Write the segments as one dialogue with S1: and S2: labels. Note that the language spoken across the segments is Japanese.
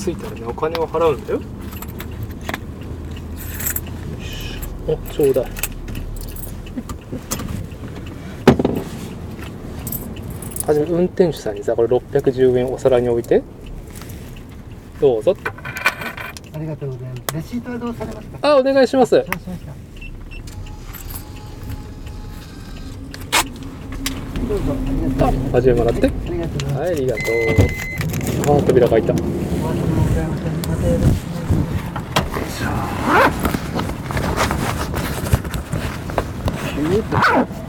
S1: 金を払うんだよよしおそうだはじめ運転手さんにさこれ610円お皿に置いてどうぞ
S2: ありがとうございます。レシートはどうされました
S1: あお願いします
S2: どうしましたどうぞ、ありがとうございます。
S1: はじめもらって
S2: ありがとうございます。
S1: はいありがとうあー扉が開いた
S2: お待ちもございませんまたよろしくお願いします。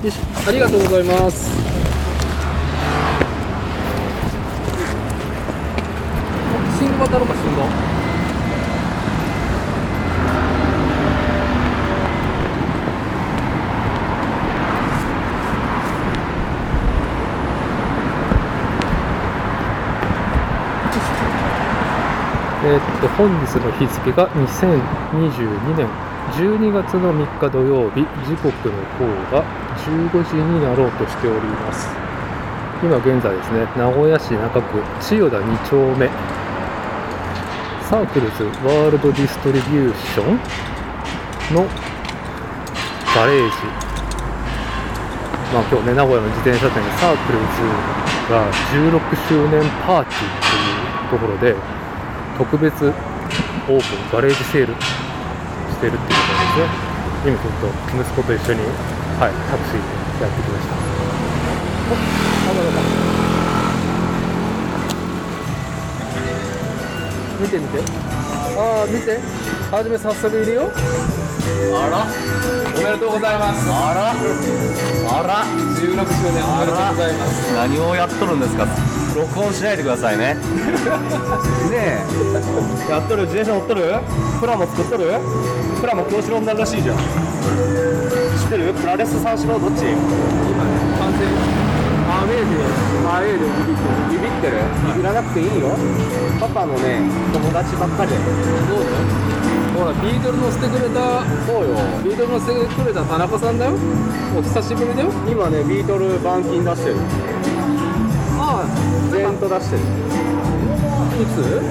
S1: よしありがとうございます信号頼む信号えーっと本日の日付が2022年12月の3日土曜日時刻の方が15時になろうとしております今現在ですね名古屋市中区千代田2丁目サークルズワールドディストリビューションのガレージまあ今日ね名古屋の自転車店サークルズが16周年パーティーというところで特別オープンガレージセールしてるっていうことですね今ちょっと息子と一緒に、はい、タクシーでやってきましたおっだ見て見てああ見てはじめ早速いるよ
S3: あらおめでとうございますあらあら16周年おめでとうございます何をやっとるんですか録音しないでくださいねねえやっとる自転車乗っとるプラモ作っとるプラモ京四郎になるらしいじゃん知ってるプラレス三四郎どっち
S1: 完成アメージアメージ
S3: ビビってるいらなくていいよパパのね友達ばっかりだよ
S1: そうだよほらビートル乗せてくれた
S3: そうよ
S1: ビートル乗せてくれた田中さんだよお久しぶりだよ
S3: 今ねビートル板金出してる
S1: あ
S3: 全と出してる
S1: あいつ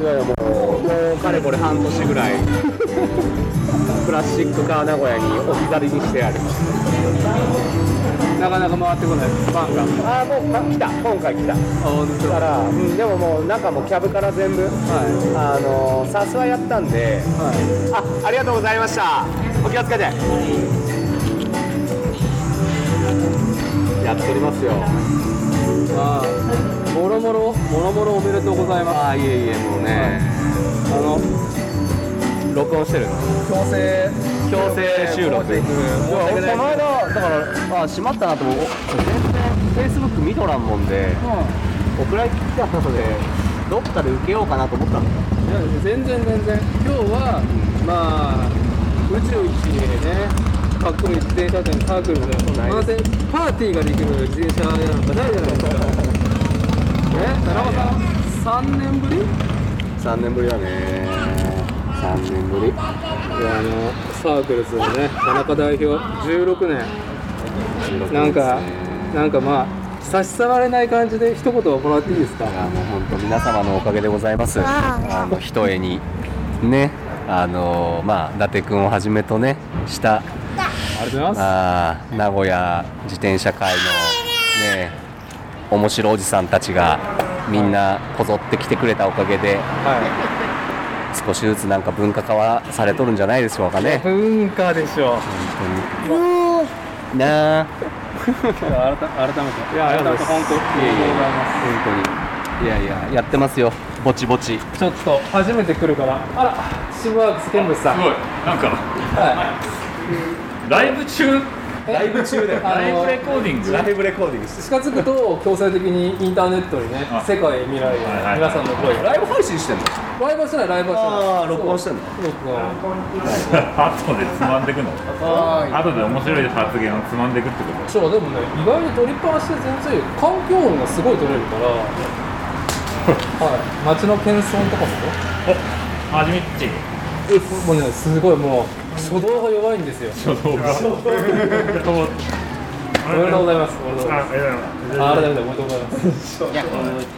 S3: いやいやもうもうかれこれ半年ぐら いプラスチックカー名古屋に置き去りにしてあります
S1: なかなか回ってこないファンが
S3: ああもうか来た今回来た
S1: あ本当
S3: だから、うん、でももう中もキャブから全部
S1: は
S3: あのー、サスはやったんで
S1: いはい
S3: あありがとうございましたお気をつけてやっておりますよ
S1: まあ、もろもろ、もろもろおめでとうございます。
S3: ああいえいえもうね
S1: あの、
S3: 録音してるの
S1: 強制、
S3: 強制収録
S1: いや俺この間
S3: だからあ閉まったなと思う全然 Facebook 見とらんもんでお蔵入り来たのでどっかで受けようかなと思ったんだよ
S1: いや全然全然、今日は、まあ、宇宙一ね、かっこいい自転車店サークルで、
S3: ない
S1: せパーティーができる自転車なんかないじゃないですか。ね、田中さん、3年ぶり
S3: 3年ぶりだね3年ぶり
S1: いやあのサークルズのね田中代表16年なんかなんかまあ差し障れない感じで一言もらっていいですか
S3: いやもう本当皆様のおかげでございます。あのひとえにね、あのまあ伊達くんをはじめとねした
S1: ありがとうございま。
S3: あー名古屋自転車界のね面白おじさんたちがみんなこぞって来てくれたおかげです
S1: は
S3: 少しずつなんか文化化はされとるんじゃないでしょうか
S1: い。
S3: ね。
S1: 文化でしょう。改めて。いや、改めて本当にありがとう
S3: なあ
S1: ございま
S3: 本当にいやいややってますよぼちぼち。
S1: す。ちょっと初めて来るから、あら、シブワークスケンブスさん。
S4: すごいなんか
S1: は
S4: ライブ中
S1: い。ライブ中で。
S4: ライブレ
S1: あ
S4: コーディング
S3: イブレコーディングし
S1: の近づくと強制的にインターネットにね
S4: あ、
S1: 世界未来へ
S4: はいはい
S1: 皆さんの声
S3: て
S1: が。
S3: イブ配信してんの。
S1: ライブはしてない、ライブはしてない。
S3: あー録音してんの
S1: そう。録音。
S4: 後でつまんでくの
S1: はーい。
S4: 後で面白い発言をつまんでくってこ
S1: そうでもね意外に取りっぱなしで全然環境音がすごい取れる からはい街の喧騒とかもね
S4: とおはじめっち
S1: もうねすごいもう初動が弱いんですよ
S4: 書道が書道
S1: おめでとうございますおめでとうござい
S4: あ、ありがと
S1: あ改
S4: うございます。
S1: めておめでとうございます
S3: いや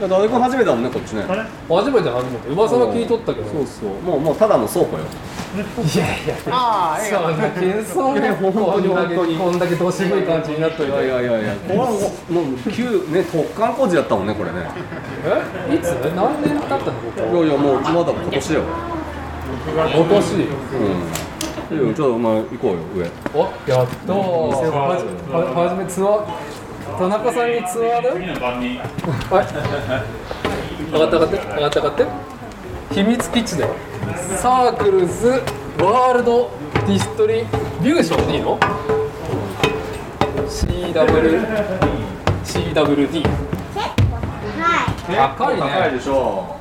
S3: 誰君初めてだもんねこっちね
S4: あれ
S1: 初めて初めて噂は聞いとったけど
S3: そうそうもうもうただの倉庫よ
S1: いやいや
S2: ああ、ええ
S1: そんな謙遜
S3: い
S1: な
S3: や本当 に本当に
S1: こんだけどしぶい感じになっとい
S3: い
S1: て
S3: やいやいやいやこれはもうもう旧ね突貫工事だったもんねこれね
S1: え
S3: い
S1: いつ何年経ったのこ
S3: や
S1: こ
S3: いやもうまだ今年だよ
S1: 今年
S3: うんいいよちょっとお前行こうよ上
S1: おやっとはじはじめツアー田中さんにツアーだよ
S4: 次の晩に。
S1: はい。上がった上がって上がった上がって。秘密基地だよ。サークルズワールドディストリビューションでいいの？CW CWD
S5: はい。
S1: 高いね
S3: 高いでしょ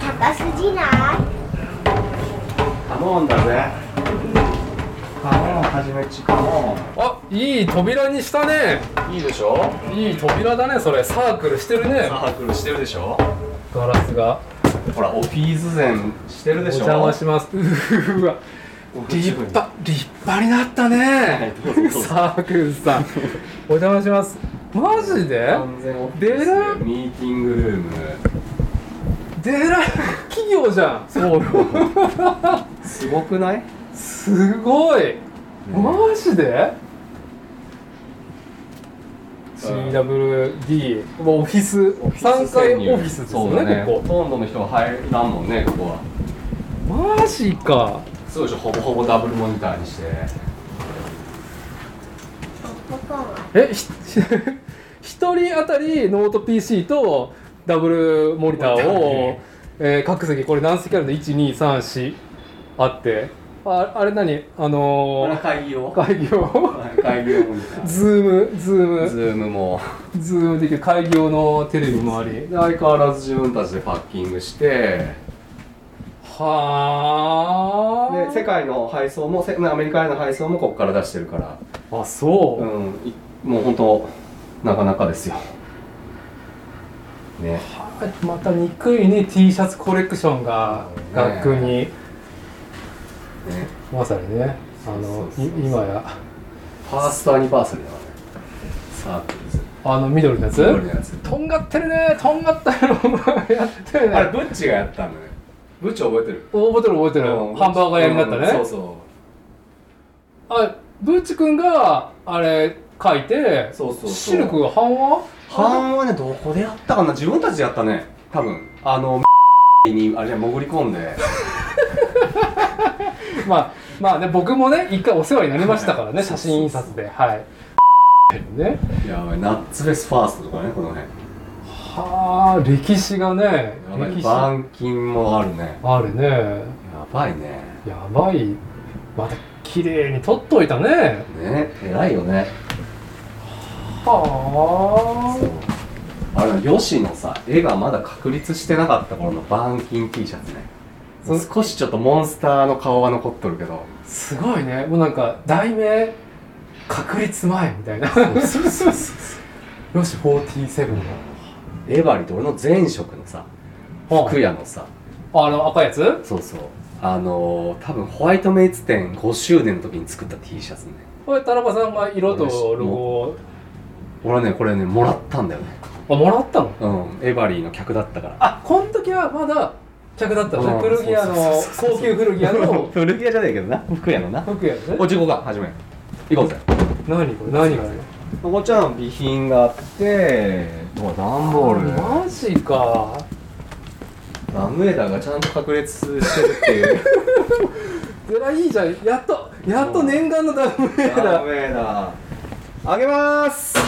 S5: 高すぎない。
S3: 頼んだぜ頼むはじめちかも
S1: あいい扉にしたね
S3: いいでしょ
S1: いい扉だねそれサークルしてるね
S3: サークルしてるでしょ
S1: ガラスが
S3: ほらオフィーズ膳してる
S1: お
S3: でしょ
S1: 邪魔しますうーわ立派立派になったね
S3: どうぞどうぞ
S1: サークルさんお邪魔しますマジで
S3: 完全オフィ
S1: 出る
S3: スミーティングルーム
S1: デラ企業じゃんそう
S3: すごくない
S1: すごいマジで CWD もうオフィス3階オフィスです
S3: そ
S1: よ
S3: うだ
S1: ね
S3: ね
S1: こ
S3: ほとんどの人が入らんもんねここは
S1: こマジか
S3: そうでしょほぼほぼダブルモニターにして
S5: ポップコーンは
S1: えひ 一人当たりノート PC とダブルモニターを、えー各席これ何席あるの1234あってああれ何あ
S3: こ
S1: の
S3: れ
S1: ー
S3: 会議用
S1: 会議用
S3: 会議用モニタ
S1: ズームズーム
S3: ーズームも
S1: ズームできる会議用のテレビもあり
S3: で相変わらず自分たちでパッキングして
S1: はあ
S3: で世界の配送もせアメリカへの配送もここから出してるから
S1: あそう、
S3: うんいもう本当なかなかですよね
S1: また憎いね T シャツコレクションが学区に、
S3: ね
S1: まさにねあの
S3: そうそうそうそう
S1: い今や
S3: ファーストアニバーサリーだからねサークルズ
S1: あの緑のやつ
S3: 緑のやつ
S1: とんがってるねとんがったやろやってるね
S3: あれブッチがやったんだねブッチ覚えてる
S1: お覚えてる覚えてる、ハンバーガー屋になったね、
S3: うんそうそう
S1: あブーチ君があれ書いて
S3: そうそうそう
S1: シルクが半和
S3: 半はねどこでやったかな自分たちでやったね多分あ のにあれ潜り込んで
S1: まあまあね僕もね一回お世話になりましたからね写真印刷ではいね
S3: やばいナッツフェスファーストとかねこの辺
S1: はあ歴史がね
S3: やばい
S1: 歴史あ
S3: 板金もあるね
S1: るね
S3: やばいね
S1: やばいまた綺麗に撮っといたね
S3: ね偉いよね
S1: は
S3: そうあれ吉野さ絵がまだ確立してなかった頃の板金 T シャツね
S1: そ
S3: 少しちょっとモンスターの顔は残っとるけど
S1: あすごいねもうなんか題名確立前みたいな よし47の
S3: エバリと俺の前職のさ
S1: はあ
S3: 服屋のさ
S1: あの赤いやつ
S3: そうそうあのー、多分ホワイトメイツ店5周年の時に作った T シャツね
S1: これ田中さんが色とロゴを
S3: 俺はねこれねもらったんだよね
S1: あもらったの
S3: うんエバリーの客だったから
S1: あこの時はまだ客だったのね古着屋の高級古着 屋の
S3: 古着屋じゃないけどな服屋のな
S1: 服屋でね
S3: おちこか始め行こうぜ
S1: 何これ何がね
S3: こちらの備品があってほら段ボール
S1: マジか
S3: ラムエダーがちゃんと確立してるっていう
S1: えらいいじゃんやっとやっと念願のダブルエー
S3: ラ
S1: だ
S3: ムエダーあげまーすあ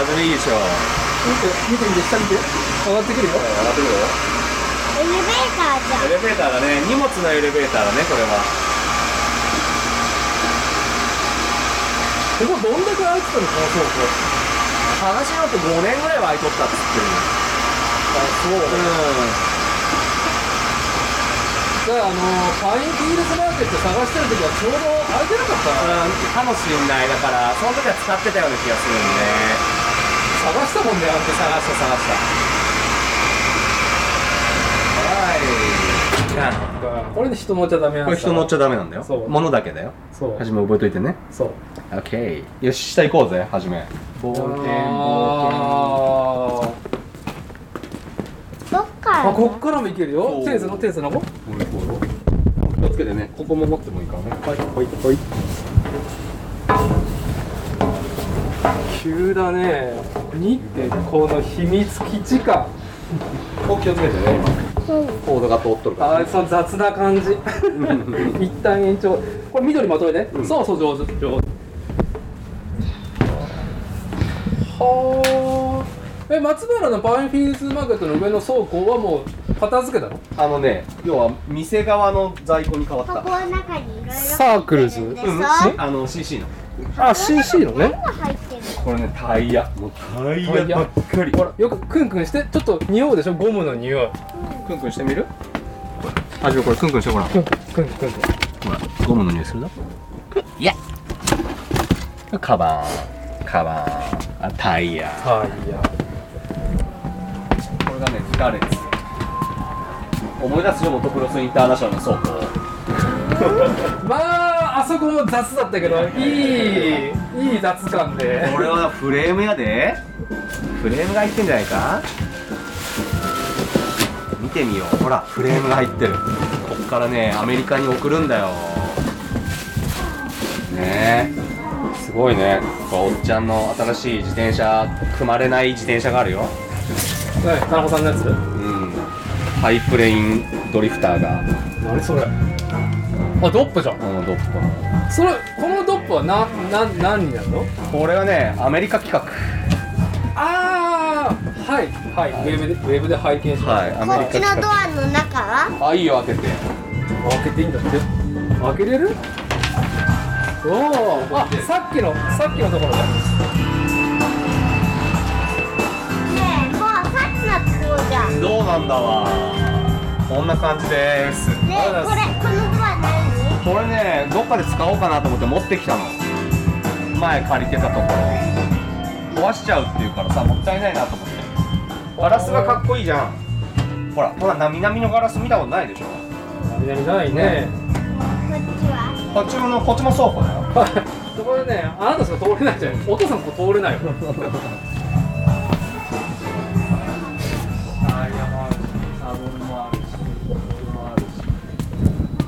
S3: れいいでしょ
S1: 見て見て見て下見て上がってくるよ
S3: 上がってくるよ
S5: エレベーターじゃ
S3: エ
S5: ん。
S3: レベーターだね荷物のエレベーターだねこれは
S1: ここどんだけ空いてたのかなそう
S3: 話によって5年ぐらいは空いとったっつってる
S1: そうじゃああのーパインフィールズマーケット探してる時はちょうど空いてなかったな
S3: うん、かもしんないだからその時は使ってたような気がするんで
S1: 探したもんねあん
S3: 探した探したたはい違う
S6: これで人乗っちゃダメなん
S3: これ人乗っち
S6: ゃ
S3: ゃダメなんだよ
S6: そう
S3: 物だけだよ
S6: そう
S3: はじめ覚えといてね
S6: そう
S3: OK よし下行こうぜはじめ冒険冒険
S5: どっから
S6: あこっからもいけるよ
S3: そう
S6: 手つの手つのこ
S3: 気をつけてねここも持ってもいいからねはいはいはい
S6: 急だね2ってこの秘密基地か
S3: ここ気をつけてね
S5: うん
S3: 今コードが通っとる
S6: あーその雑な 感じ一旦延長これ緑まといね、
S3: うん
S6: そうそう上手上手はあえ松原のパインフィールズマーケットの上の倉庫はもう片付けたの
S3: あのね要は店側の在庫に変わっ
S5: こ
S3: た
S5: この中にいろいろ
S6: サークルズ
S5: 入って
S3: う
S5: るん
S3: ん
S5: で
S3: し
S5: しょ
S3: あの CC の
S6: あ CC の
S5: 何
S6: ね
S5: が入ってるの
S3: これねタイヤもうタイヤばっかり
S6: ほらよくクンクンしてちょっと匂うでしょゴムの匂い
S3: クンクンしてみるはじめこれクンクンしてごらん
S6: クンクンクン
S3: ほら、ゴムの匂いするだいやカバン、カバン、あタイヤ
S6: タイヤ
S3: これがね、スカーレッツ思い出すよ、モトクロスインターナショナルの倉庫
S6: まああそこも雑だったけどいいいい雑感で
S3: これはフレームやでフレームが入ってんじゃないか見てみよう、ほら、フレームが入ってるこっからね、アメリカに送るんだよねえすごいねこうおっちゃんの新しい自転車組まれない自転車があるよ
S6: はい田中さんのやつ
S3: うん、ハイプレインドリフターが、
S6: 何それあドップじゃん
S3: このドッポ
S6: それこのドップはなな何になるの
S3: これはね、アメリカ企
S6: ああはいはいウェブでウェブで拝見し
S3: 画。
S6: ま
S3: は
S6: し
S3: い、ア
S5: こ
S3: メ
S5: っち
S3: リカ
S5: の
S3: 企
S5: ドアの中は
S3: 画。あ、いいよ、当てて。
S6: た、開けていいんだって開けれるおおあさっきのさっきのところだ
S5: ねえもうさっきのところじゃんね
S3: どうなんだわ。こんな感じです。
S5: えこれこのドア何
S3: これね、どっかで使おうかなと思って持ってきたの。前借りてたところ。壊しちゃうっていうからさ、もったいないなと思って。ガラスがかっこいいじゃん。ほら、ほら、なみなみのガラス見たことないでしょ。
S6: 何ないね
S3: ね
S5: こっちは
S3: こっちもの、こっちも倉庫だよ。
S6: はいそこでねあなたしか通れないじゃんお父さんここ通れないよ
S3: タイヤもあるし、サドルもあるし、ボールもあるし。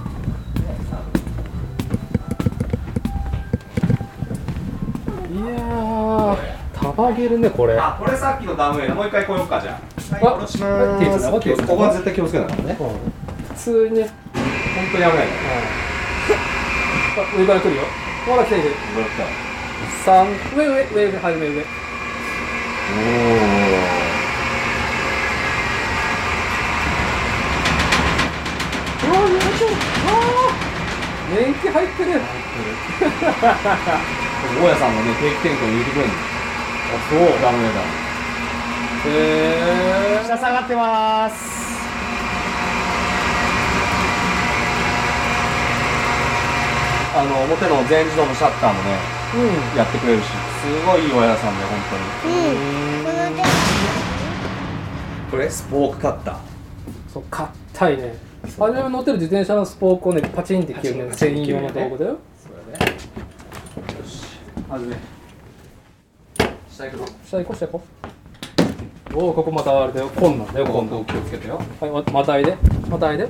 S6: いやーたばげるねこれ
S3: あ、これさっきのダムウェイだもう一回来ようかじゃあ。はい、
S6: あ
S3: 下ろしま
S6: 手つなごう手つ
S3: す。
S6: なご
S3: こ
S6: う
S3: こは絶対気をつけながらね。
S6: うん普通に、うん、
S3: 本当に危ないから。
S6: あ 上から来るよほら来てる来てる
S3: どうだった
S6: 三上上上上はい上上うわ見えちゃうあー年季入ってる
S3: おお。大家さんがね、定期点検を入れてくれるの。あ、そう。ダムウェイだ。
S6: へ
S3: 下下がってます。あの表の全自動のシャッターもね、
S6: ーうん
S3: やってくれるし、すごいいい親さんで本当に。
S5: うんこのドア
S3: これスポークカッター。
S6: そう硬いね初め乗ってる自転車のスポークをねパチンって切る
S3: パ
S6: ね
S3: チン
S6: 専用の道具だよ
S3: それね。よし。はじめ。下行くの。
S6: 下行こう下行こうおおここまたあれだよこんなんだよこん
S3: 今度気をつけてよ。
S6: はいままたいでまたいで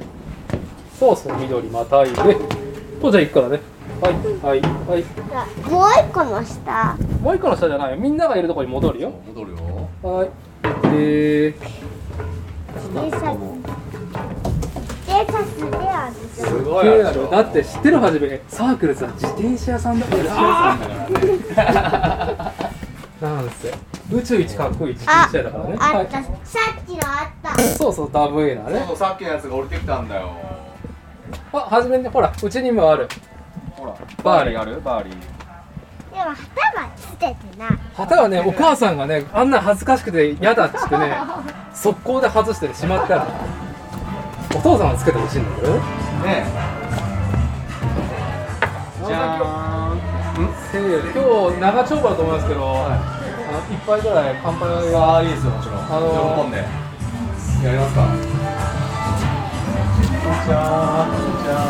S6: そうっすね緑またいで父ちゃん行くからねはいはいはい
S5: もう一個の下
S6: もう一個の下じゃないよみんながいるとこに戻るよ
S3: 戻るよ。
S6: はいえー、
S5: 警察警察であるじゃん
S3: すご
S6: 綺麗だろだって知ってる初めサークルさ自転車屋さんだからなんせ宇宙一かっこいい自転車屋だからね
S5: あった
S6: は
S5: さっきのあった
S6: い、そうそう WA だね
S3: そうさっきのやつが降りてきたんだよ。
S6: あ初めにほらうちにもある
S3: ほら。
S6: バーリー
S3: ある？バーリー。
S5: でも旗がつけてない
S6: 旗はねお母さんがねあんな恥ずかしくて嫌だっつってね速攻で外してしまってあるお父さんはつけてほしいんだけどね
S3: ねえ。じゃーん。
S6: せーの今日長丁場だと思いますけど、あの一杯ぐらい乾杯が
S3: ああいいですよもちろん。
S6: あのー
S3: 喜んで。やりますか。にちはこんにちは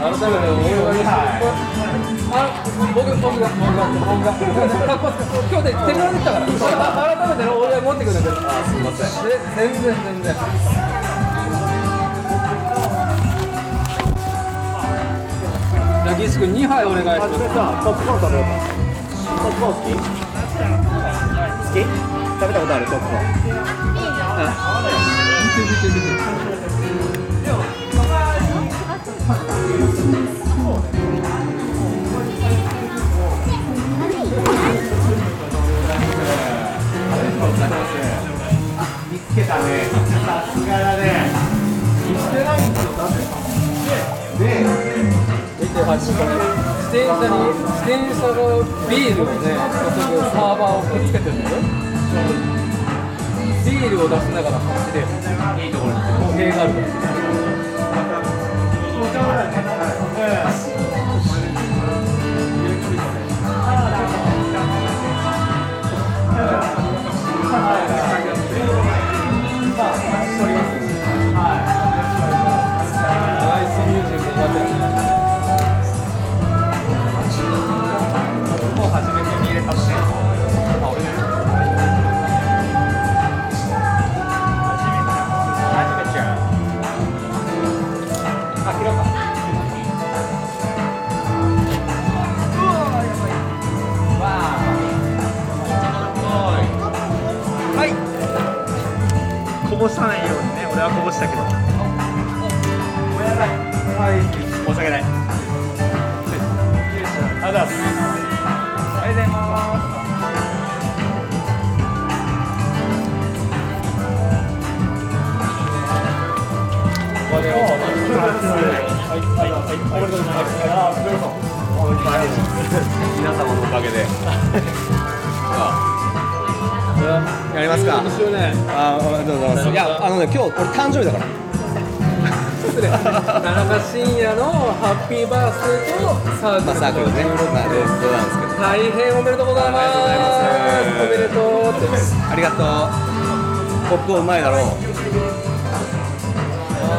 S6: 改めて思います、あ僕僕が僕が僕がかっこつけ今日で手ぶらで来たから改めてお祝い持ってくるんだけどあすみません全然全然じゃあ岸君2杯お願いします
S3: 見つけたねさすがだね見つけないんですよだってねえ
S6: 見てはい自転車に自転車のビールをね注ぐサーバーをくっつけてるんだよビールを出しながら走っていいところに光景があるからナイスミュージックが出てる
S7: こぼさないようにね俺はこぼしたけどごめんなさいはい申し訳ないありがとうございますありがとうございます
S3: 皆様のおかげでやりますかあありがとうございますいやあのね今日俺誕生日だから
S6: 田中伸也のハッピーバースデーとサーク
S3: まあサ
S6: ル
S3: ークルねまあレースなんですけど
S6: 大変おめでとうございますおめでとうって
S3: ありがとうポップコーンうまいだろうあ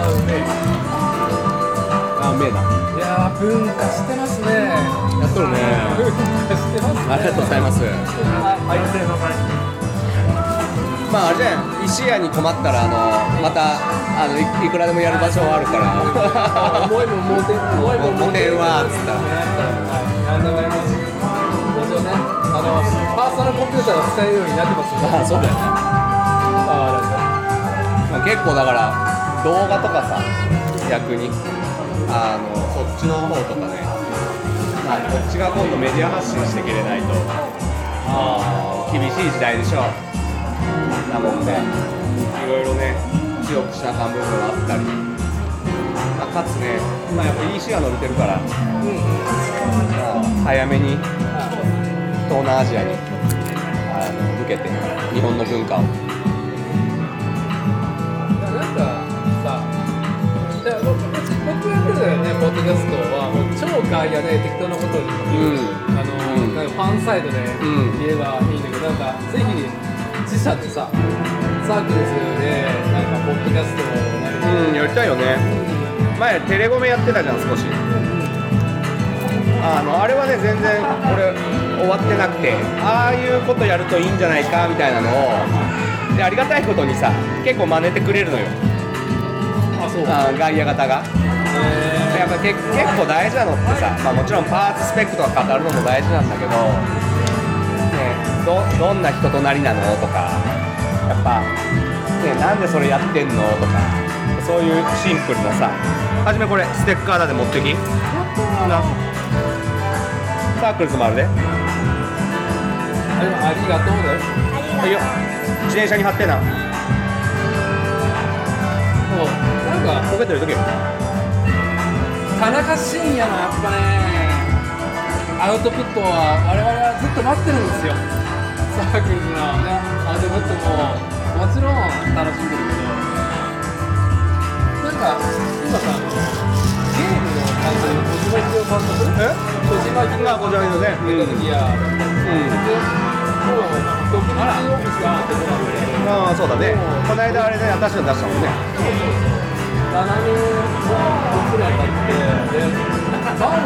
S3: うめえあうめえない
S6: やー文化してますね
S3: やっとるね
S6: 文化してま
S3: あ
S6: すね
S3: りがとうございますまああれじゃん石屋に困ったらあのまたあのいいくらでもやる場所はあるから
S6: 思いも持て思いも
S3: モ
S6: 持て
S3: テるわっつったら
S6: ら何でもやりますそうねあのパーソナルコンピューターが使えるようになってますよ
S3: まあそうだよね
S6: あ
S3: まあ、結構だから動画とかさ逆にあのそっちの方とかね、まあ、こっちが今度メディア発信してくれないとあー厳しい時代でしょなもんでいろいろね強くしなあかん部分があったり、まあ、かつね、まあ、やっぱ EC が伸びてるから、まあ早めに東南アジアにあの向けて日本の文化を。
S6: らなんかさいや僕僕やってるよねポッドキャストはもう超外野で適当なことに
S3: うん
S6: あの、
S3: うん
S6: なんかファンサイドで
S3: ん
S6: 言えばいいんだけど、なんかぜひ自社でさ、サークルズで、なんかポッドキャストをなり
S3: うん、やりたいよね前テレコメやってたじゃん少しあのあれはね全然俺終わってなくてああいうことやるといいんじゃないかみたいなのをでありがたいことにさ結構真似てくれるのよ
S6: あ、そう。
S3: あー外野型が
S6: え
S3: やっぱけ結構大事なのってさ、まあ、もちろんパーツスペックとか語るのも大事なんだけど、ね、どどんな人となりなのとかやっぱ、ね、なんでそれやってんのとかそういうシンプルなさはじめこれステッカーだで持ってきなサークルズもあるで
S6: ー、あありがとう
S3: い
S6: だよ。
S3: いよ自転車に貼ってな
S6: そうなんか
S3: ポケット入れとけよ
S6: 田中伸也のやっぱね、アウトプットは我々はずっと待ってるんですよ。サークルズのね、アウトプットももちろん楽しんでるけど、なんか今さ、ゲームの感じで小島秀夫監督、
S3: え
S6: 小島秀夫監督
S3: まあ小島秀夫ね
S6: 出た時
S3: う
S6: や、
S3: ん
S6: でもうトップなら使ってもら
S3: ああ
S6: って。
S3: そうだねこの間あれね私の出したもんね
S6: 7年も僕らだってでバーボンとしてあの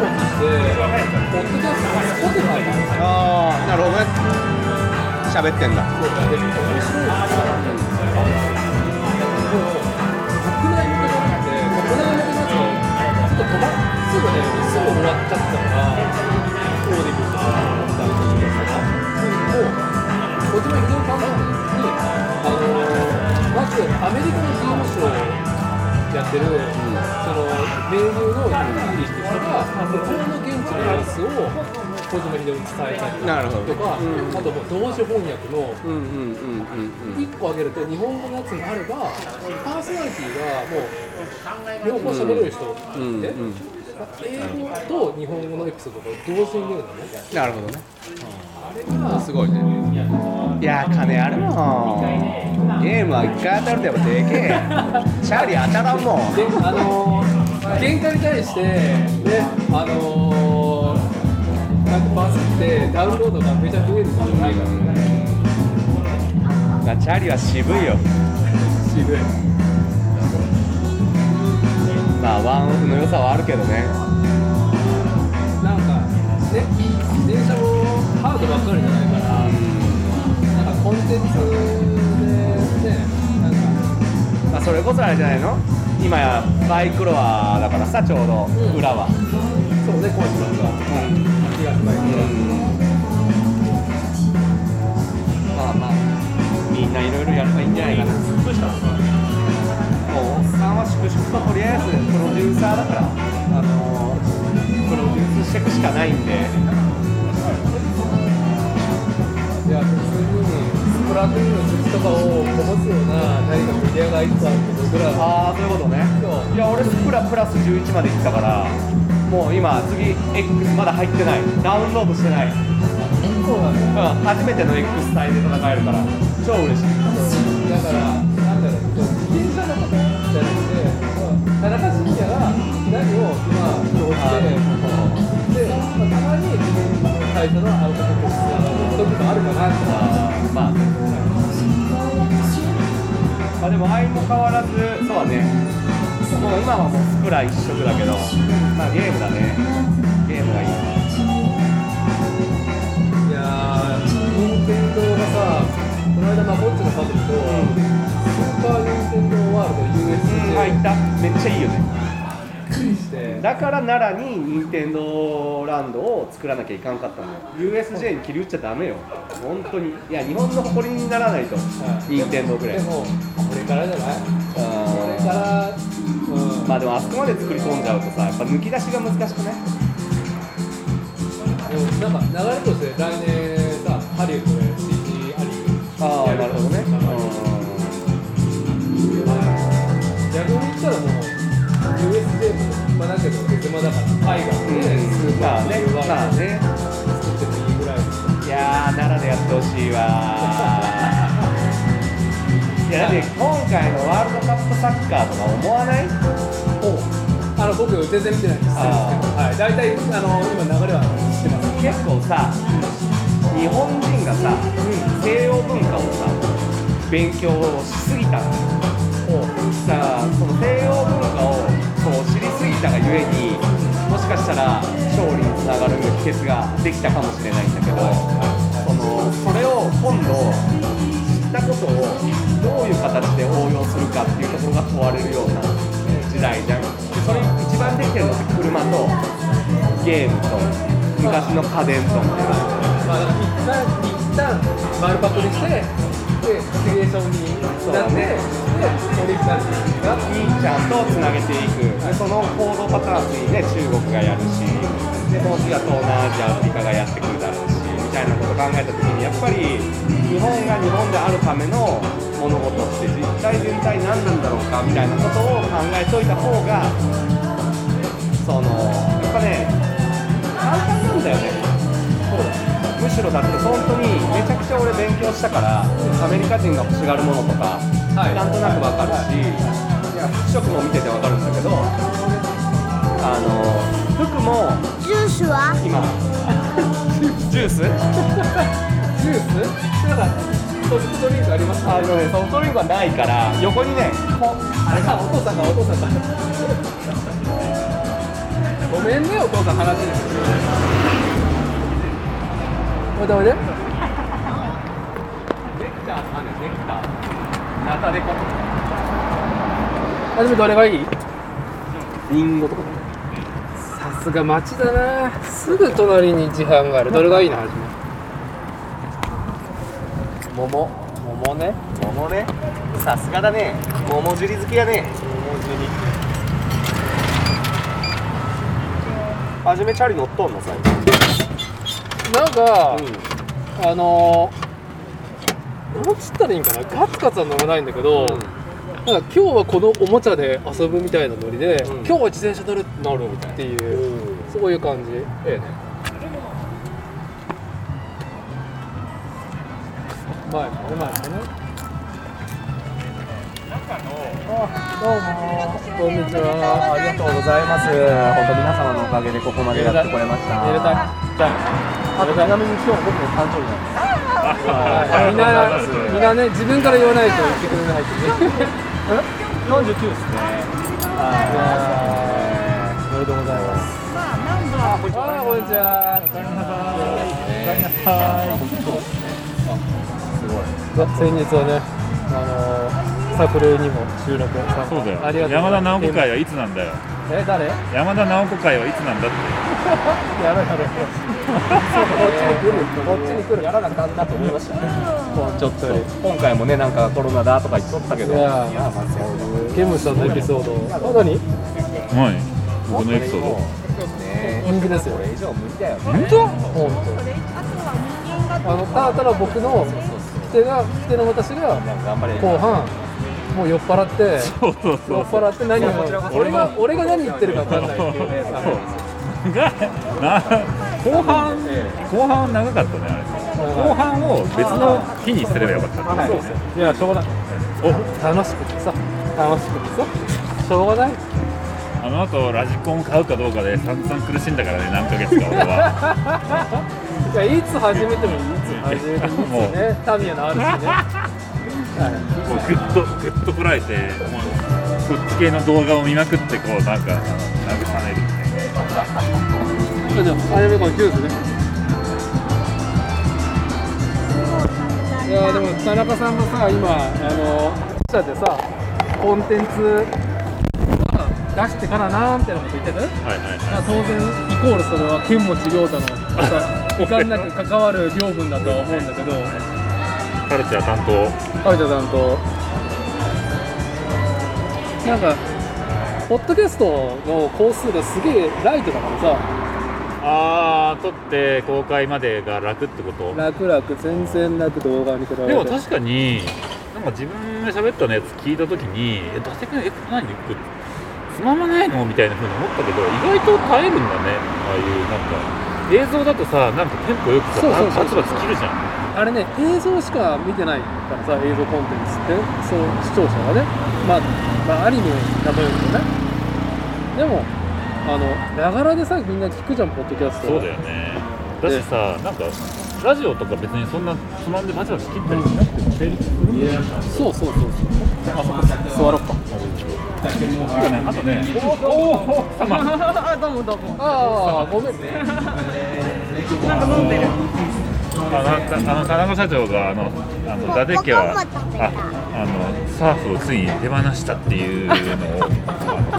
S3: ああなるほどね喋ってんだ
S6: ポッドキャストがスポティファイなんですよで面白いですよでも国内向けじゃなくて国内向けだとちょっと飛ばすぐねすぐ終わっちゃったからオーディブルとか思ったりしてるんですけどもうこっちも非常に考えにあのまずアメリカのゲームショーをやってる、その名流の管理してる人が向こうの現地の様子を小島秀夫に伝えたり
S3: なるほど
S6: とか、あともう同時翻訳の
S3: うんうんうんうん
S6: 1個挙げると日本語のやつがあればパーソナリティがもう両方喋れる人が
S3: うん
S6: いて。
S3: うん
S6: 英語と日本語のエピソードが同時に出るのね。
S3: なるほどね
S6: あれが
S3: すごいねいやー金あるもんゲームは1回当たるとやっぱでけえチャリ当たらんもん
S6: で、あのー、喧嘩に対して、ね、あのー、なんかバズってダウンロードがめちゃ増えることじゃないからね。
S3: まあチャリは渋いよ
S6: 渋い。
S3: まあワンオフの良さはあるけどね
S6: なんか、ね、電車もハードばっかりじゃないから、なんかコンテンツで、ね、なんか、
S3: まあ、それこそあれじゃないの今やバイクロアだからさちょうど裏は、
S6: そうね、こうしますわ。気がない
S3: まあまあみんないろいろやればいいんじゃないかなもうおっさんは粛々ととりあえずプロデューサーだからあのプロデュースしていくしかないんで
S6: いや、普通に、スプラトゥーンの術とかをこぼすような、何かメディアがいつあると僕らは、
S3: ああそういうことねいや俺スプラプラス11まで行ったからもう今次 X まだ入ってないダウンロードしてない
S6: そうなんだよ。
S3: うん、初めての X 体で戦えるから超嬉しい
S6: だから、なんだろう、自転車のことじゃなくて、田中信也が何を今、表して、で、まあ、たまに自分の会社のアウトプットする時もあるかなとか、
S3: まあまあでも相も変わらずそうだねもう今はもうスプラ一色だけどまあゲームだねゲームがいい
S6: いやー、任天堂がさ、この間、まあ、ぼっちの家族と、スーパー任天堂ワールド
S3: うんあ
S6: USJ
S3: 行っためっちゃいいよね
S6: にして、
S3: だから奈良に任天堂ランドを作らなきゃいかんかったのよ USJ に切り打っちゃダメよ本当にいや日本の誇りにならないと任天堂くらい
S6: でも、これからじゃないこれ
S3: あ
S6: か
S3: ー
S6: ら、うん、
S3: まあでもあそこまで作り込んじゃうとさやっぱ抜き出しが難しくない
S6: でもなんか流れとして来年さハリウッドで CG アニ
S3: ああなるほどね
S6: メ逆に言ったらもう USJ もまあだけど手間だから海外でスーパ
S3: まあ
S6: ーって
S3: ね
S6: いうワ
S3: まあ
S6: ールド
S3: ね
S6: 作ってもいいぐらいで
S3: いやー奈良でやってほしいわーいやだって今回のワールドカップサッカーとか思わない
S6: あの僕全然見てないんですけど、
S3: あ
S6: はい、大体あの今流れは知ってます
S3: 結構さ日本人がさ西洋文化をさ勉強しすぎたのさあその西洋文化をこう知りすぎたがゆえにもしかしたら勝利につながる秘訣ができたかもしれないんだけどそのそれを今度知ったことをどういう形で応用するかっていうところが問われるような時代じゃんでそれ一番できてるのって車とゲームと昔の家電とみたいな。
S6: まあだから一旦一旦丸パクにしてでクリエーションになって、でオリジナルになって
S3: 兄ちゃんとつなげていくでその行動パターンにね中国がやるしでその次は東南アジアアフリカがやってくるだろうしみたいなことを考えた時にやっぱり日本が日本であるための物事って実態全体何なんだろうかみたいなことを考えといた方がそのやっぱね簡単なんだよねむしろだって本当にめちゃくちゃ俺勉強したからアメリカ人が欲しがるものとか、
S6: はい
S3: なんとなくわかるし、いや服飾も見ててわかるんだけどあの服も
S5: ジュースは
S3: 今ジュース
S6: ジュースなんかソフトドリンクあります
S3: あのね、ソフトリンクはないから、横にね、
S6: あれかお父さんがお父さんがごめんねお父さん話ですおいでおいで
S3: ネクターさんね、ネクター。ナタデコ。
S6: 初めどれがいい
S3: リンゴとか。
S6: さすが町だなすぐ隣に自販があるどれがいいの初め桃桃ね
S3: 桃ね。さすがだね。桃尻好きやね。桃尻。はじめチャリ乗っとんの最近。
S6: なんか、
S3: うん。
S6: あのー、なんつったらいいんかなガツガツは飲まないんだけど、なんか今日はこのおもちゃで遊ぶみたいなノリで、
S3: うん
S6: 今日は自転車乗る乗るっていう、そういう感じ
S3: ええね。
S6: 前もね前もね
S3: こんにちは。ありがとうございます。本当皆様のおかげでここまでやってこれました。
S6: 寝れたい
S3: あとちなみに今日僕の誕生日なんです。
S6: みんなみんなね自分から言わないと言ってくれないってね
S3: 49ですね。はい。おめでとうございます。
S6: あーこんにちは
S1: 先日はね、あのー、サークルにも収録を参加
S4: そうだ
S1: あり
S4: よ
S1: がとう
S4: 山
S1: ございま
S4: 田直
S1: す
S4: 子会はいつなんだよ
S1: え誰や
S4: 山田直子会はいつなん
S1: ろ
S4: だって
S1: うやろう
S3: こっちに来るやらなあかんなと思いましたね。ちょっと今回もねなんかコロナだとか言っとったけど。
S1: いやー
S3: まあまあそういう
S1: ゲームしたのエピソードあ何
S4: はい僕のエピソード
S3: ね。
S1: 人気ですよ
S3: これ以上無理だよね。
S4: 本当
S1: あのただただ僕の手が手の私が
S3: なんか頑張れ。
S1: 後半もう酔っ払って
S4: そうそう
S1: 酔
S4: そ
S1: っ
S4: うそう
S1: 払って何を俺が俺が何言ってるか分かんないっていうね
S4: がな後半後半長かったねあれ後半を別の日にすればよかったね
S1: いやしょうがない楽しくてさ楽しくてさしょうがない
S4: あの後ラジコン買うかどうかで散々苦しんだからね何ヶ月か俺は
S1: いやいつ始めてもいいいつ始めてもいいですよねタミヤのあるしね
S4: もうグッとグッとこらえてもうそっち系の動画を見まくってこうなんかあの慰めるみたいな
S1: じゃああやめこのキュースねいやでも田中さんもさ今あの社でさコンテンツ出してからなーみたいなこと言ってる
S4: はいはいはい
S6: 当然イコールそれは剣持良太の遺憾なく関わる領分だとは思うんだけど
S4: カルチャー担当
S6: 有田さんとなんかポッドキャストの工数がすげえライトだからさ
S4: ああ撮って公開までが楽ってこと
S6: 楽々全然楽動画に比べて
S4: でも確かになんか自分が喋ったのやつ聞いた時に「え伊達君え何これつままないの?」みたいなふうに思ったけど意外と耐えるんだねああいうなんか映像だとさなんかテンポよくさ
S6: そうそうそう
S4: バツバツ切るじゃん
S6: あれね映像しか見てないからさ映像コンテンツってそう視聴者がねまあ、まあ、アニメに例えるとねでもあのながらでさみんな聞くじゃんポッドキャスト
S4: そうだよねだしさなんかラジオとか別にそんなつまんでバチバチ切ったりしなくても成立するんだよ
S6: そうそうそう
S4: 座ろっかねあとねおおー様
S6: ああごめんね
S4: あのたあの田中社長があのあの伊達家はああのサーフをついに手放したっていうのを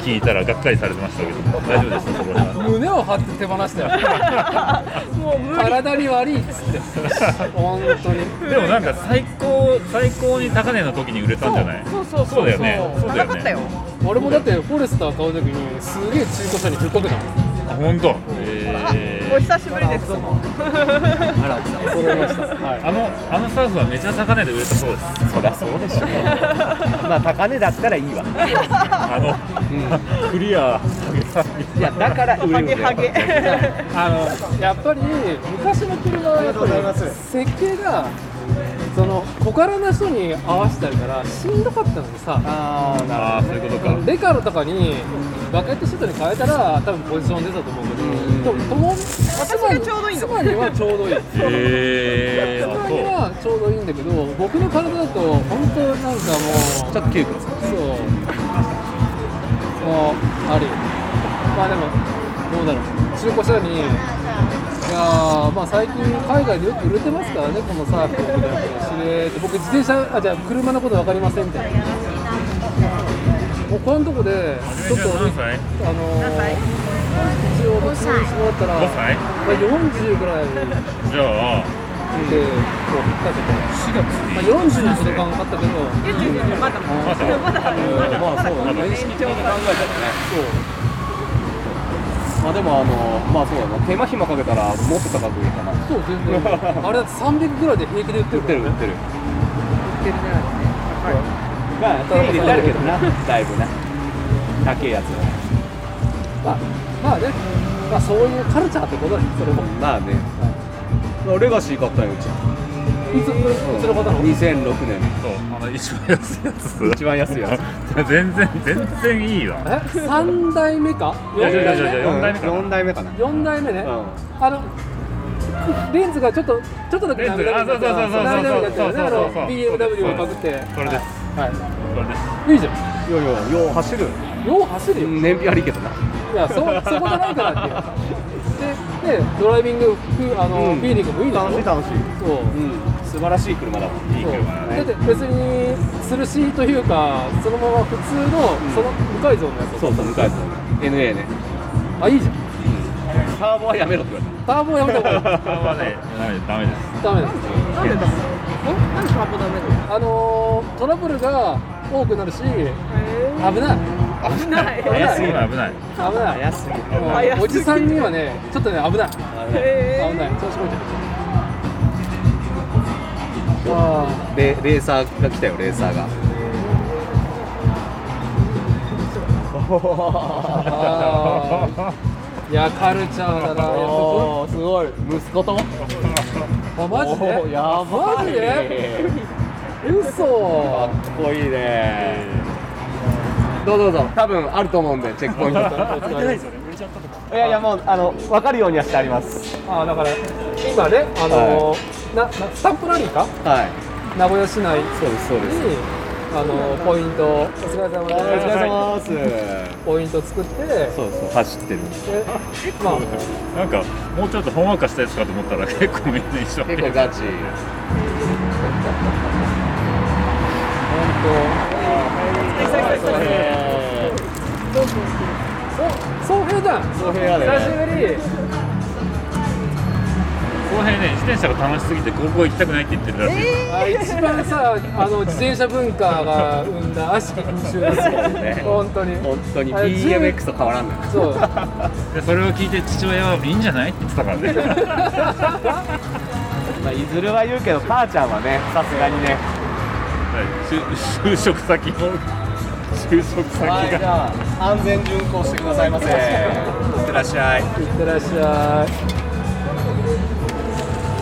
S4: 聞いたらがっかりされてましたけど大丈夫ですかそこは
S6: 胸を張って手放したよもう無理体に悪いっつって本当に
S4: でもなんか最高最高に高値の時に売れたんじゃないそうそうそうだよねそうだよね
S6: 俺もだってフォレスター買う時にすげえ中古車に引っ掛けたもん
S4: あ本当えー
S8: 久しぶりです。
S6: 揃いましたはい
S4: あのあのサーフはめちゃ高値で売れたそうです
S3: そりゃそうで しょ。まあ高値だったらいいわ。
S4: あの、クリア
S3: いやだから売れるんだよ。
S8: ハゲハゲ。
S6: あのやっぱり昔の車はやっぱり設計がその小柄な人に合わせてあるからしんどかったのでさ
S3: ああ
S4: ああそういうことか
S6: デカロとかにバケットシュートに変えたら多分ポジション出たと思うけど、でも友私がちょうどいいんだ妻にはちょうどいい
S4: へえー、
S6: 妻
S4: あ
S6: に
S4: そ
S6: はちょうどいいんだけど僕の体だと本当なんかもう
S4: うちょっと窮屈
S6: そうもうありまあでもどうだろう中古車にいやーまあ最近海外でよく売れてますからねこのサーフィンみたいな知れて僕自転車あじゃあ車のこと分かりませんみたいなもうこのとこでちょっと
S4: 何歳
S6: あのー一応僕にしてもらったら、ま
S4: 5歳
S6: あ、40ぐらいで、もう
S4: じゃあ
S6: 引っ掛けて、
S4: 4月
S6: まあ、40の年間かかったけど、
S4: まだまだまだまだ
S6: そう、
S3: まあでもあのまあそうだな手間暇かけたらもっと高く売れたな
S6: そう全然あれだって300ぐらいで平気で売って
S3: 売
S6: る
S3: っ
S6: か
S3: て
S6: ら
S3: る売ってる
S6: まあ
S3: 手入れてあるけどなだいぶな高いやつ
S6: まあまあねまあそういうカルチャーってことだねそれもい
S3: まあねレガシー買ったんようち
S6: つうちの方の
S3: 2006年
S4: そうあの一番安いやつ
S3: 一番安いや
S4: 全然全然いいわ
S6: え3代目か
S4: いやいやいやい
S3: つ
S4: や4代目かな
S3: 4代目かな
S6: 4代目ね、
S3: う
S6: あのレンズがちょっとちょっとだけ
S4: レンズあそうそうそうそう
S6: 長めだったよねあ
S4: そうそ
S6: の
S4: うそう
S6: BMW をパクって
S4: それです
S6: は
S4: これです
S6: い、いいじゃ
S3: んようようよう走る
S6: んよう走るよ、
S3: 燃費悪いけどない
S6: やそそこじゃないからってででドライビングふあの、
S3: うん
S6: フィーリングもいいでしょ
S3: 楽しい楽しい
S6: そう、
S3: うん素晴らしい車だもんいい
S6: そう
S3: 車だ
S6: だ
S3: ね
S6: って別に吊るしというかそのまま普通の、その無改造のやつ
S3: そうそう向かいそう NA ね
S6: あいいじゃん
S3: ターボはやめろって言われた
S6: ターボやめた方がいい
S4: これはねダメです
S6: ダメですあのー、トラブルが多くなるし危ない危ない
S4: 危ない危ない
S6: 危ない
S3: 安い
S6: もうおじさんにはねちょっとね危ない危ない調子こいちゃうわあ
S3: レレーサーが来たよレーサーが
S6: あーいやカルチャーだなやっぱ
S3: すごい息子と
S6: あマジ
S3: おー
S6: で
S3: やばい
S6: マジで嘘
S3: かっこいいねどうぞどうぞ多分あると思うんでチェックポイント いやいやもうあの分かるようにはしてあります
S6: あだから今ねあのーななスタンプラリーか
S3: はい
S6: 名古屋市内に
S3: そうですそうです
S6: あのーポイントお疲れ様
S3: お疲
S6: で
S3: れ
S6: す
S3: 様です
S6: ポイント作ってで
S3: そうそう走ってる
S6: まあ
S4: なんかもうちょっとほんわかしたやつかと思ったら結構みんな一緒
S3: 結構ガチ
S6: そう平じゃん
S3: そう部屋で
S6: 久しぶり
S4: この辺ね自転車が楽しすぎて高校行きたくないって言ってるらしい、
S6: あ一番さあの自転車文化が生んだ悪しき風習ですよ本当に
S3: 本当に
S6: あれ10
S3: BMX と変わらんのよ
S6: そう
S4: でそれを聞いて父親は「いいんじゃない?」って言ってたからね
S3: まあいずれは言うけど母ちゃんはねさすがにね
S4: 就就職先も就職
S3: はい
S4: 先
S3: じ
S4: が
S3: ゃあ安全巡航してくださいませいってらっしゃい
S6: いってらっしゃい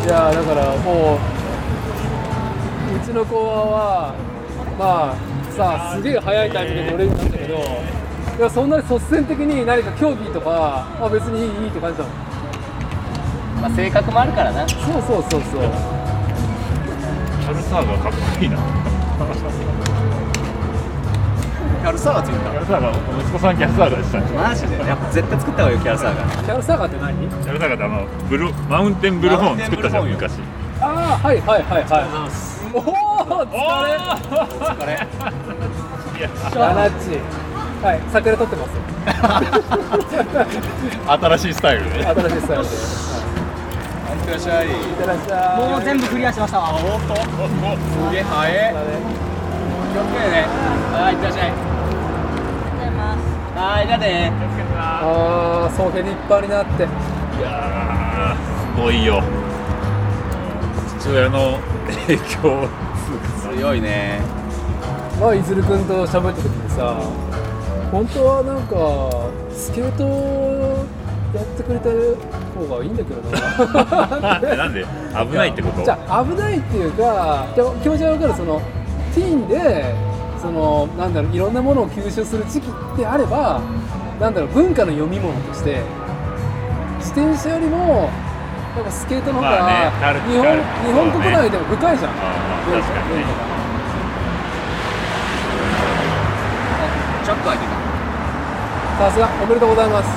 S6: いやーだからもううちの子はまあさあすげえ速いタイミングで乗れるんだけどいやそんなに率先的に何か競技とかあ別にいいいいって感じだもん
S3: まあ性格もあるからな
S6: そうそうそうそう
S4: チャルサーがかっこいいな
S3: キャルサーがつい
S4: キャルサーが息子さんキャルサーガでしたね
S3: たマジでやっぱ絶対作った方がいいよキャルサーが
S6: キャルサーガって何
S4: キャルサーガってあのブルマウンテンブルホーン作ったじゃん
S3: マウンテンブル
S4: 昔
S6: ああはいはいはいはいおお
S4: お
S6: 疲れ
S4: ー
S3: 疲れ
S4: いや
S6: ラナッチはい桜撮ってます
S4: 新しいスタイルね
S6: 新しいスタイルで
S3: いってらっしゃい
S6: いってらっしゃいもう全部
S3: あ本当すげえ早え気をつけてねはいいってらっしゃいはいじゃあね
S6: ああそうへ立派になって
S4: いやーすごいよ父親の影響
S3: 強いね
S6: まあ、いずる君と喋った時にさ本当はなんかスケートやって
S1: くれてる方がいいんだけど な
S4: なんで危ないってこと
S1: じゃあ危ないっていうかでも気持ちは分かるそのティーンでそのなんだろういろんなものを吸収する時期であればなんだろう文化の読み物として自転車よりもやっぱスケートの方が、
S4: まあねなる
S1: 日本
S4: なる
S1: 日本国内でも深いじゃん、
S4: あー
S1: 文化
S4: 確かにね
S1: 文化が
S6: チャック開いてた
S1: さすがおめでとうございます
S6: ど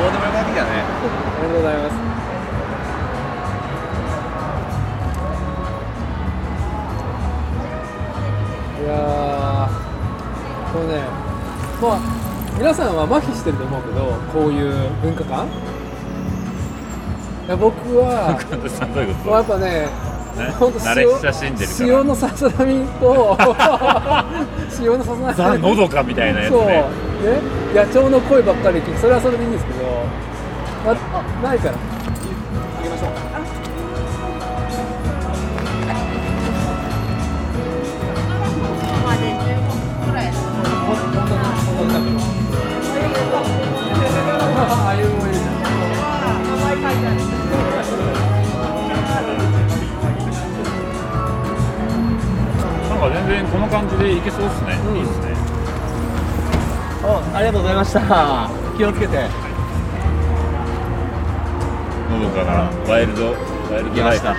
S6: うでもよかったね
S1: ありがとうございます。いやー、これね、まあ、皆さんは麻痺してると思うけど、こういう文化観。いや、僕は、
S4: どういうこ
S1: まあ、やっぱね、
S4: と、ね、
S1: 本当
S4: 慣れ親しんでるから
S1: 塩のささなみと 塩のささなみ
S4: ザ・のどかみたいなやつ
S1: そうね
S4: ね
S1: 野鳥の声ばっかり聞いてそれはそれでいいんですけど、まあ、ないからあげましょうああいうもいいじゃん
S4: なんか全然この感じでいけそうですね、
S1: うん
S4: いいですね
S6: おありがとうございました気をつけて
S4: のどかなワイルドワイルドライフあ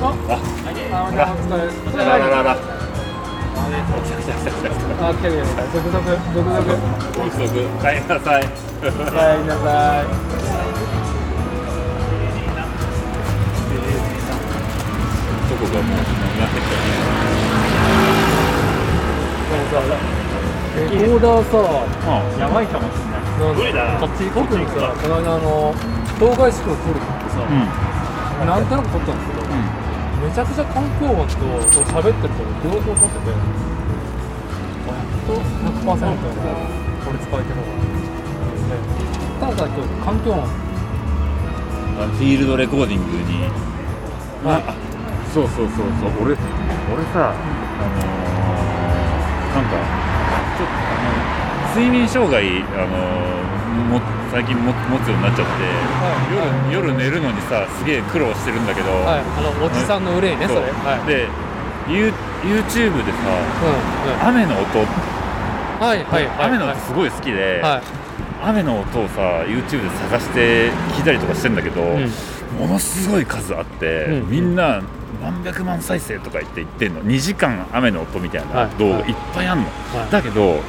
S4: あ
S1: あお疲れ
S4: あらららら来た来た来た来た来
S1: あ来てるよ続々続々
S4: た遅刻帰りなさい
S1: 帰りなさい
S4: どこがもうなってきた
S1: レコーダーさ
S4: やばいかもしれない。
S1: 無理だこっち僕にさこの間あの東海地区を撮るってさ、なんとなく撮ったんですけど、めちゃくちゃ環境音とこう喋ってると両方撮っててあやっと100%これ使えてるわただ今日環境音
S4: あのフィールドレコーディングに、
S1: はい
S4: あそうそうそうそう俺俺さ、あのーなんかちょっとあの睡眠障害、あのーも最近も持つようになっちゃって、
S1: はい
S4: 夜夜寝るのにさすげえ苦労してるんだけど、
S1: はいあのおじさんの憂いねそ
S4: そう
S1: れはい、うん
S4: で、ユー YouTube でさ
S1: うん、
S4: 雨の音、
S1: はいはいはい
S4: 雨の音すごい好きで、
S1: はい
S4: 雨の音をさ YouTube で探して聞いたりとかしてんだけど、ものすごい数あって、
S1: うん
S4: みんな何百万再生とか言って言ってんの2時間雨の音みたい
S1: は
S4: ない動
S1: は
S4: 画
S1: い
S4: いっぱいあんの、
S1: はい
S4: だけど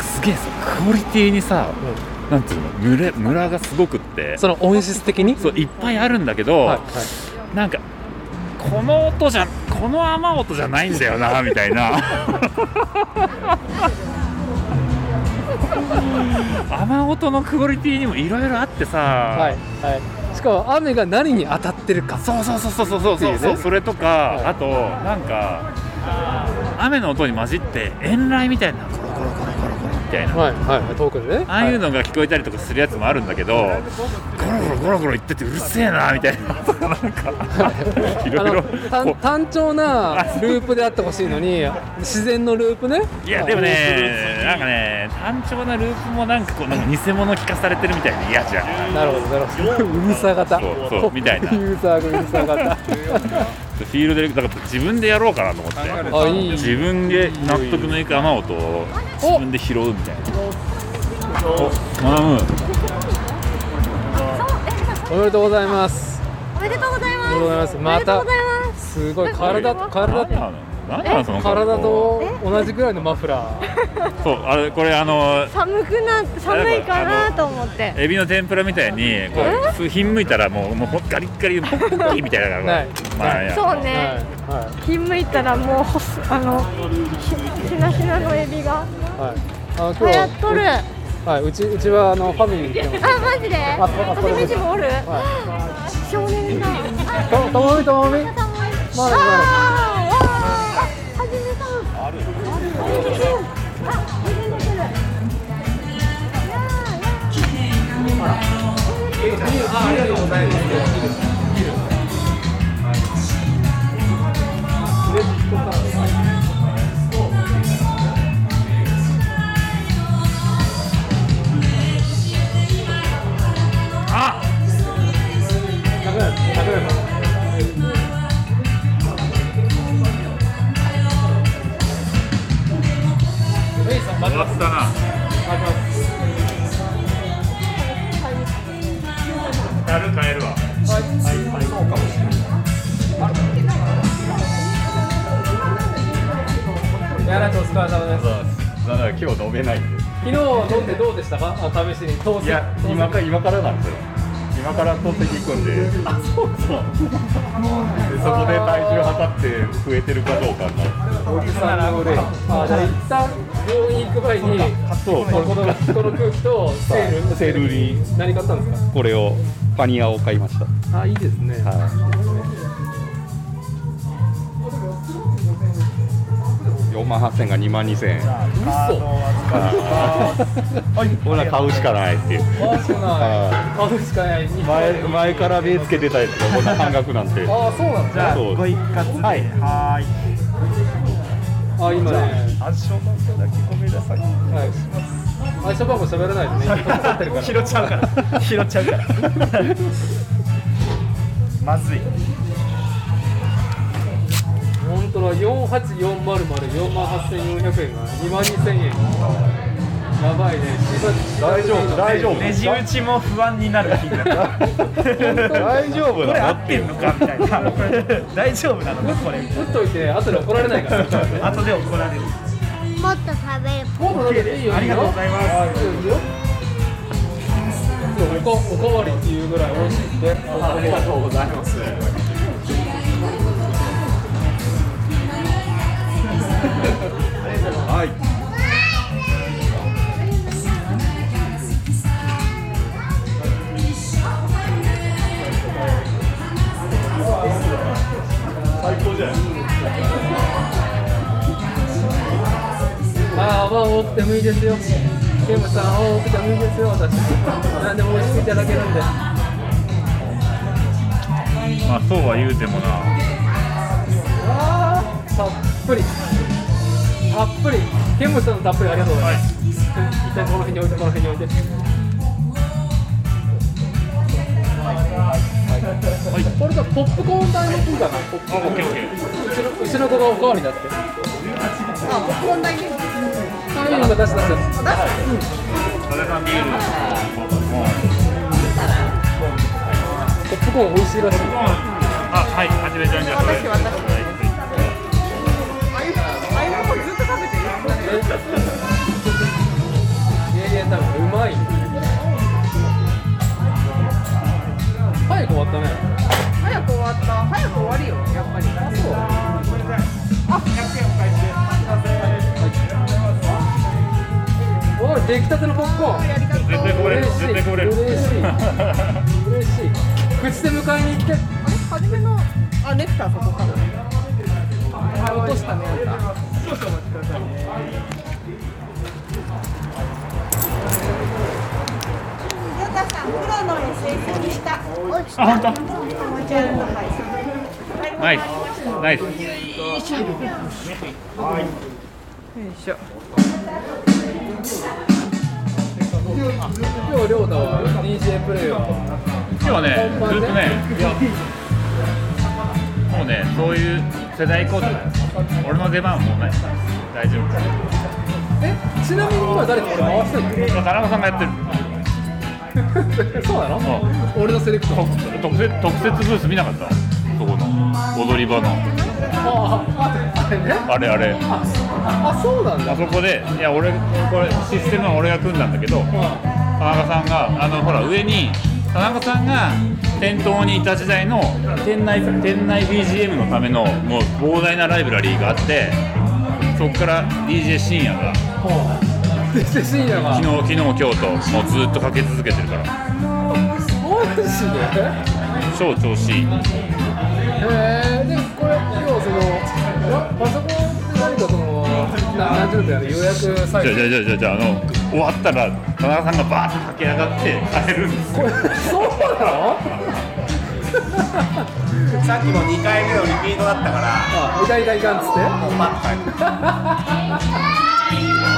S4: すげえさクオリティにさ、なんていうのムレムラがすごくって
S1: その音質的に
S4: そういっぱいあるんだけど、
S1: はいはい
S4: なんかこの音じゃこの雨音じゃないんだよなみたいな雨音のクオリティにもいろいろあってさ、
S1: はいはいしかも雨が何に当たってるか
S4: そうそうそうそうそうそう
S1: ってい
S4: そうう
S1: ね
S4: それとか、
S1: い
S4: あとなんか雨の音に混じって遠雷みたいなコロコロコロコロコロみたいな、
S1: はいはい遠くでね
S4: ああいうのが聞こえたりとかするやつもあるんだけど、ゴロゴロゴロゴロ言っててうるせえなみたいなとか なんかいろいろ
S1: あの
S4: こ
S1: 単単調なループであってほしいのに自然のループね
S4: ういやでもねなんかね単調なループもなんかこうなんか偽物聞かされてるみたいで嫌じゃん
S1: なるほどなるほどうるさ型
S4: そうそうみたいな
S1: ユーザーがうるさ 型
S4: フィールドでだから自分でやろうかなと思って
S1: あいい
S4: 自分で納得のいく雨音を自分で拾うみたいなおマダム
S1: おめでとうございます
S5: おめでとうございます
S1: おめでとうございますまた
S5: おめでとうございます
S1: すごい体体
S4: 何なの何なのその格好
S1: 体と同じぐらいのマフラー
S4: そうあれこれあの
S5: 寒くな寒いかなと思って
S4: エビの天ぷらみたいにこうふひんむいたらもうもうほガリッガリポッキリみたいなのが
S1: ない
S4: まあいや
S5: そう
S1: はい
S5: ね
S1: は
S5: ひんむいたらもうほすあのししなしなのエビが
S1: いはいあ
S5: 流行っとる
S1: 今
S5: あ
S1: 日はいうちうちはあのファミリーで来てます
S5: マジで私みちもおる少年だ
S1: とともみともみ
S5: あ
S1: まだまだ
S5: ああ始めたあるあ始めてるやーやー
S9: 「
S4: 変えるわ
S1: そうかもしれ
S6: やらとお疲れ様です
S1: ない。だから今日飲めないんで。
S6: 昨日飲んでどうでしたかあ試しに当
S1: いや、今か今からなんですよ。今から透析行くんで。あ、そうそう。でそこで体重測って増えてるかどうかな。
S6: さんのであじゃあ一旦病院行く前に
S1: そう
S6: このこの空気とセール
S1: セールに
S6: 何買ったんですか
S1: これをパニアを買いました。
S10: あいいですね、
S1: 4万8000が2万2000円ほら買うしかないっていう
S6: あしか
S1: は
S6: ない買うしかない
S1: 前前から目つけてたやつがこんな半額なんて
S6: あそうなん
S4: じゃあ
S1: そう
S4: ご一括で
S1: はい
S4: はーい
S6: あ今ね
S4: 暗証番号だけごめんなさい
S6: はいあ一緒番号喋らないでね引っかかってるから
S4: 拾っちゃうから拾っちゃうからまずい
S6: 本当だ48400まで4万8400円が2万2000円やばいね
S1: 大丈夫大丈夫
S4: レジ打ちも不安になる金額
S1: 大丈夫
S4: これ合
S1: なの
S4: ってんのかみたいな大丈夫なのかこれ
S6: 打っといて後で怒られないから
S4: 後で怒られる
S11: もっと食べる
S6: もう食べていいよ
S4: ありがとうございます
S6: いいよおかおかわりっていうぐらい美味しいってありがとうございます
S1: はい
S6: ああまあ多くてもいいですよケムさん多くてもいいですよ私何でも美味しくいただけるんで
S4: まあそうは言うてもな
S6: たっぷりたっぷりケムさんのたっぷりありがとうございます、一旦この辺に置いてこの辺に置いてはい、これさポップコーン代の金かなポップコーン
S4: オッケーオッケー
S6: 後ろ後ろ子がおかわりだってあポップコーン代金今出した出した
S4: それがビールもう
S6: ポップコーン美味しいらしい
S4: あはい始めちゃんじゃあそれ
S6: いやいや多分うまい早く終わったね
S5: 早く終わった早く終わるよやっぱりあそう
S6: おい出来たてのポップコーン
S5: ありがとう
S4: 絶対こぼれる絶対こぼれる
S6: 嬉しい嬉しい口で迎えに行って
S5: あれ初めのあレフターそこかな
S6: あ落としたね
S5: ゆうたさんプロの SS にした
S11: 落ちた
S4: あ本当
S5: 持ち歩く 配
S4: ナイスナイス
S5: 送よいしょ
S6: 今日亮太は DJ プレイは
S4: 今日はねずっとねいやもうねそういう世代交代俺の出番はもうない大丈夫
S6: えちなみに今誰か俺回してる
S4: 田中さんがやってる
S6: のそうなの俺のセレクション
S4: 特設特設ブース見なかったそこの踊り場の
S6: あああれね
S4: あれあれ
S6: ああそうなんだ
S4: あそこでいや俺これシステムは俺が組んだんだけど田中さんがあのほら上に田中さんが店頭にいた時代の店内店内 BGM のためのもう膨大なライブラリーがあってそこから DJ 深夜が
S6: で深夜が
S4: 昨日昨日今日ともうずっとかけ続けてるから
S6: マジで
S4: 超調子いい
S6: えー、でもこれ今日そのなパソコンで何かそのな何ていうんだよね予約サイ
S4: じゃあ
S6: ト
S4: じゃあじゃあじゃあじゃああの終わったら田中さんがバーッと駆け上がって帰るんですよ
S6: そうなの
S1: さっきも2回目のリピートだったから
S6: あいたいたいたんつってや
S1: もうパッと帰る
S6: っ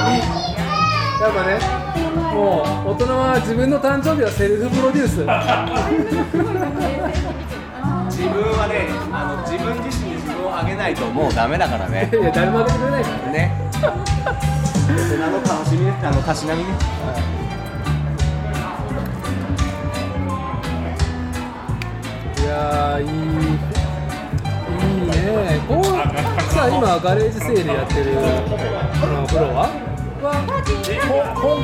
S6: ぱねもう大人は自分の誕生日はセルフプロデュース
S1: 自分はねあの自分自身で自分をあげないともうダメだからね
S6: いや誰も当ててくれないから
S1: ね大人の楽しみねあのたしなみねいいいねこうさあ今ガレージセールやってるこのフロアはこ本格本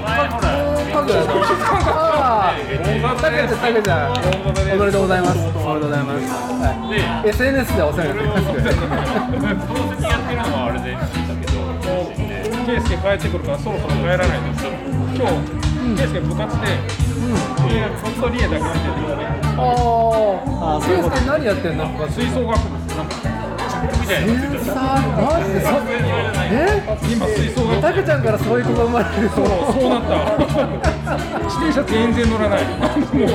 S1: 格だとああたけちゃんたけちゃんおめでとうございますおめでとうございます、はい、SNS でお世話 になってます
S12: 当然やってるのはあれで
S4: ケイスケ帰ってくるからそろそろ帰らないとちょっと今日ケイスケ部活で、いや本当に家だけなってるんで
S1: ああ、スケさん何やってんの？
S4: 吹奏楽部ですなんかみたいな
S1: 天才、マジでそえ？
S4: 今吹奏楽
S1: たけちゃんからそういう子が生まれるそう
S4: 部そうなった自転車全然乗らないもう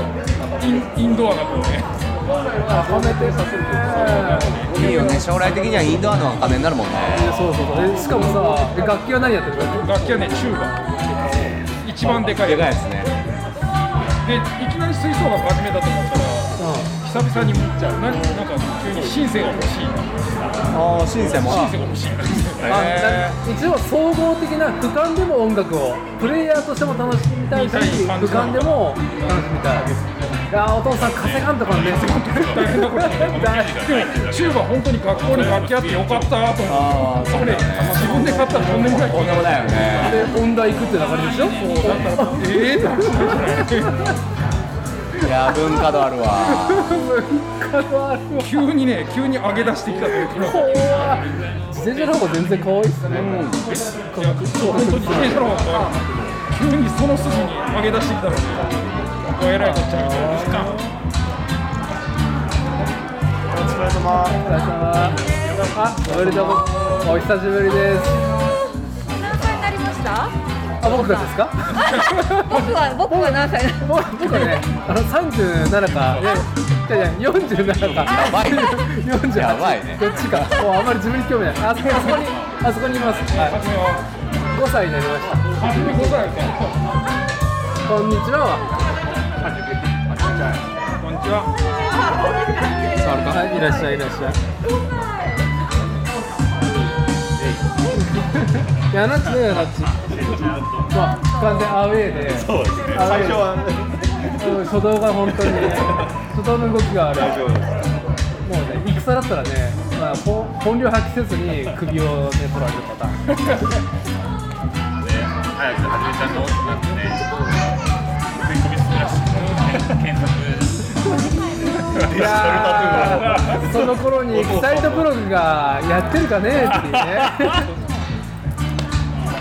S4: インインドアだもんね
S1: はめてさせる
S3: いいよね将来的にはインドアの金になるもんね
S1: そうそうそうえしかもさえ楽器は何やってるの
S4: 楽器はねチューバ一番でかい
S3: でかい
S4: で
S3: ですね
S4: いきなり吹奏楽始めたと思ったら久々にじゃあななんか急にシンセが欲しい
S3: ああ新生も
S4: シンセが欲しい
S1: あなんか一応総合的な俯瞰でも音楽をプレイヤーとしても楽しみたいし
S4: 見たい
S1: 俯
S4: 感じな
S1: 瞰で
S4: の
S1: も楽しみたいいやーお父さんカセカンとかの練習
S4: 大変なことになって
S1: 大丈夫
S4: チューバ本当に学校に楽器あってよかったと思って
S3: ああ
S4: これ自分で買ったらとんでもない
S3: とんでもないよね
S1: で音大行くって流れでしょ
S4: ええって話になるじゃない
S3: いや文化度あるわ
S4: 急にね急に上げ出してきた時の
S1: 怖い自転車の方が全然可愛いっすね、
S4: いやそう本当に自転車の方が急にその筋に上げ出してきたのにこう偉いこっちゃみたいな時間
S1: お疲れ様あおめでとうごお久しぶりです
S13: 何歳になりました
S1: あ僕たちですか
S13: 僕は僕は何歳
S1: 僕僕はねあの37かいやいや47か
S3: やばいね
S1: 48
S3: やばいね
S1: どっちかもうあんまり自分に興味ないあそこあそこにあそこにいます、はい、5歳になりました
S4: あれございます
S1: こんにちは
S4: こんにちは
S1: はいいらっしゃいいらっしゃいいやなっちねなっちまあ完全アウェーで
S12: そうですね
S1: 最初は初動が本当に初動の動きがあれもうね戦だったらね、まあ、本本領発揮せずに首を、ね、取られるパターン
S12: 早くはじめちゃんが大きくなってね食い込みすぎらしく検索
S1: いやーその頃にエキサイトブログがやってるかねっていうね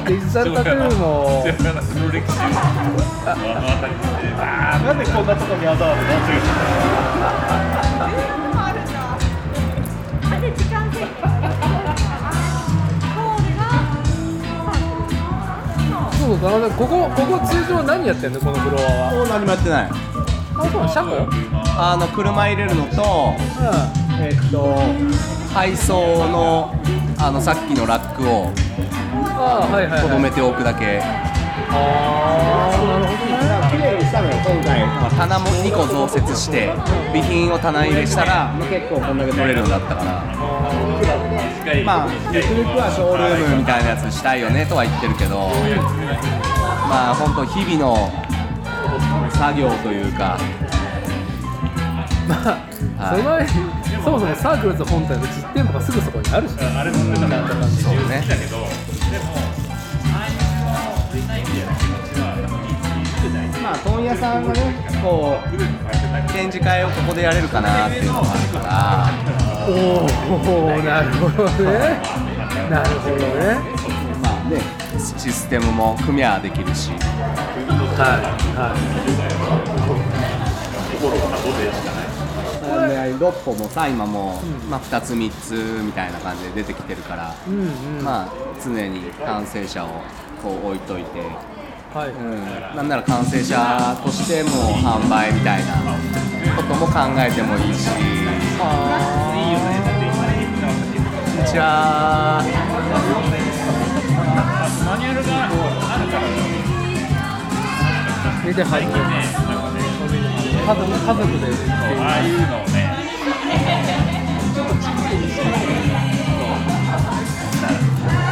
S1: デジタルタトゥーも
S12: それがその歴史を目の当たりにしてあーなんでこんなとこにあざわざ
S5: あで時間制限
S1: そうだなここここ通常何やってんのこのフロアは
S3: もう何もやってない
S1: あそうなの車庫
S3: あの車入れるのとえっと配送のあのさっきのラックを
S1: ああーはいはい、はい、
S3: とどめておくだけ
S1: ああなるほどね
S3: 綺麗にしたのよ今回、まあ、棚も2個増設して備品を棚入れしたら結構こんだけ取れるんだったからまあゆくゆくはショールームみたいなやつしたいよねとは言ってるけどまあ本当日々の作業というか
S1: まあその前にそもそもサークルズ本体の実店舗がすぐそこにあるし
S12: あれも出たからだ
S3: そうね
S12: けどでもああいうのを売れないみたいな気持ちは多分いいんじゃない
S3: まあ問屋さんがねこう展示会をここでやれるかなっていうのもあるから。
S1: おおなるほどねなるほどね
S3: まあね、システムも組み合わできるし、
S1: はいはい
S3: 6歩もさ、今もう、まあ、2つ、3つみたいな感じで出てきてるから、
S1: うんうん
S3: まあ、常に完成者をこう置いといて、
S1: はい、
S3: うん、なんなら完成者としても販売みたいなことも考えてもいいし、うちは、
S12: マニュアルがあるから
S1: 見てはず
S12: ねなんかね
S1: 家族家族で
S12: ああいうのをね
S1: な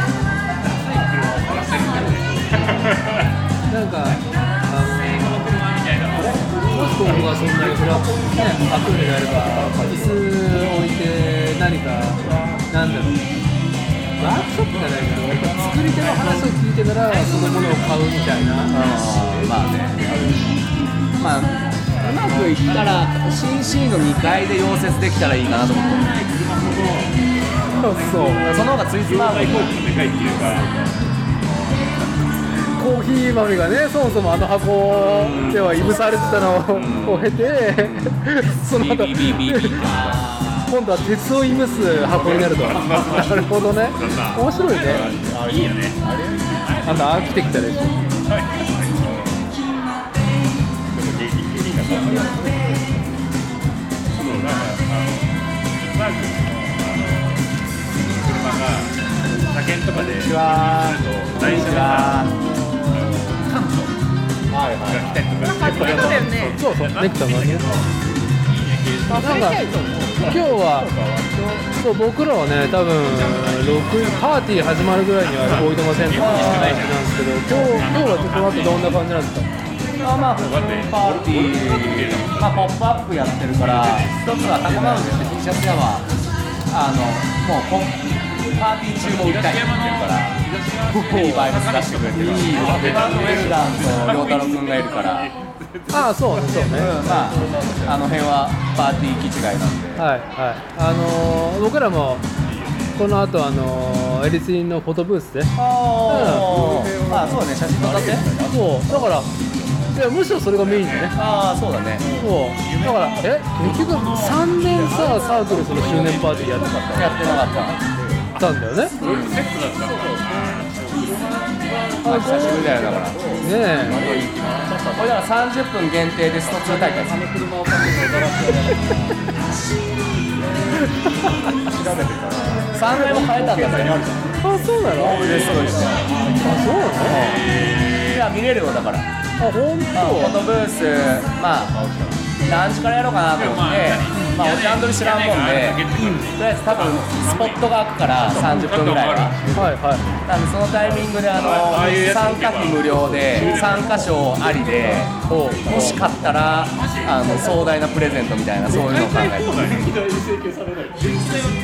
S1: んかあのもしここがそんなにフラッね、アプリがあれば、椅子置いて、何か、なんだろう、ワークショップじゃないけど、作り手の話を聞いてから、そのものを買うみたいな、まあね、
S3: まあ、うまくいったら CC の2階で溶接できたらいいかなと思って
S1: そうそう、
S3: その方がツイスターも
S1: コーヒー豆がね、そもそもあの箱ではいぶされてたのをを経て、その後
S3: BBBB
S1: 今度は鉄をいぶす箱になると。なるほどね。面白いね。
S4: いいよね
S1: あんた飽きてきたでしょ。
S4: そうなんかあのマークのあの車が車検とかでこんにちは台車があの炭素が来たりとか
S14: 初めてだよね
S1: そうそう、ネクタイもね。なんか、今日は、そう、僕らはね、多分、六、パーティー始まるぐらいには、ボイドマセンターなんですけど、今日、今日はちょっと待って、どんな感じなんですか。
S3: あまあパーティー、まあ、ポップアップやってるから一つはタコマウンジって T シャツ屋はあのもうポッパーティー中も売りたいって言うからいいバイブス出してくれてるいいルダンと良太郎君がいるから、うん、
S1: ああ、そうね、そうね。
S3: まああの辺はパーティー気違いなんで
S1: はい、はい、あのー、僕らも、この後、あのー、エリツインのフォトブースで。
S3: あー、まあそうね写真撮って
S1: そう、だから、いや、むしろそれがメインでね。
S3: ああそうだね
S1: そう、だから、え、結局、三年さ、サークルその周年パーティーやってた
S3: やってなかった
S1: たんだよね。
S3: まあ久しぶりだよだから
S1: ねえ。
S3: これだから30分限定でスト2大会3回も変えたんだって
S1: あ、そうなの。あ、そうなの。
S3: いや見れるよだからま
S1: あ、本
S3: あフォトブースまあ何時からやろうかなと思ってまあおちゃんどり知らんもんでとりあえず多分スポットが開くから30分ぐらいは
S1: 当。はい、はい。
S3: なんでそのタイミングであの参加費無料で参加賞ありでもし買ったらあの壮大なプレゼントみたいなそういうのを考えて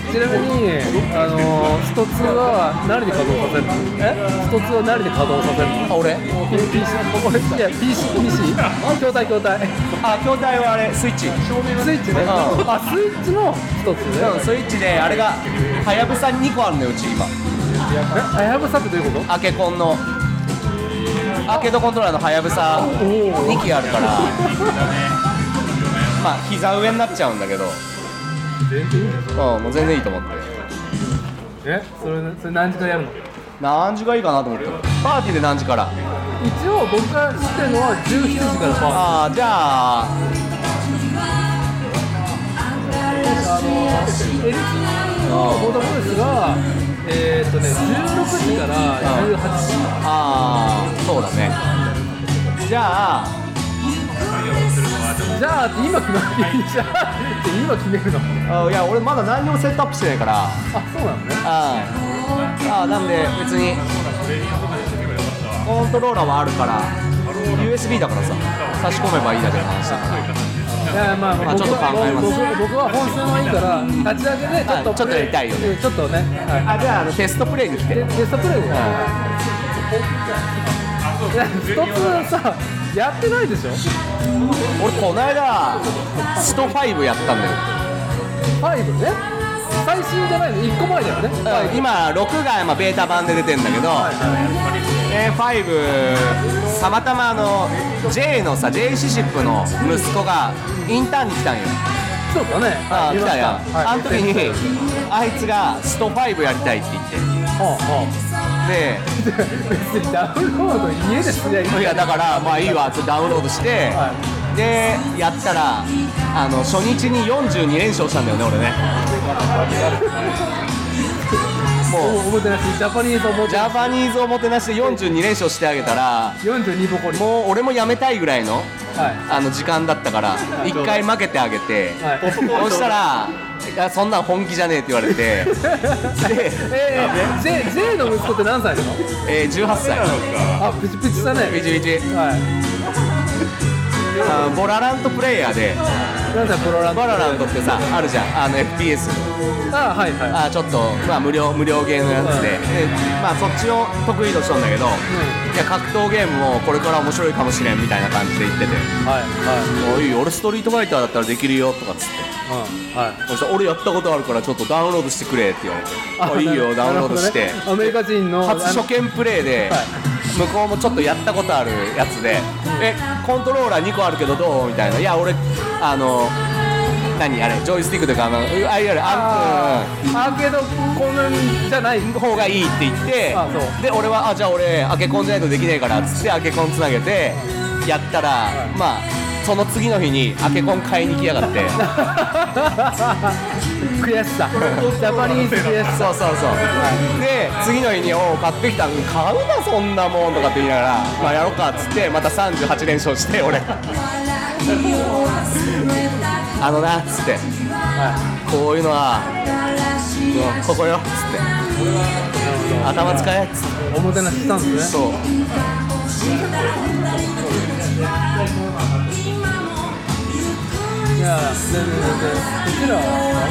S1: ちなみに、あのー、ストツーは何で稼働させるの。え、ストツーは何で稼働させるの。
S3: あ俺
S1: ピピシ、いや、ピシ、ピシ。筐体、筐体。
S3: あ筐体はあれスイッ
S1: ス
S3: チ
S1: イッチね。
S3: うん
S1: あ、スイッチのストツー
S3: う
S1: ね
S3: ん。スイッチであれがはやぶさに2個あるのようち今
S1: え、はやぶさってどういうこと。
S3: アケコンのアーケードコントローラーのはやぶさ2機あるからまあ膝上になっちゃうんだけどうんもう全然いいと思って
S1: え、それ、それ何時間やるの。
S3: 何時がいいかなと思ってパーティーで何時から
S1: 一応、僕が知ってるのは17時からパーティー。
S3: ああじゃあ
S1: エリツのボードブースが、えーっとね、16時から18時、
S3: ああそうだねじゃあ
S1: じゃあ今決まるじゃあって今決めるの
S3: あいや俺まだ何にもセットアップしてないから
S1: あそうなのね
S3: あああなんで別にコントローラーはあるから USB だからさ差し込めばいいだけの話だから
S1: いやまあ、ま
S3: あちょっと考えます
S1: 僕僕は本数はいいから立ち上げでちょっと
S3: あちょっとやりたいよね
S1: うんちょっとね、は
S3: あじゃああのテストプレイに来
S1: い、
S3: て
S1: でテストプレイでいや一つさやってないでしょ
S3: 俺この間スト5やったんだよ
S1: 5ね最新じゃないの1個前だよね
S3: うん今6がまあベータ版で出てんだけど、えー5たまたまあの J のさ J シシップの息子がインターンに来たんよ
S1: そうかね
S3: あ
S1: 見
S3: 来
S1: ました
S3: やん、
S1: はい
S3: あの時にあいつがスト5やりたいって言って
S1: ほうほう
S3: で
S1: 別に ダウンロード家ですね
S3: いやだからまあいいわってダウンロードして、
S1: は
S3: でやったらあの初日に42連勝したんだよね俺ねも
S1: おもてなしジャパニーズおも
S3: う
S1: て
S3: ジャパニーズをもてなしで42連勝してあげたら
S1: 42ボコリ
S3: もう俺もやめたいぐらいの
S1: はい
S3: あの時間だったから一回負けてあげて、
S1: はい
S3: そしたら「いやそんなん本気じゃねえ」って言われてで、
S1: えー、J, J の息子って何歳なの
S3: えー18歳
S1: あプチプチだね
S3: ビチビチ
S1: はい
S3: あーボララントプレイヤーで
S1: なんだプロランド
S3: バラランドってさあるじゃんあの FPS
S1: あはいはい
S3: あちょっと、まあ、無料無料ゲームのやつでで、まあ、そっちを得意としたんだけど、いや格闘ゲームもこれから面白いかもしれんみたいな感じで言ってて
S1: はいはい
S3: 「おい俺ストリートファイターだったらできるよ」とかっつって
S1: うんはい
S3: そしたら「俺やったことあるからちょっとダウンロードしてくれ」って言われて「あいいよダウンロードして」
S1: アメリカ人の
S3: 初初見プレイで
S1: は
S3: 向こうもちょっとやったことあるやつで「えコントローラー2個あるけどどう?」みたいな「いや俺あの何あれジョイスティックとかあのうあいわゆるあん
S1: アーケードコンじゃない
S3: 方がいいって言って
S1: あそう
S3: で俺はあじゃあ俺アケコンじゃないとできないからっつってアケコンつなげてやったら、まあその次の日にアケコン買いに来やがって
S1: 悔しさジャパニーズ悔し
S3: そうそうそうで次の日に「おう買ってきた買うなそんなもん」とかって言いながら「まあやろうか」っつってまた38連勝して俺あのなっつって、こういうのはもうここよっつって頭使えっつっ
S1: さ
S3: て
S1: おもてなししたんですね
S3: そう
S1: いや全然全然うちらは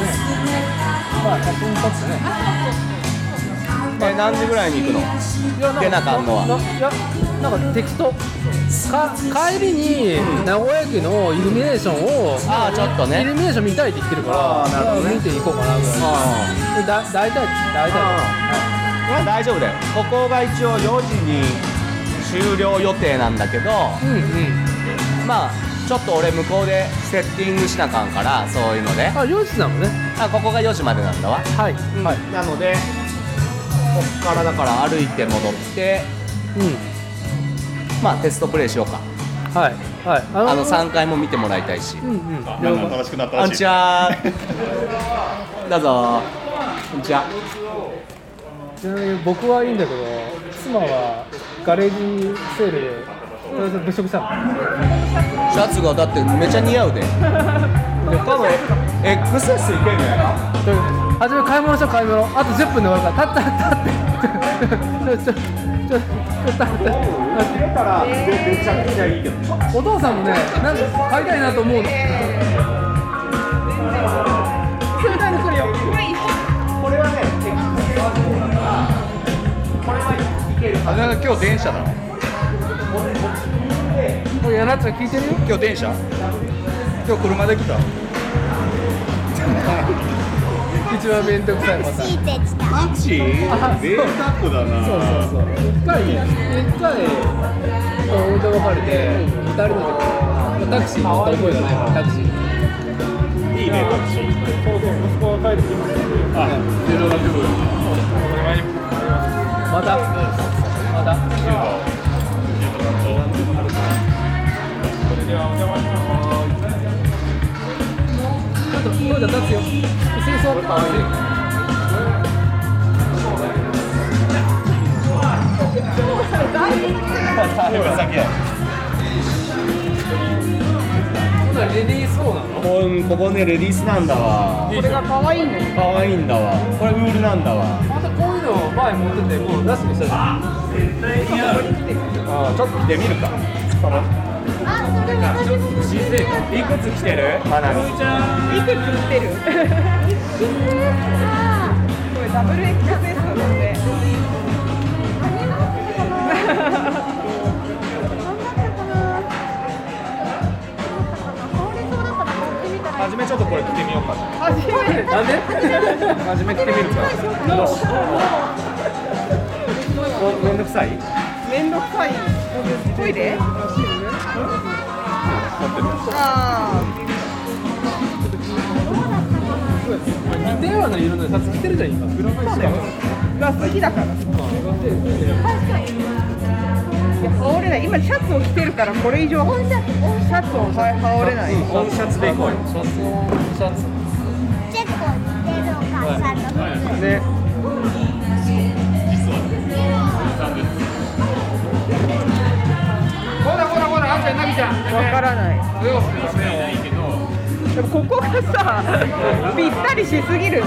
S1: ねまあ写真撮ってね
S3: え何時ぐらいに行くの出なあかんのはい
S1: やなんか適当か帰りに名古屋駅のイルミネーションを
S3: ああちょっと
S1: イ
S3: ね
S1: ルミネーション見たいって言ってるから見ていこうかなぐら
S3: あ
S1: いでだ大体大体
S3: あいや大丈夫だよここが一応4時に終了予定なんだけど
S1: うんうん
S3: まあちょっと俺向こうでセッティングしなあかんからそういうので
S1: あ4時だもんね
S3: あここが4時までなんだわ
S1: はいはい
S3: なのでこっからだから歩いて戻って
S1: うん
S3: まあテストプレイしようか
S1: はいはいあ
S3: あの3回も見てもらいたいし
S1: うんうん
S7: なんか楽しくなった
S3: こん
S7: ら
S3: に
S7: し
S3: ち
S7: い
S3: はどうぞこんにちは
S1: ちなみに僕はいいんだけど妻はガレージセールでとりあえず物色したの
S3: シャツがだってめちゃ似合うで多分 XS いけんじゃないか
S1: とりあえず初め買い物しよう買い物あと10分で終わるから立って立って立ってちょちょちょちょちょ立って立って
S3: たらめちゃくちゃいいけど
S1: お父さんもね、なんか買いたいなと思うの。
S3: これはね XS これはいけるあなんか今日電車だな
S1: おい、やなつ聞いてるよ。
S3: 今日電車今日車で来た
S1: 一番面倒くさいパターン。
S5: ついてきた。
S7: マジ贅沢だな
S1: そうそうそう。一回、一回、俺と別れて、二人の時に、タクシー乗った覚えがないタクシー。
S7: いいねタクシー
S1: また、また。ちょっと、声が立つよ。清掃。今レディース4なの
S3: ここねレディースなんだわ
S8: これが可愛いの
S3: 可愛いんだわこれウールなんだわ
S1: またこういうの前持っててもうなしにしたじゃん
S3: あちょっと着てみるか
S5: あ、それ私も欲しい。
S3: いくつ着てるまなみ
S8: いくつ売ってるこれダブル XS なんで
S5: 初めちょっとこれ着てみようかな。
S8: 初めて
S1: なんで
S3: 初め着てみるかめんどくさい
S8: めんどくさいトイレあ
S1: 似たような色のシャツ着てるじゃん今
S8: あが好きだからいや羽織れない今シャツを着てるからこれ以上シャツをはい羽織れない
S3: オンシャツで行こうよ
S5: 結構似てるお母さんと普通。
S3: ね
S8: わからないでもここがさぴったりしすぎる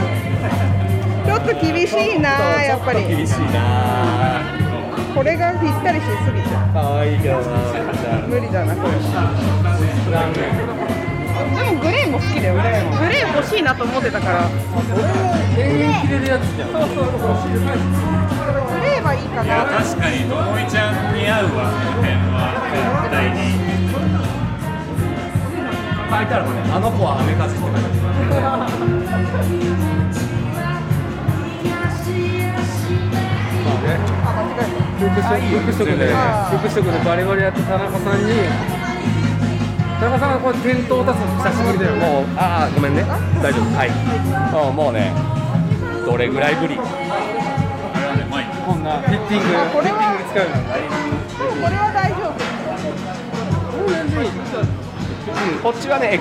S8: ちょっと厳しいなやっぱり
S3: 厳しいな
S8: これがぴったりしすぎちゃ
S3: 可愛いけどな
S8: う無理だなこれでもグレーも
S2: しいなと思ってたからそれ永遠着れるやつじゃんそうそうそうすればいいか
S4: いや
S2: な
S4: 確かにともみちゃん似合うわこの辺は絶対に
S3: 書いてあるもんねあの子は雨風って書いてある
S6: 服飾服飾で服飾でバリバリやって田中さんに田中さんがこう店頭を出すの久しぶりだよね
S3: もうああごめんね大丈夫はいうんもうねどれぐらいぶり
S4: あれはねうまいね
S6: こんなフィッティングフィ
S2: あこ
S6: ッテ
S2: れは
S6: ィングに使うの
S2: でもこれは大丈夫
S3: うんこっちはね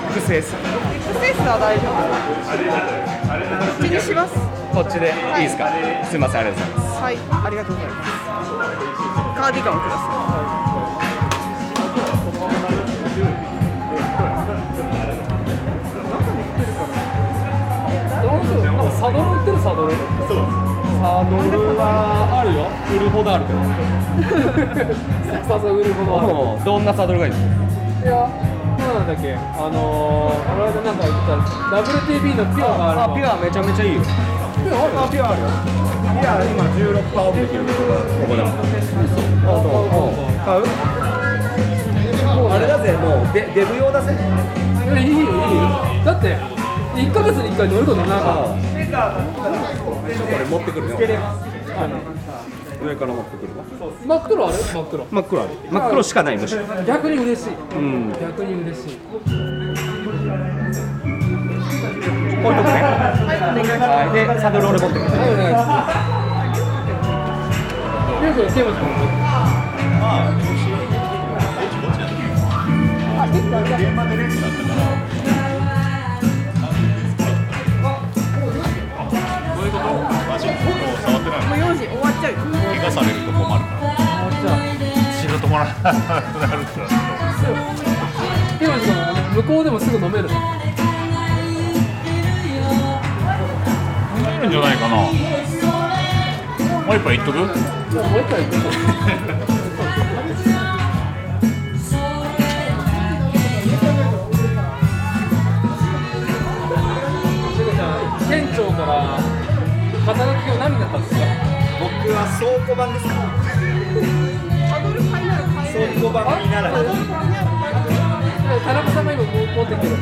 S2: XS
S3: XS
S2: は大丈夫気にします
S3: こっちでいいですか、すいませんありがとうございます
S2: はいありがとうございますカーディガンをください
S6: サドル売ってるサドルサドルはあるよ売るほどあるけどサドル売るほどある
S3: もうどんなサドルがいいですか
S6: いや、なんだっけ、あのー、この間なんか言ってた、WTB のピュアがある
S3: あピュアめちゃめちゃいいよピュアあるピュアあるよピュア今16パーオフできるここでも買うあれだぜもうデデブ用だぜ
S6: のいやいいよ、いいよ。だって、1ヶ月に1回乗ることなんか、
S3: ちょっと俺持ってくるね上から持ってくるわ
S6: 真っ黒ある真っ黒。
S3: 真っ黒ある真っ黒しかないむしろ
S6: 逆に嬉しい。
S3: うん
S6: 逆に嬉し
S3: 置い
S6: い。
S3: とくね。はい、で、サドル俺持ってくる。
S6: はい、お願いします。よく、ケムちゃんも。
S4: そういうことマジもう触ってない
S2: もう4時終わっちゃうよ
S4: 怪我されると困るから仕事もらわなくなるから
S6: ケムちゃん、向こうでもすぐ飲める。
S4: 入るんじゃないかなもう一杯いっとく
S6: じゃあもう一回行ってこう。店長から肩書きを何になったんですか
S3: 僕は倉庫版ですか。
S2: サドル買いなら買えない
S3: 倉庫版になら
S2: サ
S3: ない
S2: ドル買いなら買えない
S6: 田中さんが今も持ってきてる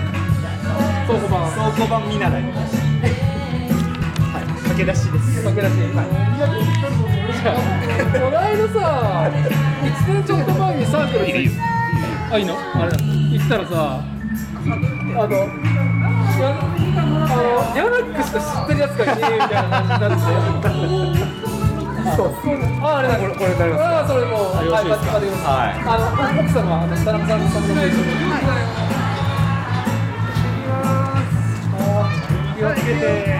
S6: 倉庫 版
S3: 倉庫版見習い。はい、駆け出しです。
S6: 駆け出しはいこの間さ1年ちょっと前にサークルにあいいのあれ行ったらさあのやあのヤナックしか知ってるやつがいねえみたいな感じになってああれだこれこれなりますああそれもうはい買って買ってきます
S3: はい
S6: あの奥様はあの田中さんのさんと一緒に
S3: 気をつけて。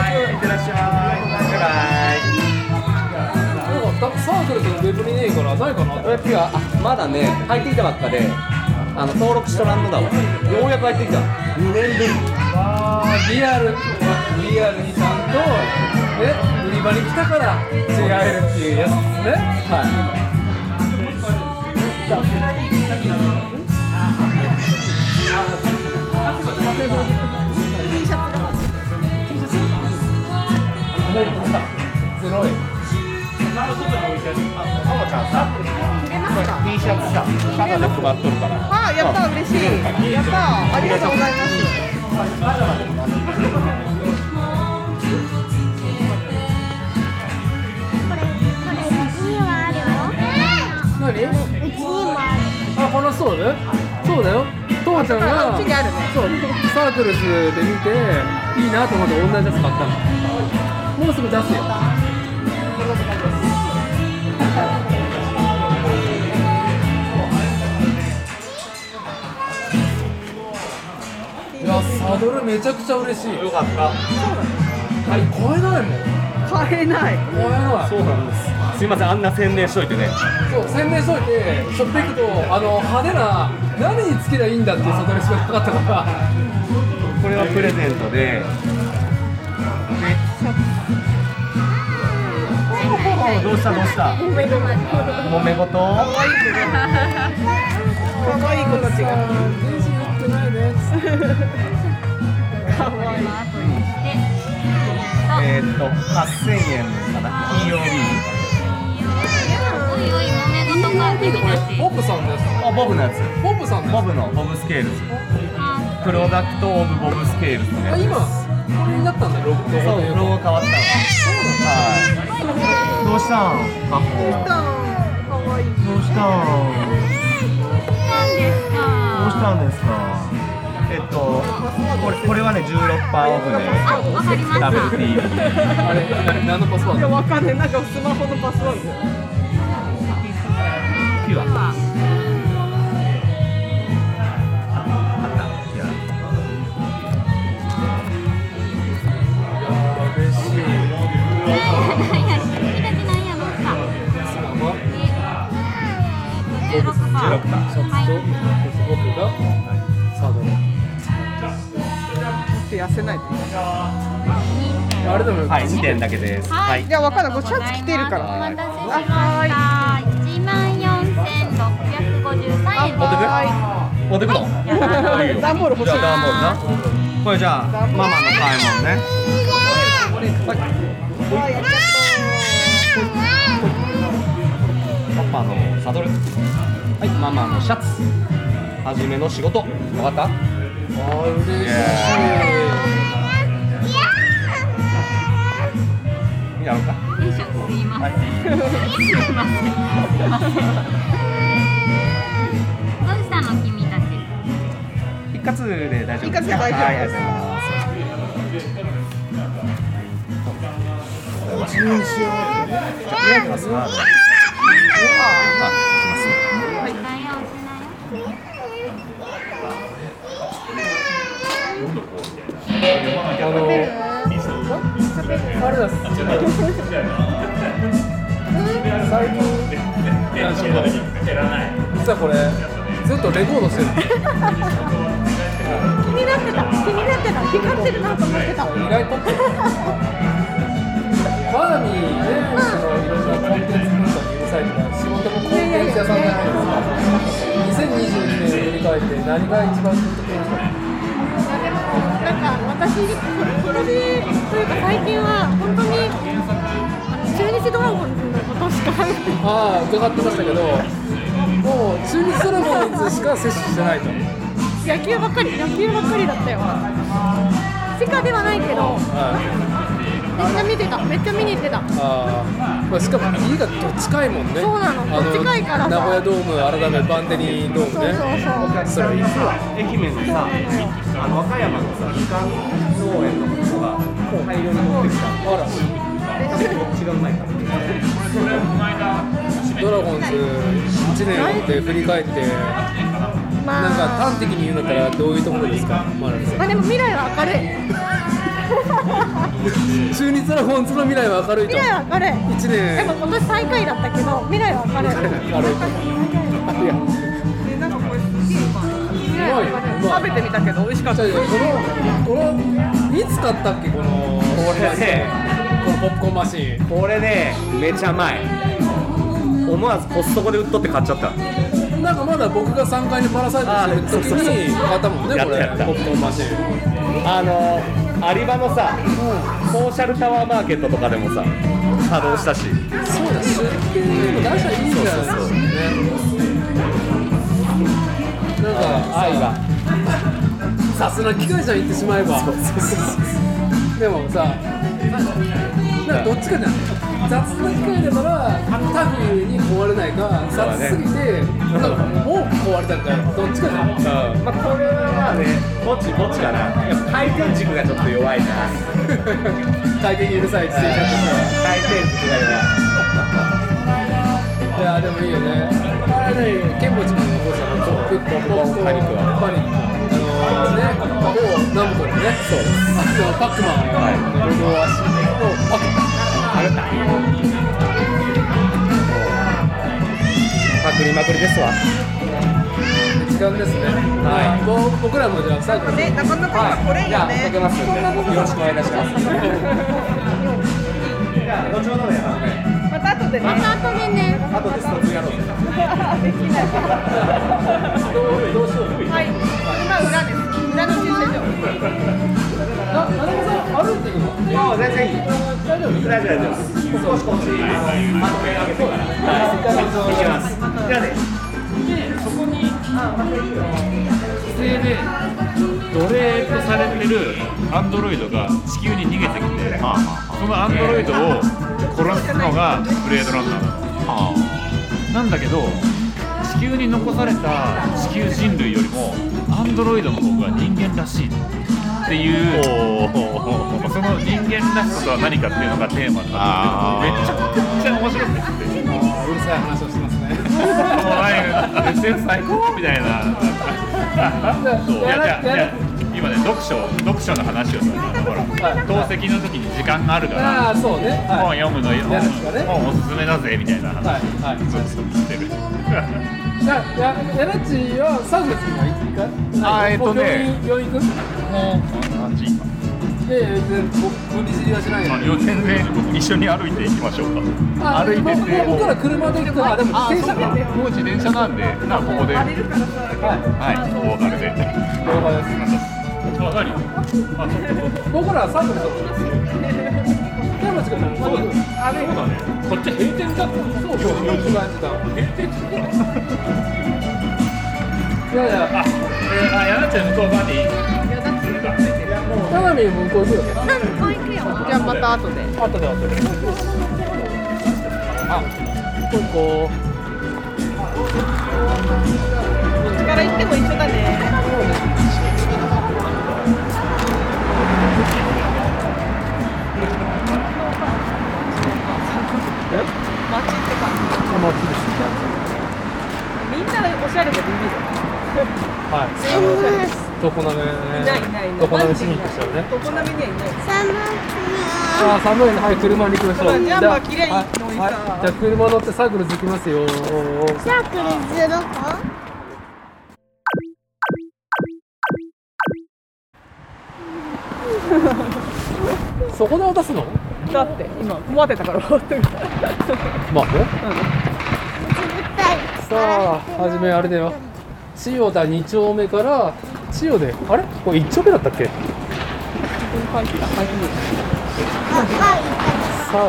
S3: はい、いってらっしゃい。
S6: なんかサークルってウェブにねえからないかなと
S3: バイバイ。ピュア、あ、まだね、入ってきたばっかで。あの登録しとらんのだわ。ようやく入ってきた。2年ぶり。
S6: あーリアルリアルにちゃんとね売り場に来たから JR っていうやつですねはいゼロ円
S3: ともちゃんさ、
S2: 入れますか
S3: T シャツさ、ただで配っとるから。
S2: あやった嬉しいやったありがとうございます
S5: これこれうちにはある
S6: 何
S5: ようちにもある
S6: あ話そうねそうだよともちゃんが
S2: あっちにあるね
S6: そうサークルズで見ていいなと思って同じやつ買ったのもうすぐ出すよいやサドルめちゃくちゃ嬉しいよかったはい買えないもん
S2: 買えない
S6: 買えない
S3: そうなんです。すいません、あんな宣伝しといてね。
S6: そう宣伝しといてショップ行くとあの派手な何につけりゃいいんだっていうサドルしかなかったから
S3: これはプレゼントで。どうしたどうした。揉め事。
S2: 可愛い子たちが
S6: 全身売ってないね
S2: 可
S15: の後にして、えー、と
S3: えーっと8000円かな金曜日
S15: おいおい豆のとかになっている
S6: ボブさんです
S3: あボブのやつ
S6: ボブさんです
S3: ボブのボブスケールズ
S15: あ
S3: プロダクトオブボブスケールズのや
S6: あ
S3: つ
S6: 今これになったんだロゴと
S3: そうロゴ変わったのはいどうしたんあ
S5: かわいい
S3: どうしたん
S15: なんですか
S3: どうしたんですか。えっと、これ、これはね、16%オフ
S15: あ、わかりました
S3: で。WT
S6: あれ何のパスワー
S5: い
S6: ド
S5: やわかんないなんかスマホのパスワード
S3: ピュア。
S15: なんやなんや、なんや、なんか。十六パー。はい。
S6: 僕がサード
S5: って痩せないと
S6: あれでも
S3: はい、2点だけです。
S15: は
S3: はいい。
S5: いやわかんないこれシャツ着てるから
S15: お待たせしました。一万四千六百五十三円です。
S3: 持ってくの。
S5: ダンボール欲しい
S3: ダンボールな。これじゃあ、ママの買い物ね。パパのサドル。はい、ママのシャツ。はじめの仕事。わかった。
S6: あ嬉しい
S3: やろうか。
S15: よいしょ、すいま
S3: はい
S15: せん。。すいません。すいません。どうしたの、君たち。
S3: 一括で大丈夫。
S5: 一括で大丈夫
S3: はいありがとうございます。
S15: だよ、しなよ。
S6: 実はこれずっとレコードしてる
S5: 気になってた気になってた光ってるなと思ってた
S6: 意外とまだにねそのいろんなコンテンツ文化に許されてない仕事もコンテンツ屋さんじゃないですか2022年を振り返って何が一番グッとくるんです
S5: い
S6: か
S5: やでもなんか私ここの日というか最近は本当に中日ドラゴンズのことしか考えてない
S6: ああ伺ってましたけどもう中日ドラゴンズしか摂取してないと
S5: 野球ばっかり野球ばっかりだったよ地下ではないけどめっちゃ見てためっちゃ見に行ってた
S6: あー、まあ、しかも家がどっちかいもんね
S5: そうなの
S6: あ
S5: どっちかいからさ
S6: 名古屋ドーム改めバンテリンドームね
S5: そう
S6: それいいっすわ
S3: 愛媛のさ、あの和歌山のさ、みかん農園のことが大量に持ってきた。
S6: あら
S3: こっちがうまいから。
S6: ドラゴンズ1年って振り返って
S5: ま
S6: なんか
S5: あ
S6: 端的に言うんだったらどういうところですか、マラさ
S5: まあでも未来は明るい
S6: ん中日ドラゴンズの未来は明るいと
S5: 未来は明るい
S6: 1
S5: で
S6: 年
S5: も今年最下位だったけど未来は明るい
S6: 明るいといや
S5: なんかこれすげえ未来は明るい食べてみたけど美味しかった
S6: じゃあこのこのいつ買ったっけこの
S3: これ ね
S6: このポップコーンマシン
S3: これね、めちゃ前。思わずコストコで売っとって買っちゃった。
S6: なんかまだ僕が3階にパラサイトしてる時に買ったもん ね
S3: やっ
S6: こ
S3: た
S6: れ
S3: やった
S6: ポップコーンマシン
S3: あのアリバのさ、ソーシャルタワーマーケットとかでもさ、稼働したし。
S6: そうだ出店でも出したらいいんじゃないですかねなんか愛がさすが機械車行ってしまえばでもさなんかどっちかじゃん雑な機械だからタフに壊れないか雑すぎてなんかもう壊れたんかどっちかじゃん
S3: う ん、まあ、これはまあね、ぼちぼちかな。やっぱ回転軸がちょっと弱いな。
S6: 回転にうるさい自転車
S3: 回転軸が弱い。
S6: いやーでもいいよね。あれね、ケンボチ君の方じゃなくて、結構ポップパニックは。パニック。あのー、ね、某ナムコのね、そう。あのパックマンのロゴは知ってるけど、パック
S3: パクりまくりですわ。
S6: 時間ですね。はい。ぼ僕らもじゃあ最後に。
S5: ねなかなかこれいいよ
S3: か
S5: ね
S3: けますんで、よろしくお願いいたします。じゃあ、後ほどね、あのね、
S5: また後でねまた後でね
S3: あとテスト次やろう。
S5: できない。はい。今裏です。裏の駐車場。
S16: がいいいくらぐらいです少しこっちまとめ上げてからはいいきますじゃあね
S4: そこに規制で奴隷とされてるアンドロイドが地球に逃げてきてそのアンドロイドを殺すのがブレードランナーなのなんだけど地球に残された地球人類よりもアンドロイドの方が人間らしいっていうその人間らしさとは何かっていうのがテーマになっててめちゃくちゃ面白くて。
S6: うるさい話をしてますね。
S4: もうなんか SF 最高みたいな。そういやじゃあいや今ね読書読書の話をさあのほら透析の時に時間があるから
S6: ああ、そうね。
S4: 本
S6: はい。
S4: 読むのよ
S6: やるんですかね
S4: 本本おすすめだぜみたいな話
S6: はい。はい。
S4: そうそうしてる。
S6: じゃあ、や、やらちは三月にはいつか。
S4: あーえっとね
S6: もう病院。病院行く。
S4: 何時今
S6: で、で、僕、分離知りはしないよ
S4: あ。全然一緒に歩いていきましょうか。
S6: あ
S4: 歩いてて
S6: 僕僕ら車で行くと、あ、でも自転車か。了
S4: もう自転車なんでなここではいお別れで。
S6: 解です。
S4: あ何？あそこ
S6: 僕らはサンドで撮ってますよ。山内君、そうだね。
S17: こっち閉店だった
S6: そうそう、よく感じた。いやいや、
S4: あえーあやなちゃん向こうバーディー。
S6: タナミン向こう行くよね。
S18: こう行くよ
S19: じゃあまた後で。
S6: あとで、あとで。あ、こうこう。
S19: こっちから行っても一緒だね。街って感
S1: あまあそうですね
S19: じ。みんなおしゃれでビビる。
S1: はい
S19: 全員おしゃれ。
S1: 常滑ね
S19: いないいないいない。
S1: 常滑市民としてはね
S19: 常滑にはいない。
S1: あー寒いねはい車に行きましょう
S19: ほらジャンパー着りゃいい
S1: はい
S19: のにさ
S1: はいじゃあ車乗ってサークル行きますよ
S5: サークルズどこ
S1: そこで渡すの
S19: だって今困ってたから終わってるから
S1: まあねさ
S5: さ
S1: あ初めあれだよ千代田2丁目から千代であれこれ1丁目だったっけサ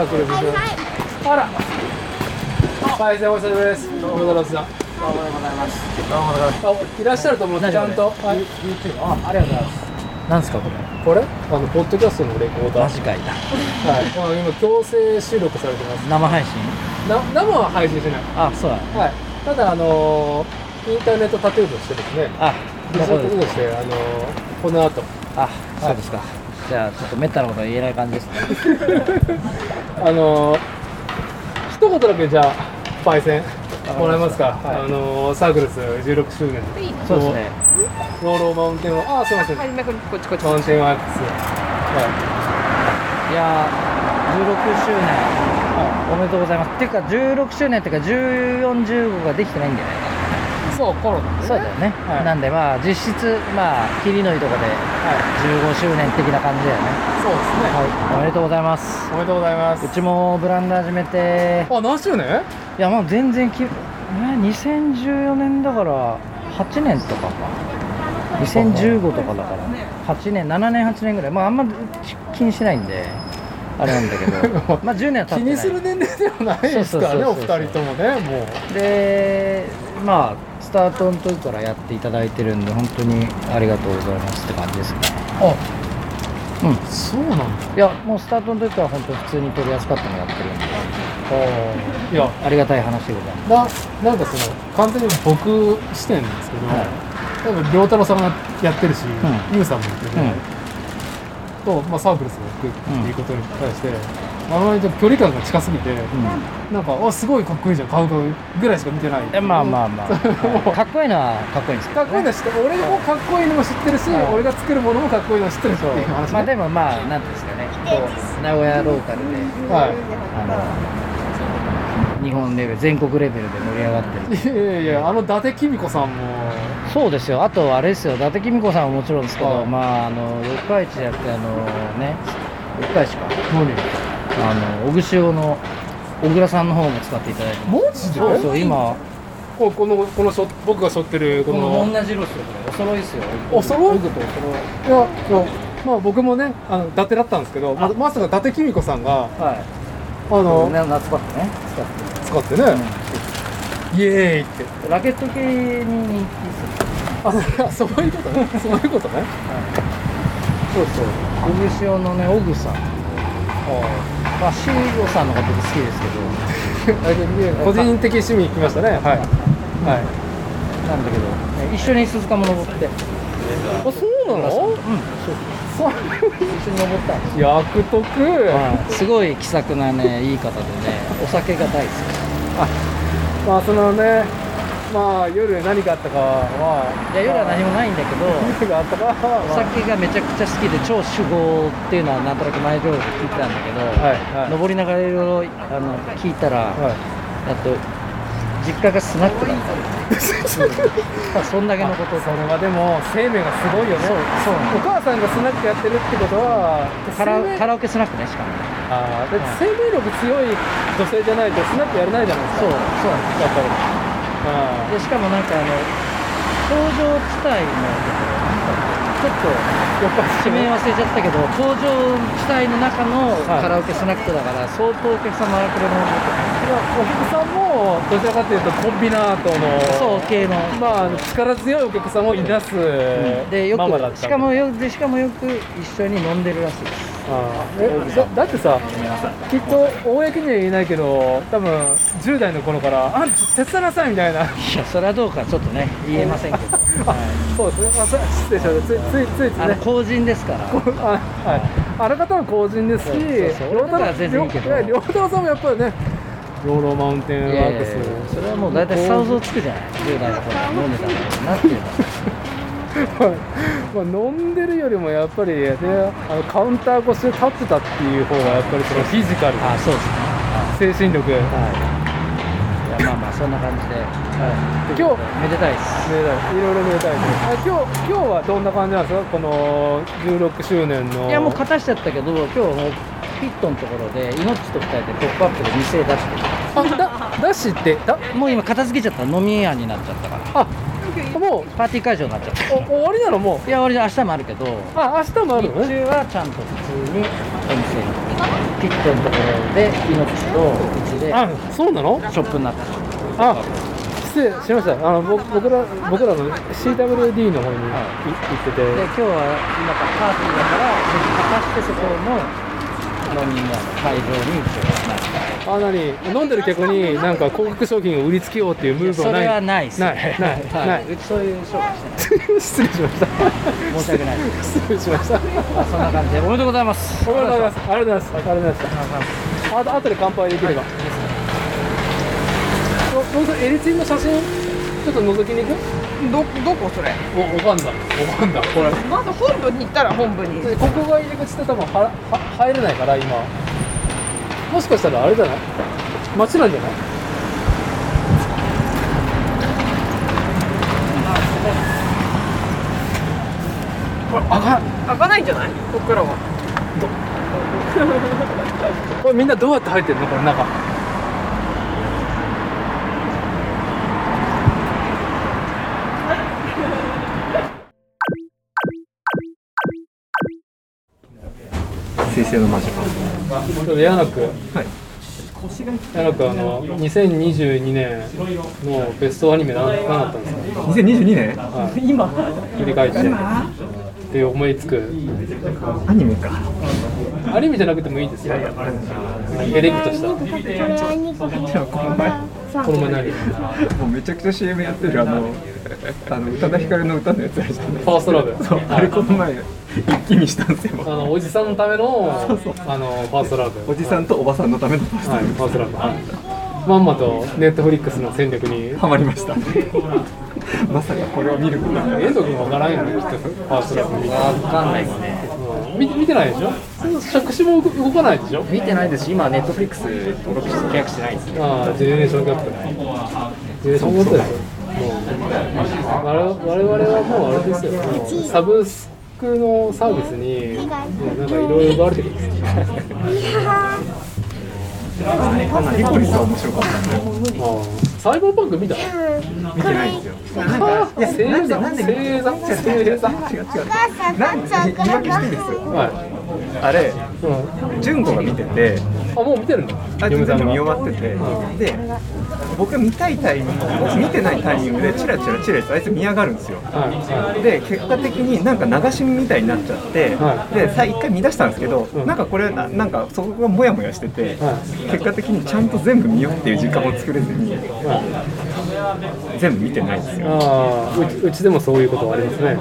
S1: ークルズ
S5: はいはい
S1: あら。パイセンお久しぶりです。どうもございます。どうもございます。どうもございます。いらっしゃると思ってちゃんと。はい。あ、ありがとうございます。
S2: なんすかこれ
S1: これ、あのポッドキャストのレコーダー。
S2: かい
S1: はい。あ今強制収録されてます。
S2: 生配信
S1: な生は配信しない。
S2: あそうだ
S1: はい。ただあのーインターネットタトゥーとしてですね。
S2: あ
S1: デジタルタトゥーとしてあのーこの後。
S2: あそうですかじゃあちょっとめったなこと言えない感じですね
S1: あのー一言だけじゃあパイセンもらえますか。あのーサークルス16周年。
S2: そうですね
S1: ローローマウンテンはあーすいません。
S19: はいなんかこっちこっち
S1: マウンテンワークス。はい
S2: やー16周年おめでとうございますっていうか16周年っていうか1415ができてないんだよね
S1: い。そう、コロナ。
S2: そうだよね、
S1: はい
S2: なんでまあ実質まあ霧のいいとこで
S1: はい。
S2: 15周年的な感じだよね
S1: そうですね。
S2: はいおめでとうございます
S1: おめでとうございます
S2: う。ちもブランド始めて
S1: あ、何周年
S2: いやもう全然き、ね、2014年だから8年とかか2015とかだから8年7年8年ぐらいまああんまき気にしてないんであれなんだけど まあ10年は経
S1: 気
S2: ってない
S1: にする年齢ではないですからね、
S2: そ
S1: お
S2: うそ
S1: 二
S2: うそうそう
S1: 人ともね、もう。
S2: でまあスタートの時からやっていただいてるんで本当にありがとうございますって感じですね
S1: あ、
S2: うん
S1: そうなんだ。
S2: いやもうスタートの時から本当普通に取り扱ったのやってるんで
S1: いや、
S2: ありがたい話でございます
S1: な、なんかその、完全に僕視点なんですけど、多分、良太郎さんがやってるし、
S2: ん
S1: ユ、ウ、さんもやってる、と、まあ、サークルスも行くっていうことに対して、あまりちょっと距離感が近すぎて、なんか、あ、すごいかっこいいじゃん、買う買うぐらいしか見てない。
S2: えまあまあまあ、
S1: もう
S2: かっこいいのはかっこいいんですけど
S1: かっこいいの知って俺もかっこいいのも知ってるし、
S2: はい
S1: 俺が作るものもかっこいいの知ってるしっていう話、ね
S2: まあでもまあなんていうんですかねこう名古屋ローカルで
S1: は
S2: あの日本レベル全国レベルで盛り上がってる
S1: い、いやいやいやあの伊達公子さんも
S2: そうですよ、あとあれですよ、伊達公子さんはもちろんですけど、
S1: はい
S2: まあ、あの四日市じゃなくて、あのね、四日市か、
S1: 何
S2: あの小串用の小倉さんの方も使っていただいてます、
S1: マジで
S2: そうそう、今、
S1: こうこのこのしょ僕が背負ってるこ
S2: この
S1: の
S2: 同じ色ですよ、これ、お揃いですよ、
S1: お揃い
S2: 僕とお揃い、
S1: いやいやまあ僕もねあの伊達だったんですけどままさか伊達公子さんが
S2: はい
S1: あの
S2: ね夏場ってね使って
S1: 使ってね、イエーイって
S2: ラケット系に人気です
S1: あそそういうことねそういうことね
S2: そうそうオグシオのねオグさんまあシーゴさんのこと好きですけど
S1: 個人的趣味行きましたねはいはい
S2: なんだけどえ一緒に鈴鹿も登って
S1: あそうなの
S2: 一緒に登ったんですよ
S1: 役得
S2: はいすごい気さくなねいい方でねお酒が大好
S1: まあそのねまあ夜何があったかは
S2: きいや夜は何もないんだけど
S1: 何があったかは
S2: お酒がめちゃくちゃ好きで超酒豪っていうのはなんとなく前情報で聞いてたんだけど、
S1: はいはい
S2: 登りながらいろいろあの聞いたら、
S1: はい
S2: あと実家がスナックだ った、うん、そんだけのこと
S1: それはでも生命がすごいよね
S2: そうそうなの
S1: お母さんがスナックやってるってことは
S2: カラ
S1: 生命
S2: カラオケスナックねしかも
S1: あーだって生命力強い女性じゃないとスナックやれないじゃないです
S2: そう
S1: か
S2: そう
S1: やっぱりあ
S2: でしかもなんかあの工場地帯のところちょっとやっぱ地名忘れちゃったけど工場地帯の中の
S1: は
S2: カ
S1: い
S2: ラオケスナックだから、相当お客様が来るもの
S1: ーまあお客さんもどちらかというとコンビナートの
S2: そう系の
S1: まあ力強いお客さんをいなす
S2: でよく
S1: ママだった
S2: しかもよでしかもよく一緒に飲んでるらしいです
S1: あーえだだってさきっと公には言えないけど多分10代の頃から「あん手伝いなさい」みたいな
S2: いやそれはどうかちょっとね言えませんけど、
S1: あ
S2: は
S1: そうですね、まあ、それは失礼しましたついついついつ
S2: い、あの
S1: ね
S2: 公人ですから
S1: あはい、あらかたは公人ですし
S2: そうそうそう俺とかは全然いいけど
S1: 両太郎さんもやっぱりね養老マウンテン
S2: い
S1: ワ
S2: やいや
S1: ーク
S2: いや
S1: ス
S2: それはもう大体想像つくじゃない10代の頃は飲んでたんだろうなっていうのは
S1: まあ、飲んでるよりもやっぱり、ね、あのカウンター越しで立ってたっていう方がやっぱりそのフィジカル
S2: あそうですね
S1: 精神力、
S2: はいいやまあまあそんな感じで
S1: はい、今日
S2: めでたいです
S1: めでたいいろいろめでたいですあ今日今日はどんな感じなんですかこの16周年の
S2: いやもう勝たしちゃったけど今日はもうピットのところで命と二人でポップアップで店出して
S1: あだ出してだ
S2: るもう今片付けちゃった飲み屋になっちゃったから
S1: あもう
S2: パーティー会場になっちゃった
S1: お終わりなのもう
S2: いや俺明日もあるけど
S1: あ明日もあ
S2: 日
S1: るのね
S2: 中はちゃんと普通にお店にピットのところで命とうちで
S1: あそうなの
S2: ショップになった
S1: あ失礼しましたあの僕僕ら僕らの CWD の方にい
S2: はい
S1: 行
S2: で
S1: ってて
S2: 今日は今からパーティーだから果たしてそこの飲み屋の会場に一応なる
S1: あなに飲んでる客になんか広告商品を売りつけようっていうムーブ
S2: そ
S1: はない
S2: れはないです
S1: ない
S2: ね
S1: ない
S2: はい
S1: ないう
S2: ちそういう商品してない
S1: 失礼しました
S2: 申し訳ないで
S1: 失礼しました
S2: まあそんな感じでおめでとうございます
S1: おめでとうございますありがとうございますありがとうございましたあと後で乾杯できればお本当エリツィンの写真ちょっと覗きに行く
S20: どどこそれ
S1: おわかんだわかんだこれ
S20: まず本部に行ったら本部に
S1: でここが入り口で多分はは入れないから今もしかしたらあれじゃない街なんじゃない
S20: 開かないんじゃないこっからは
S1: これみんなどうやって入ってるのこの中
S3: 生成の魔女
S1: ちょっと矢野君はい矢野君あの2022年のベストアニメ何何だったんですか
S3: 2022年
S1: 今振り返ってで思いつく
S3: アニメか
S1: アニメじゃなくてもいいですよエレクトしたこ
S5: これは二個
S3: じゃあこの前
S1: の前何
S3: もうめちゃくちゃ CM やってる あのあの宇多田ヒカルの歌のやつあるじゃない
S1: ファーストラブ
S3: そうあれこの前一気にしたんです
S1: あ
S3: よ
S1: のおじさんのためのあのファーストラブ
S3: おじさんとおばさんのためのパスタ
S1: はい、ファーストラブ。まんまとネットフリックスの戦略に。
S3: ハマりましたまさかこれを見ることが
S1: 遠藤君わからんよね、きっと、ファーストラブ見て。
S2: わかんないですね
S1: うん見て見てないでしょその作詞も動かないでしょ
S20: 見てないですし今ネットフリックス登録して契約してないです
S1: ああ、ジェネレーションギャップね。ジェネレーションギャップですよ。もう我々我々はもうあれですよ、もうサブスクのサービスに、もうなんかいろいろ奪われてるんですよ。
S5: いやー
S4: ヒコリさん面白かったんで
S1: サイバーパンク見た
S4: 見てないんですよ
S1: いやなんでなんで正座正座
S4: 違う違うなん言い訳していいですよあれ純子が見てて
S1: あもう見てるの
S4: あ全部見終わっててで僕が見たいタイミング見てないタイミングでチラチラチラチラあいつ見やがるんですよで結果的になんか流し見みたいになっちゃってでさ一回見出したんですけどなんかこれななんかそこがモヤモヤしてて結果的にちゃんと全部見ようっていう時間を作れずに全部見てないんですよ
S1: ああうちうちでもそういうことはありますね、はい、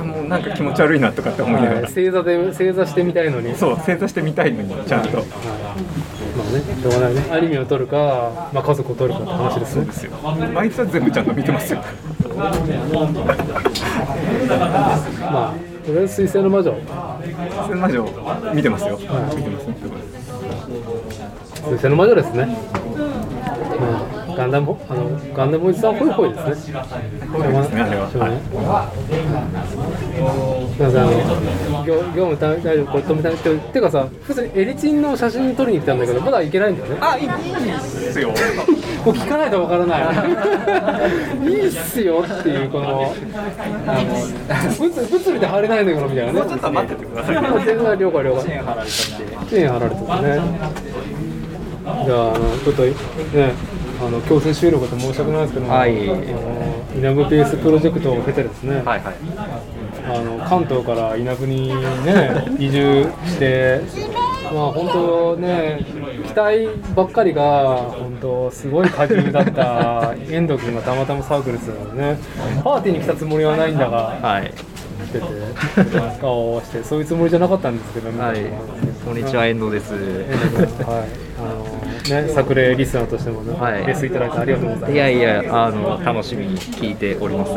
S4: あもうなんか気持ち悪いなとかって思いながら
S1: 正座で正座してみたいのに
S4: そう正座してみたいのにちゃんと
S1: まあねしょうがないねアニメを撮るか、まあ、家族を撮るかって話ですね
S4: ですよあいつは全部ちゃんと見てますよ
S1: まあとりあえず水星の魔女
S4: それ魔女見てますよ、見てますね
S1: 水星の魔女ですね、うん、ガンダムあのガンダムおじさんホイホイですね
S4: こういうですねあれは、
S1: しょうが
S4: は
S1: ないいなんかあの業業務大丈夫これ止めたいっててかさ普通にエリチンの写真撮りに来たんだけどまだ行けないんだよね
S4: あいいですよ
S1: こう聞かないとわから ない。いいっすよっていうこの。あの、ぶつ、ぶつみで貼れないんだからみたいなね。もうちょっと待っててください。全然了解了解。チェーン貼られたって。チェーン貼られたってね。じゃあ、あの、ちょっと、ね、あの、強制終了かと申し訳ないですけども。
S21: はい
S1: あの、イナブペースプロジェクトを経てですね。
S4: はいはい
S1: あの関東から稲国にね移住して、まあ本当ね期待ばっかりが本当すごい下級だ った遠藤君がたまたまサークルですよね。パーティーに来たつもりはないんだが
S6: はい。
S1: 来てて顔を合わせてそういうつもりじゃなかったんですけどね。
S6: はい。こんにちは、遠藤です。
S1: はい。あのね作例リスナーとしてもね、
S6: はい
S1: レスいただいてありがとうございます。
S6: いやいや、あの、楽しみに聞いております。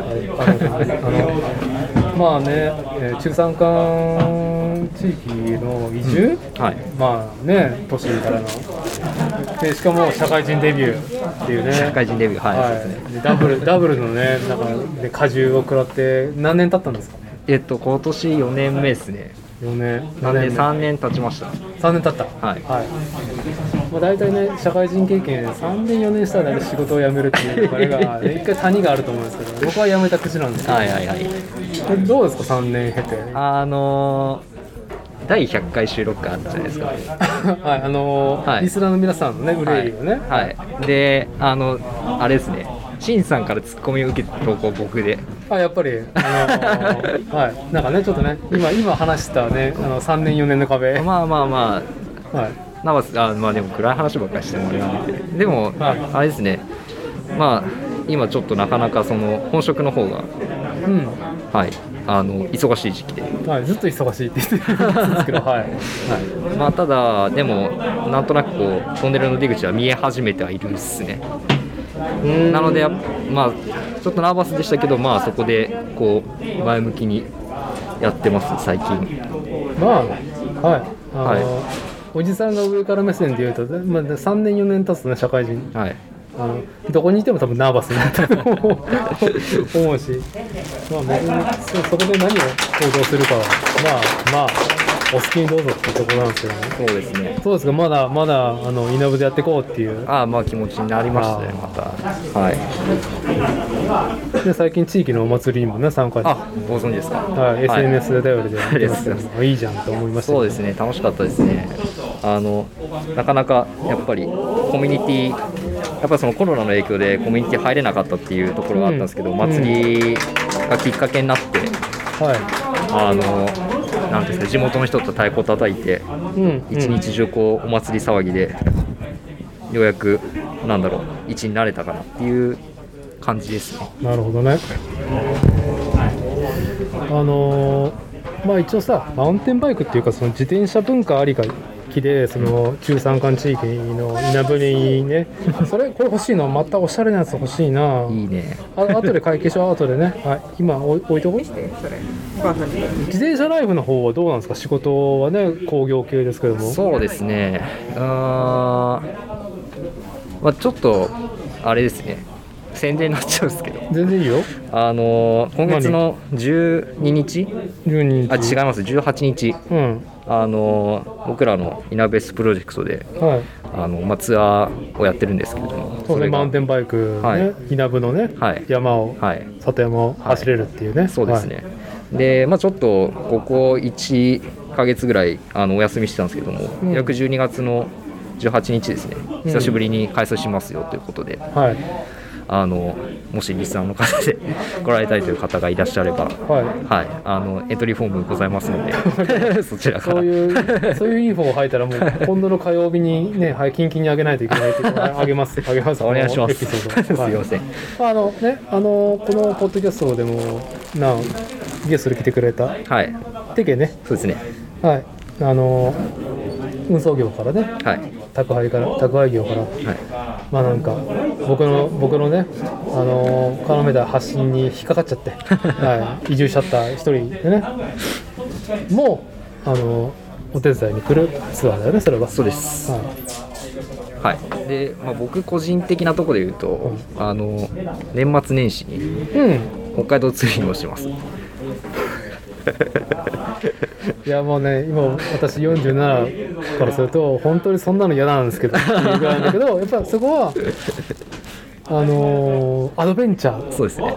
S1: あのまあね、えー中山間地域の移住、
S6: はい。
S1: まあね、都市からの、でしかも社会人デビューっていうね、
S6: 社会人デビューはいそうです
S1: でダブルダブルのね、なんかで荷重を食らって、何年経ったんですかね、
S6: えっと、今年4年目ですね。
S1: 4年、
S6: なんで
S1: 3
S6: 3年経ちました。
S1: 年経った、
S6: はい。
S1: まあ、大体ね、社会人経験、3年、4年したら、ね、仕事を辞めるっていう流れ が、ね、一回谷があると思うんですけど、僕は辞めた口なんですけど
S6: はいはいはい。
S1: えどうですか、3年 経て。
S6: あのー、第100回収録があったじゃないですか。
S1: はい、あのー
S6: はい
S1: リスナーの皆さんのね、憂いをね、
S6: はい。で、あの、あれですね。シンさんからツッコミを受けた投稿僕で。
S1: あやっぱり、あのー はい、なんかね、ちょっとね、今、今話したね、あの3年、4年の壁、
S6: まあまあま
S1: あ、はい、
S6: ナバスあまあでも暗い話ばっかりしてもあれなんででも、あれですねまあ今ちょっとなかなかその本職の方が
S1: うん、
S6: はいあの忙しい時期で、
S1: はい、ずっと忙しいって言ってるんです けど、はい、
S6: はいまあ、ただでもなんとなくこうトンネルの出口は見え始めてはいるっすね
S1: ん
S6: なのでまあちょっとナーバスでしたけどまあそこでこう前向きにやってます最近
S1: まあ、はい、あのーおじさんが上から目線で言うと、まあ、3年、4年経つとね、社会人、
S6: はい
S1: あのどこにいても多分ナーバスになったと 思う思うし、まあ、別にそそこで何を行動するかはまあまあお好きにどうぞってとこなんですけどね
S6: そうですね
S1: そうですかまだまだあのイナブでやっていこうっていう
S6: ああまあ気持ちになりましたねまたはい
S1: で最近地域のお祭りにもね参加して
S6: あご存知ですか
S1: はい SNS 頼りでやってますけど、
S6: ありがとうござい
S1: あいいじゃんと思いました
S6: そう ですね楽しかったですねあのなかなかやっぱりコミュニティやっぱりそのコロナの影響でコミュニティ入れなかったっていうところがあったんですけど、
S1: うん
S6: 祭りがきっかけになって
S1: は
S6: あのなんていうんですか地元の人と太鼓叩いて
S1: い、うん
S6: 一日中こうお祭り騒ぎでようやくなんだろう位置になれたかなっていう感じですね
S1: なるほどね。あのーまあ一応さマウンテンバイクっていうかその自転車文化ありがきでその中山間地域の稲船に ねそれこれ欲しいなまたおしゃれなやつ欲しいない
S6: いね
S1: あ後で会計書後でね、はい、今置い置いとこう自転車ライフの方はどうなんですか仕事はね工業系ですけども
S6: そうですね、あーまあ、ちょっとあれですね、宣伝になっちゃうんですけど
S1: 全然いいよ
S6: あのー今月の12日
S1: 12日
S6: あ違います18日、
S1: うん
S6: あのー僕らのイナベースプロジェクトで、
S1: はい
S6: あのまあ、ツアーをやってるんですけれども
S1: そうね
S6: が
S1: マウンテンバイク、ね
S6: はい
S1: 稲部のね、
S6: はい
S1: 山を、
S6: はい
S1: 里山を走れるっていうね、
S6: そうですね、で、まあ、ちょっとここ1か月ぐらいあのお休みしてたんですけども、
S1: うん
S6: 約12月の18日ですね
S1: うん
S6: 久しぶりに開催しますよということで、
S1: はい
S6: あのもしリスナーの方で来られたいという方がいらっしゃれば、
S1: はい
S6: あのエントリーフォームございますの でそちらから
S1: そういうそういうインフォを吐いたらも う今度の火曜日にね、はい、キンキンに上げないといけないっていうのをあげますあげます
S6: お願いしますす
S1: このエピソー
S6: い
S1: ドはい
S6: ません
S1: まああのねあのこのポッドキャストでもなおゲストで来てくれた、
S6: はい
S1: テケね
S6: そうですね
S1: はいあの運送業からね、
S6: はい
S1: 宅配から宅配業から、まあなんか僕の僕のねあの絡めた発信に引っかかっちゃ って、はい、移住しちゃった一人でねもうあのお手伝いに来るツアーだよねそれは
S6: そうです、はいでまあ、僕個人的なところで言うと、あの年末年始に
S1: うん
S6: 北海道ツーリングをしてます
S1: いやもうね今私47からすると本当にそんなの嫌なんですけどっていうぐらいなんだけ どやっぱそこはあのーアドベンチャー
S6: そうですね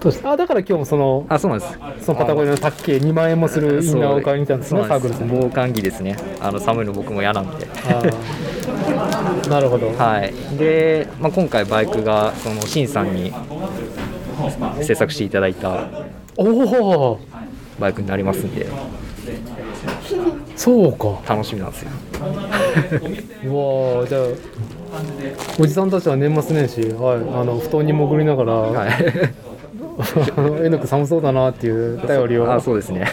S1: としてあだから今日もその
S6: あそうなんです
S1: そのパタゴニアのタッケ2万円もするインナーを買いに行ったんですね
S6: そう
S1: サ
S6: な
S1: ークルさん
S6: 防寒着ですねあの寒いの僕も嫌なんで
S1: なるほど
S6: はいで、まあ、今回バイクがそのシンさんに制作していただいた
S1: おお
S6: バイクになりますんで
S1: そうか
S6: 楽しみなんですよ
S1: うわあじゃあおじさんたちは年末年始、はい、あの布団に潜りながら、あのえのく寒そうだなっていう頼りを
S6: あそうですね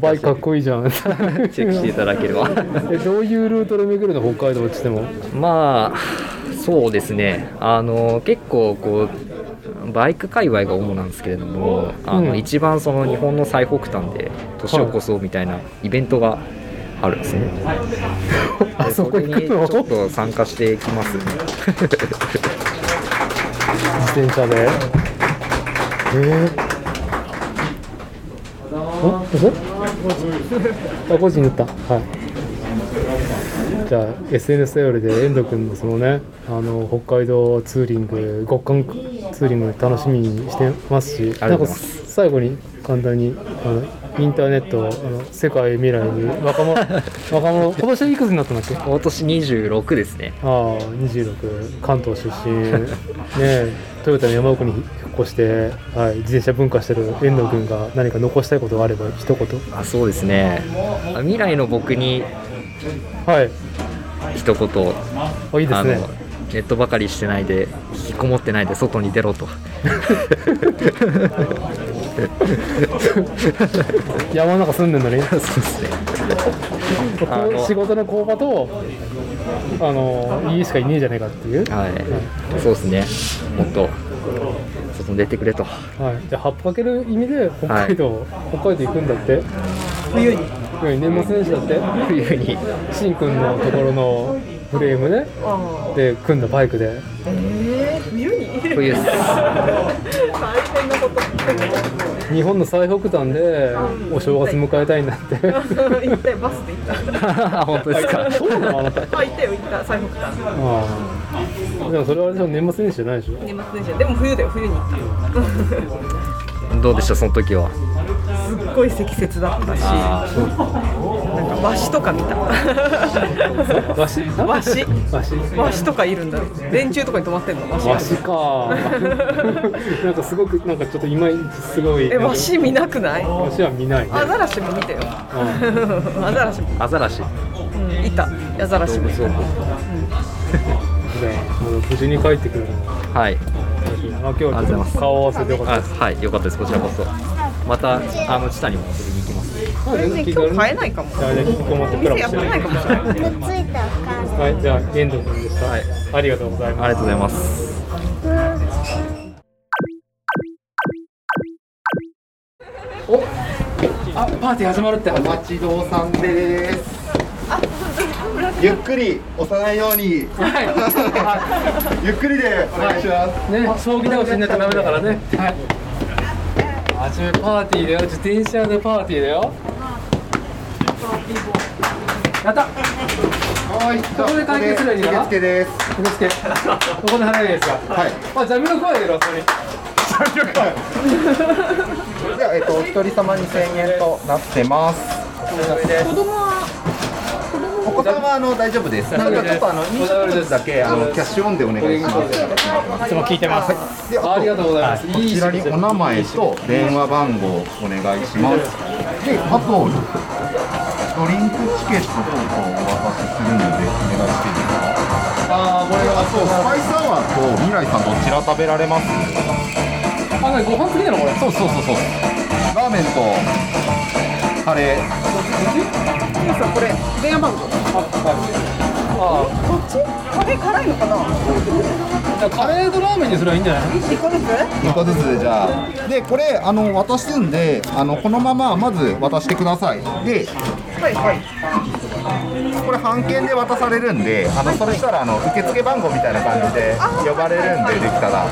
S1: バイクかっこいいじゃんチェ
S6: ェックしていただければ
S1: えどういうルートで巡るの北海道っつっても
S6: まあそうですねあの結構こうバイク界隈が主なんですけれどもあの、
S1: うん
S6: 一番その日本の最北端で年を越そうみたいなイベントがあるんですね、あそこ行くのちょっと参加してきますね
S1: 自転車でえー、んどこあ個人打ったはいじゃあ SNS 頼りで遠藤君のそのねあの北海道ツーリング極寒ツーリング楽しみにしてますし
S6: ありがとうございま
S1: なんか最後に簡単にあのインターネットあの世界未来に若 者若者今年いくつになったんだっけ
S6: 今年26ですね
S1: ああ26関東出 身ねえトヨタの山奥に引っ越して、はい、自転車文化してる遠藤君が何か残したいことがあれば一言
S6: あそうですねあ未来の僕に
S1: はい
S6: 一言
S1: いいですね
S6: あのネットばかりしてないで引きこもってないで外に出 ろと
S1: 山の中住んでんのに
S6: そうですねあの
S1: 仕事の工場とあの家しかいねえじゃねえかっていう、
S6: はいそうですねもっと外に出てくれと
S1: はい、じゃあ葉っぱかける意味で北海道、北海道行くんだって
S6: 冬に
S1: 冬に年末年始だって
S6: 冬に
S1: しんくんのところのフレームねで組んだバイクで
S11: えー、冬 に
S1: 冬っす
S11: 大変なこと。
S1: 日本の最北端でお正月迎えたいなって
S11: 行ったよバスで行った。
S1: 本当ですかそうなのあなた
S11: あ行ったよ行った最北端。
S1: ああでもそれはあれでも年末年始じゃないでしょ
S11: 年末年始でも冬だよ冬に行った。
S6: どうでしたその時は
S11: すっごい積雪だったし、
S6: あ
S11: なんかワシとか見た。
S1: ワシ？
S11: ワシ？
S1: ワシ？
S11: とかいるんだ。電柱とかに止まってんのワシが。
S1: わしかなんかすごくなんかちょっといまいちすごい
S11: えワシ見なくない？
S1: わしは見ないね
S11: アザラシも見てよ。アザラシも、
S6: アザラシ
S11: うん、いた。アザラシもいた。
S1: じゃあもう無事に帰ってくるのが
S6: はい
S1: 楽しみだな今日は
S6: ありがとうございます
S1: 顔合わせてよかった
S6: あはいよかったですこちらこそまたあのチタにも遊びに行きます
S11: これね今日買えないかも。
S1: じゃあね引きこもってプラプラして
S11: 店やってないかもしれない
S5: くっついたお母さん
S1: はいじゃあ遠藤君でした、ありがとうございます
S6: ありがとうございます
S3: あパーティー始まるってお待ちどうさんです
S11: あ、本当
S3: ゆっくり押さないように、ゆっくりでお願いします。
S1: ね、葬儀倒しになっちゃダメだからね。
S3: は
S1: あ
S3: い。
S1: ちめパーティーだよ。自転車でパーティーだよ。やった。
S3: はい。
S1: ここで会計すればいいかな。受付
S3: です。
S1: 受付。ここで払えばいいですか。はい。あ、ジャミロクワイでロそれ。ジャミロクワイ。
S3: ではえっとお一人様2000円となってます。
S22: 子供は
S3: お子様はあの大丈夫です。なんかちょっとあの飲食物だけあのキャッシュオンでお願いします。
S6: いつも聞いてます。
S3: でありがとうございます。こちらにお名前と電話番号をお願いします。で、あとドリンクチケット等々お渡しするのでお願いしていいですか。ああ、これあとスパイスアワーと未来さんどちら食べられます？あ、なご飯付きなのこれ？そうそうそうそう。ラーメンとカレー。
S11: さこれ電話番号
S1: あ
S11: こっちカレー辛いのかな
S1: カレーとラーメンにすればいいんじゃない
S11: 一個ずつ
S3: 一個ずつでじゃあでこれあの渡すんであのこのまままず渡してくださいで
S11: はいはい
S3: これ半券で渡されるんであのそれしたらあの受付番号みたいな感じで呼ばれるんでできたら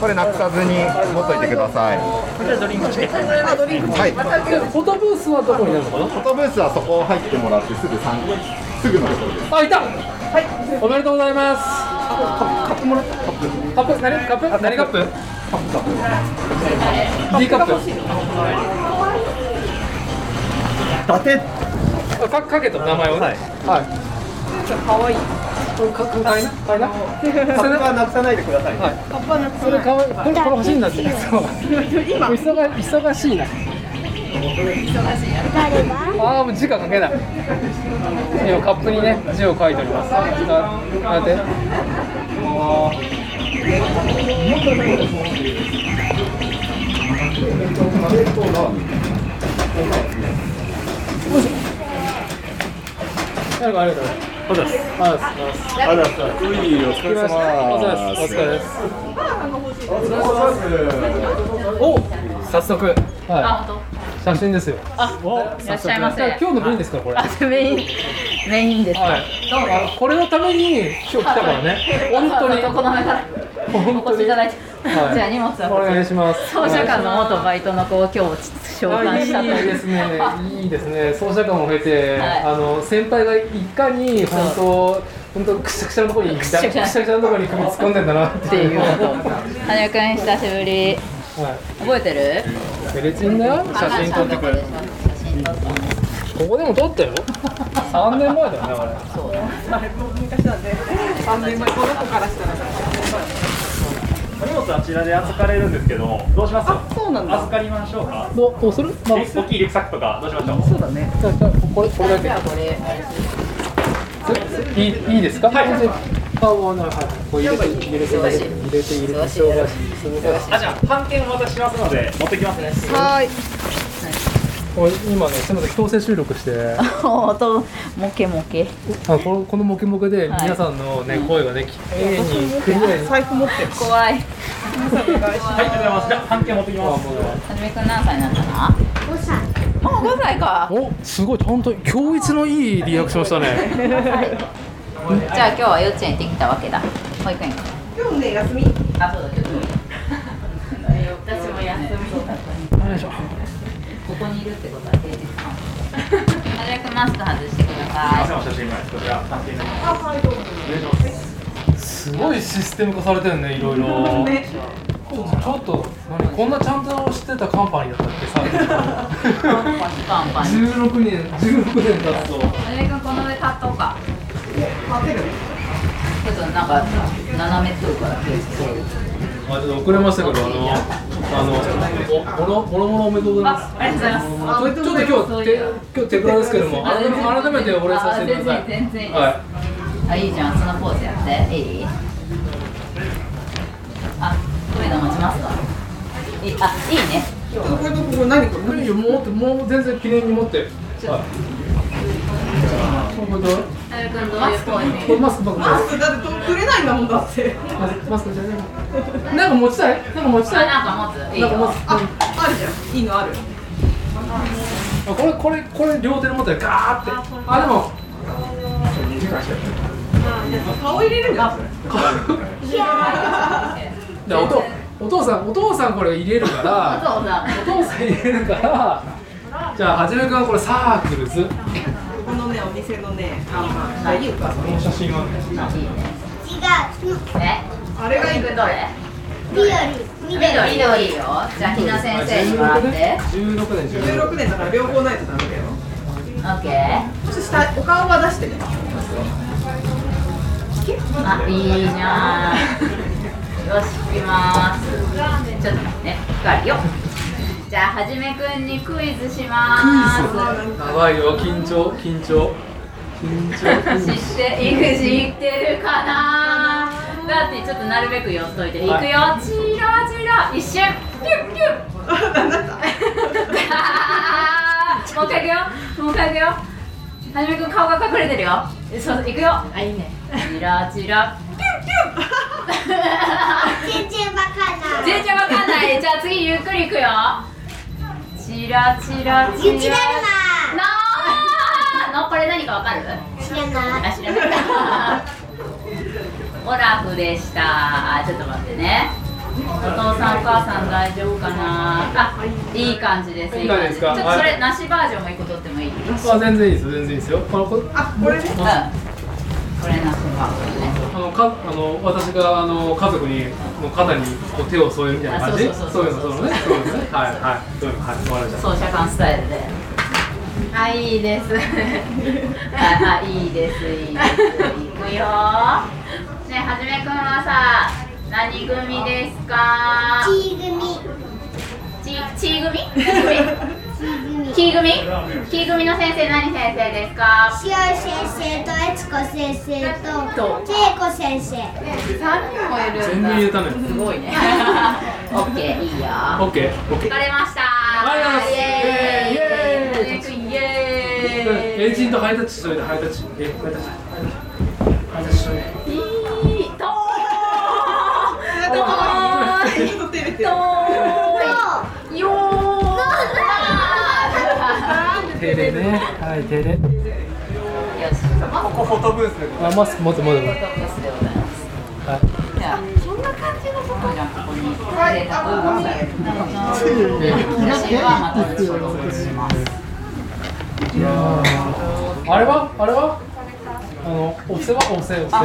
S3: これなくさずに持っといてください
S6: ドリンクチケット。
S11: あドリンク
S3: はい
S1: フォトブースはどこになるのかな
S3: フォトブースはそこ入ってもらってすぐ三すぐのところです
S1: あ、いた。はい。おめでとうございます。カップもらった。カップ。カップ、何カップ？何カップ？カップカップ。D カップ。伊達。かかけた名前をね。はい。
S11: 可愛い
S1: かかわいいな。かわいいな。
S11: カ ップは
S3: なくさないでください。
S1: はい。
S11: カッパなく
S1: それかわいい。これこれ欲しいんだって。そう。今忙忙しいな。ああもう字が書けない。今カップにね字を書いております。あ待って。なんかありがとうございます。ありがとうございます。ありがとうございま
S23: う
S1: す。
S23: いお疲れ様
S1: お疲れ様です。お疲れ様です。お、早速。はい。写真ですよ。
S24: あ、いらっしゃいませ。
S1: 今日のメインですからこれ。
S24: あ、メイン、メインですか。
S1: はい
S24: どうも。
S1: あこれのために今日来たからね。本当に。
S24: そうそうそうこの前からお越しいただいて。
S1: はい
S24: じゃあ荷物は
S1: お願いします
S24: 総社館の元バイトの子を今日召
S1: あ
S24: 喚
S1: いい
S24: したという。
S1: ですねいいですね奏者感を経て、
S24: はい
S1: あの先輩がいかに本当本当くしゃくしゃのところにくしゃくしゃのところに首突っ込んでんだなっていう
S24: 羽生くん久しぶり。
S1: は
S24: 覚えてる？
S1: いテレチンだよ写真撮ってくれるここでも撮ったよ3年前だよねあれ
S11: 昔なんで3年前この子からしたら
S4: 荷物はあちらで預かれるんですけど、どうします
S11: あそうなんだ
S4: 預かりましょうか。
S1: どどうする？まあ
S4: 大きいリュックサックとかどうしましょう。
S11: そうだね。
S1: じゃあじゃあこれこれだけ
S24: これ。
S1: いいいいですかはいあもうなはいこう入れて入れて入れて入れて入れて忙しい忙しい
S4: あ、じゃあ、半券お渡ししますので、持ってきますね。
S11: はい。
S1: これ今ねすみません強制収録して
S24: おとモケモケ。
S1: あこのこのモケモケで
S24: はい
S1: 皆さんのね、声がねきれいにクリアに
S11: 財布持ってる
S24: 怖
S4: はい、
S24: い。
S4: ありがとうございます。じゃあ、半券持ってきます。
S24: はじめくん何歳なんだな？五歳。あ、五歳か。
S1: おすごい本当に今日一のいいリアクションしたね
S24: じゃあ今日は幼稚園行ってきたわけだ。保育園か。
S11: 今日ね休み
S24: あ、そうだけど。私も休み。
S1: よいしょ。
S24: ここにいるってことは平日かも。 早くマスク外してください。
S4: お写真前です。こちら、半券になります。
S1: すごいシステム化されてるねいろいろ
S11: ね
S1: ちょっと何こんなちゃんとしてたカンパニーだったっけさ
S24: パンパン。
S1: 16年16年経つと
S24: はじめくんこの上立っとうか。
S11: 立てる。
S24: ちょっとなんか斜めっとるから気をつけて。
S1: あちょっと遅れましたけどあのあのおもろもろもろおめでとうございます
S24: ありがとうござい
S1: ち
S24: ます
S1: ょちょっと今日て今日手ぶらですけども改め改めてお礼させてくださ
S24: あ全然全然いい
S1: い
S24: です
S1: はい
S24: あ、いいじゃん、そのポーズやって。いいあ、トイレ持ちますかいいあ、いいね。
S11: これとこれ何こ
S1: れいやもうもう全然記念に持ってはいこれどう
S24: はるくんとマスクを
S1: これマスクどこ
S11: マスクだって取れないんだもんだって
S1: マスクじゃないなんか持ちたいなんか持ちたい
S24: なんか持つ。いい
S1: なんか持つ。
S24: よ
S11: あ、あるじゃんいいのある
S1: あこれこれこれ両手で持ってガーってあでも
S11: 顔入れるんだ。
S1: でおとお父さんお父さんこれ入れる から
S11: お父さ
S1: お
S11: ん
S1: 父さん入れるからじゃあはじめくんはこれサークルズ
S11: このねお店のねあの大丈夫かその写真は
S24: あれがいいどれ
S5: 緑
S24: 緑緑よじゃあひな先生にもらって
S1: 16年
S11: 16年だから両方ないとダメだよ
S24: オッケー
S11: そして下お顔は出してね
S24: あいいじゃんよし行きますちょっと待って光よじゃあはじめくんにクイズします
S1: やばいよ緊張緊張緊張
S24: 知っていく知ってるかなだってちょっとなるべく寄っといていくよ
S11: はい
S24: チラチラ一瞬ピュッピ ュッあーもう一回いくよもう一回いくよはじめくん顔が隠れてるよえそういくよあいいねチラ チラ
S5: 全然わかんない。
S24: 全然わかんないじゃあ次ゆっくりいくよチラチラチラ
S5: 雪だる
S24: なーのこれ何かわかる
S5: 知らない。
S24: あ知らなかったオラフでしたちょっと待ってねお父さんお母さん大丈夫かなあいい感じです
S1: いい感じですか
S24: ちょっとそ
S1: は
S24: れ
S1: い
S24: なしバージョンも一個取ってもいい
S1: あ全然いいですよ全然いいですよこのこ
S11: あこれね
S24: これなしバージョンね
S1: あのかあの私があの家族にの肩にこう手を添えるみたいな感じ
S24: あそ
S1: そ
S24: うそう
S1: い
S24: うそうう
S1: の
S24: そ
S1: そうういうのねそういうのねはいはいそういうのはいわかりました
S24: 奏者間スタイルで。あ、いいです。あ、あいいです、いいです。いくよ。ね、はじめくんはさ、何組ですか。
S5: チー組。
S24: ち、ち組。き組。き組の先生、何先生ですか。
S5: しお先生とえつこ先生とけいこ先生。
S24: 三人もいる
S1: 全然言えたね
S24: す ごいね。オッケー、いいよ。
S1: オッケーオッケ
S24: 疲
S1: ー
S24: れました。
S1: ありがとうございます
S24: イエーイ。イエーイ。
S1: エイジンとハイタッチしといてハイタッチえハイタッチハイタッチしといて
S24: いいとーとーとーとーよー
S25: 手でねはい手で
S24: よし
S26: ここフォトブースで
S25: あマスク持って持って持ってはい
S24: そんな感じのことじゃあここに
S11: はいあここに
S24: 私はまた後ほどお送りします
S1: あれはあれはあのお布施はお布施お布
S24: あ
S1: 施、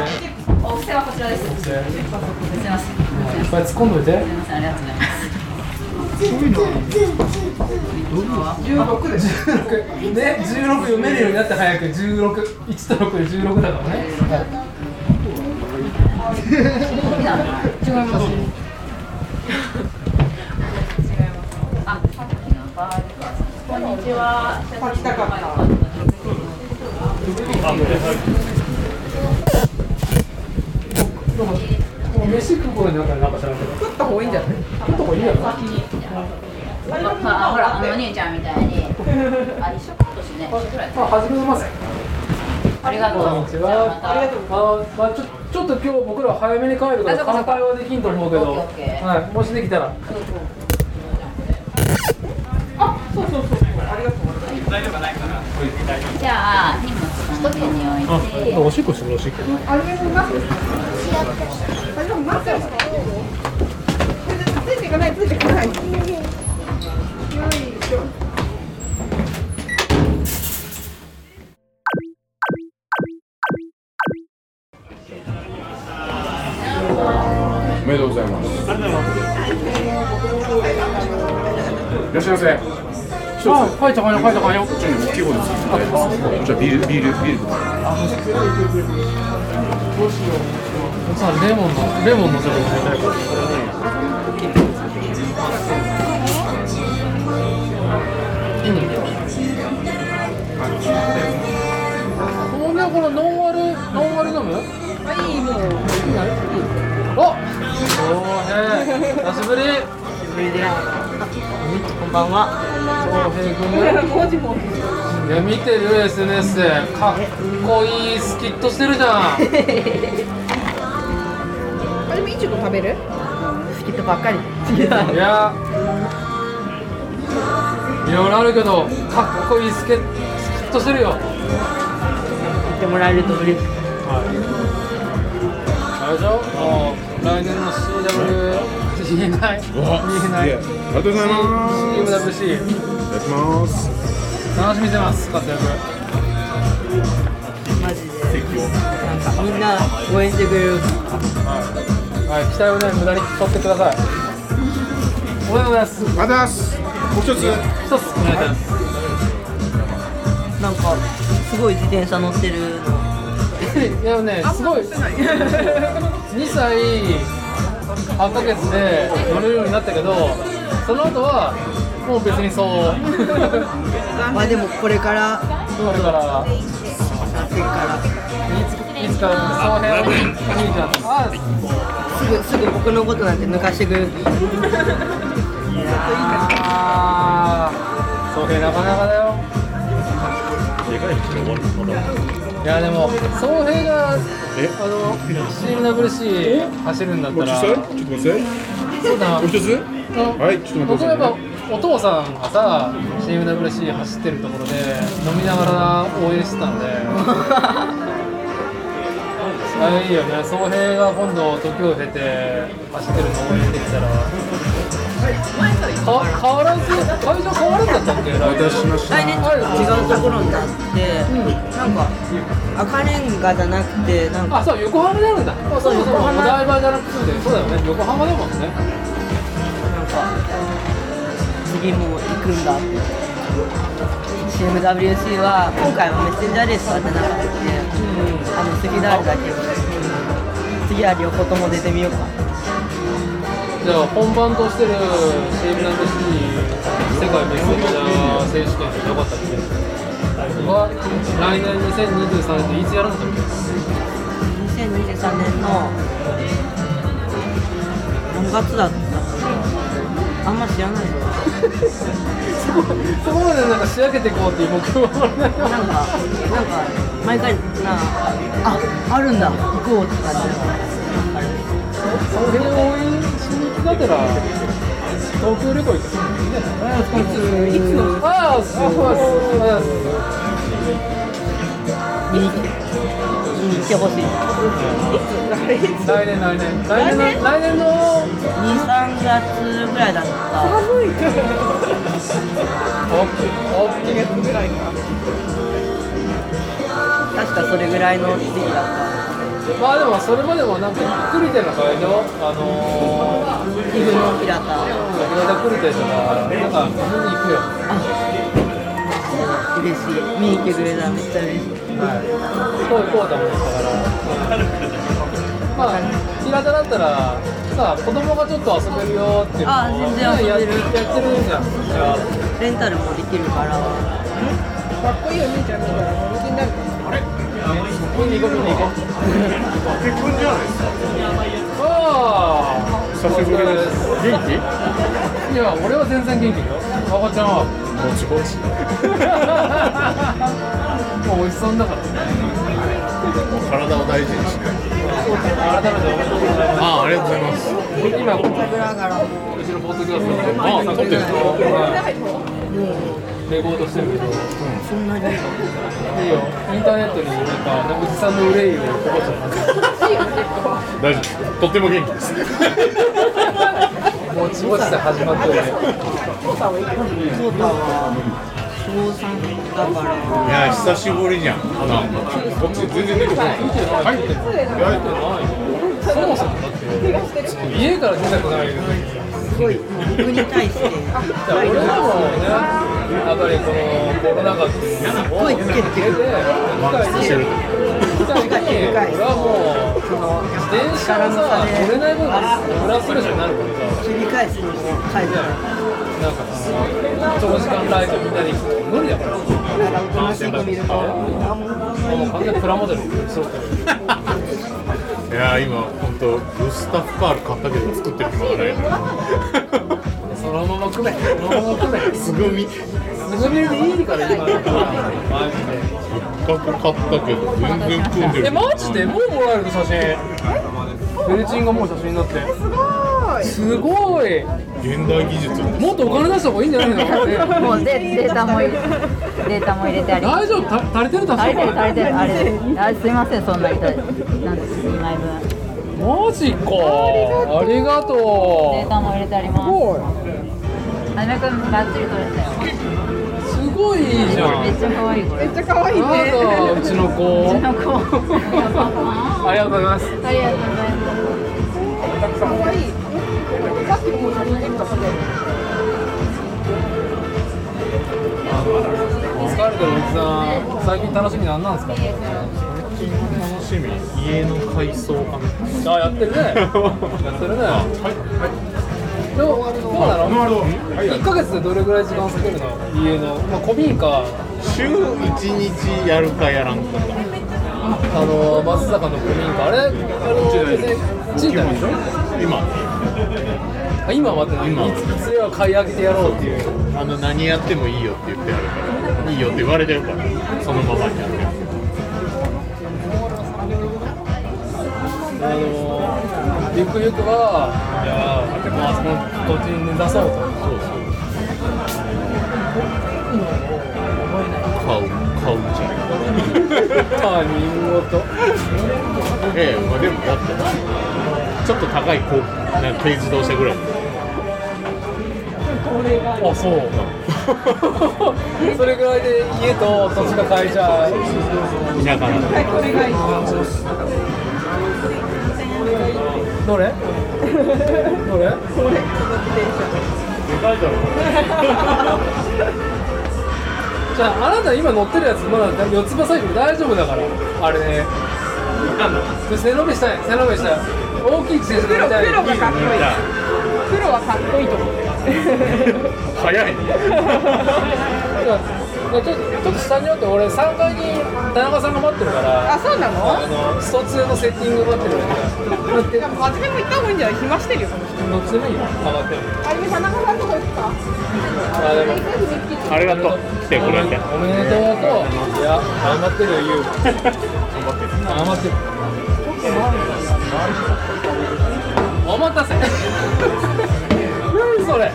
S24: お布施はこちらですすいません
S25: いっぱい突っ込んどいて
S24: すいませんありがとうございます
S1: 16で16ね16読めるようになって早く161と6で16だからね、
S24: 違いますあ、さっきのバーこんにちは。来たか
S1: もう飯食う頃になんかなんか知らんけど食った方がいいんじゃない食った方がいいやろ
S24: あ、ほら、あのお兄ちゃんみたいに。あ、一緒か年ね。一緒くらい。
S1: あ、はじめません
S24: ありがとう。
S1: こんにちはありがとうあ、まあ、ちょちょっと今日僕ら早めに帰るか
S24: あ
S1: ら
S24: そうかそう
S1: 乾
S24: か
S1: 杯はできんと思うけど
S24: オッケーオッケー
S1: はい、もしできたら
S24: じゃあ、荷物の手に置いて。
S25: あおしっこしてもらうおしっこ
S11: あれもなあれもなってるんですかついていかないついていかないよいしょ
S4: おめでとうございます。いらっしゃいませ。
S1: あ、ファイトかよ、ファイトかよ
S4: ちょっと大きい方ですね。じゃあビールビールビールとか。
S1: お父さんレモンのレモンのちょっと飲みたいから豆苗このノンアルノンアル飲む
S11: はいいもう
S1: おへー久しぶり
S3: こんばんは。
S11: 文字も
S1: いや見てる SNS かっこいいスキッとしてるじゃん
S11: あれもいちご食べる
S3: スキットばっかり。
S1: いやいろいろあるけどかっこいいスケスキッとしてるよ
S11: てもらえると嬉しい。
S1: あれじゃもう来年の CW 言えない言えない
S4: ありがとうございます
S1: CWC
S4: お願いします
S1: 楽しみにしてます活躍
S11: マジで。なんかみんな応援してくれる。
S1: はい、期待をね無駄に取ってくださいおめでとうございます
S4: ありがとうございますもう一つ
S1: 一つお願いします
S11: なんかすごい自転車乗ってる。
S1: いやね、すごい。2歳8ヶ月で乗れるようになったけど、その後はもう別にそう。
S11: まあでもこれから
S1: これからいつかその辺をお兄ちゃんとあ
S11: すぐすぐ僕のことなんて抜かしてくれる。
S1: あー、そうなかなかだよ。
S27: でかい人終わるまだ
S1: いやでも、総平があの CWC 走るんだったら、
S4: ちょっと待って
S1: そうだな
S4: もう一つはいちょっと待ってく
S1: 僕
S4: だ
S1: はやっ
S4: さい
S1: ぱ
S4: ね
S1: お父さんがさ CMWC 走ってるところで飲みながら応援してたのであいいよね総平が今度時を経て走ってるの応援できたらか変わらず会場変わるんだったっけ
S11: 来年ちょっと違うところになって、なんか赤レンガじゃなくてなんか
S1: あそう横浜にあるんだそうそうそう
S11: 横
S1: お
S11: 浜
S1: 台場じゃなくてそうだよね横浜だもんね
S11: 次も行くんだって CMWC は今回はメッセンジャーレースは出なかったので、あの次だだけど次は両方とも出てみようか
S1: じゃあ本番としてる CMWC 世界メッセンジャー選手権ってよかったっけは来年2023年でいつやるんだったっけ
S11: 2023年の何月だったあんま知らないの
S1: そこまでなんか仕上げていこうっていう目標はないなん
S11: かなんか毎回なああるんだ行こうって感じだ
S1: それを応援しに行きがてら東京旅行行くいついつのああそう
S11: 見に行ってほしい
S1: 来年来年来年の来年の
S11: 23月ぐらいだった
S1: 寒いオッケーぐらいか
S11: 確かそれぐらいの時期だった
S1: まあでもそれまでもなんか栗手の会場あのー、
S11: イグの平田
S1: 平田栗手とかなんか見に行くよ
S11: 嬉しい見に来てくれたらめっちゃ嬉しい
S1: はいこう行こうと思ってたからまあ平田だったらさ子供がちょっと遊べるよっていうのを
S11: あ全然遊べる
S1: ねややってるじゃんじゃあ
S11: レンタルもできるから
S28: かっこいいお兄ちゃん見たら人気になるかもあれ
S1: 見に行こう見に行こう
S28: 結婚じゃない
S1: ああ
S4: 久しぶりです元気
S1: いや俺は全然元気よあばちゃんは
S4: もちもち
S1: もうおじさんだから
S4: 体を大事にしない
S1: 改めておめでとうございます
S4: ああありがとうございます
S1: 今この後ろポートキャストの
S4: あ撮ってる
S1: はいレコードしてるけどそんなにいいよインターネットになんか野口さんの憂いをこぼしちゃった
S4: 大丈夫とっても元気です
S1: もちもちで始まってるね
S11: そうだわ小三だから
S4: いや久しぶりじゃんこっち全然出てこない入ってる入って
S1: そもそもだって家から出たくない
S11: すごい僕に対して
S1: 俺らもねやっぱりこのコロナ禍っていうのを受けて機械に機械に俺はもうその電車がさ乗れない分プラスるじゃなるからさ
S11: 切り返すのも書いてある
S1: なんかその長時間ライト見たり無理だからもう完全にプラモデルそう
S4: いやー今本当グスタフ・パール買ったけど作ってる暇がない
S1: そのまま組めそのまま組め
S4: すぐみ
S1: すぐ見るでいいから今マジで
S4: せっかく買ったけど全然組んでる
S1: えマジでもうもらえるの写真ベルチンがもう写真になって
S28: すごい
S1: すごい
S4: 現代技術
S1: もっとお金出した方がいいんじゃないの、 ね、
S24: もうデデータも入れデータも入れてあり
S1: 大丈夫た足りてる足
S24: 足
S1: り
S24: りて
S1: て
S24: る
S1: る
S24: 足りてるあれあすいませんそんなに足りなんです2枚分
S1: マジかありがとう
S24: データも入れてありますはじめくんバッチリ取れたよ
S1: すごいいいじゃん
S24: めっちゃ可愛いこれめっちゃ
S2: 可愛いね
S1: なんだうちの子
S24: うちの子
S1: ありがとうございます
S24: ありがとうございます
S2: 可愛いさっきも写真で見た
S1: 疲れてるおじさん最近楽しみなんなんですか
S4: 楽しみ家の改装か
S1: あやってるねや ってるねどうどうなの1ヶ月でどれぐらい時間かけるの家の、まあ、古民家
S4: 週1日やるかやらんか
S1: あの松坂の古民家あれあの別に賃貸でしょ
S4: 今
S1: あ今はってない
S4: 今
S1: いついつは買い上げてやろうっていう
S4: あの何やってもいいよって言ってあるからいいよって言われてるからそのままにやってる
S1: あのゆくゆくは、いやー、もうあそこの土地に根ざそうと。そうそう。
S4: 買う買う じゃん
S1: 他人事
S4: ええまあでもだってちょっと高い高なんか軽自動車ぐらい
S1: あ、そう。それぐらいで家と土地が買えちゃう。
S4: 田舎なんで
S1: どれ。どれ。これ。 じゃあ、あなた今乗ってるやつ、まだ四つ葉サイクル大丈夫だから。あれね。それ背伸びしたい、背伸びしたい。大きい自転車乗りたい。
S2: 黒 黒がかっこいい黒はかっこいいと思って
S4: 早
S1: ち
S4: い
S1: ょっとちょっと下に寄って俺3階に田中さんが待ってるから
S2: あそうなの
S1: あのスト2のセッティング待ってるからだって
S2: でも初めも行った方がいいんじゃない暇してるよ
S1: どっちでもいいよ上がってる
S2: あれ田中さんとこ行った
S1: あでも
S4: ありがとう来てくれて
S1: おめでとうといや頑張ってるよ優頑張ってるお待たせ 何それ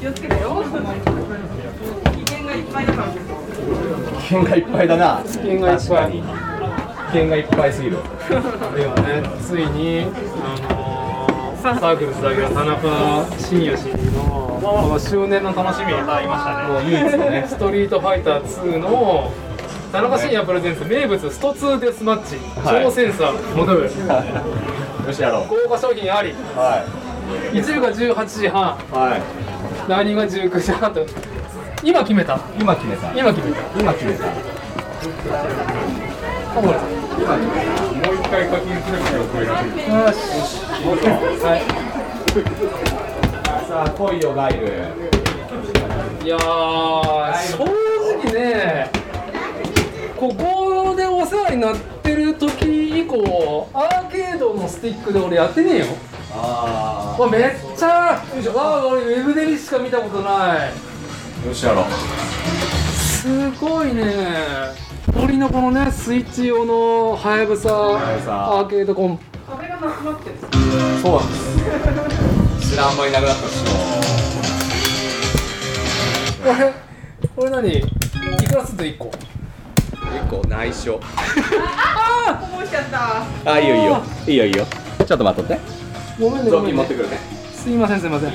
S2: 気をつけてよ危険がいっぱいだから
S3: 危険がいっぱいだな危
S1: 険がいっぱい
S3: 危険がいっぱいすぎる
S1: ではね、ついに、あのー、サークルスだけは田中真也氏の、この周年の楽しみになりましたね。もう唯一のね、ストリートファイター2の。田中真也プレゼンツ名物スト2デスマッチ、
S3: はい
S1: 超センサー戻 る
S3: よしやろう
S1: 豪華商品あり、はい、一部が18時半、はい、ラーニングが19時半と今決めた
S3: 今決めた
S1: 今決めた
S3: 今決めた
S1: タモリさん
S4: もう一回課金するからこれらしい
S1: よしは
S3: さあ来いよガイル
S1: い、いやー正直ねここでお世話になってる時以降アーケードのスティックで俺やってねえよ
S3: あ
S1: わめっちゃよいしょわあ俺ウェブデビしか見たことない
S3: よしやろう
S1: すごいね鳥のこのねスイッチ用のはやぶさアーケードコン
S2: 壁がなくなってる
S1: そうなんです
S3: 知らんまいなくなったで
S1: こ
S3: し
S1: れこれ何いくらすんの1個
S3: ょ結構内緒
S2: ああこぼしちゃった
S3: あいいよいいよいいよいいよちょっと待っとって
S1: ごめんね
S3: 雑
S1: ごめん
S3: 巾持
S1: ね
S3: ってくるね
S1: すいませんすいません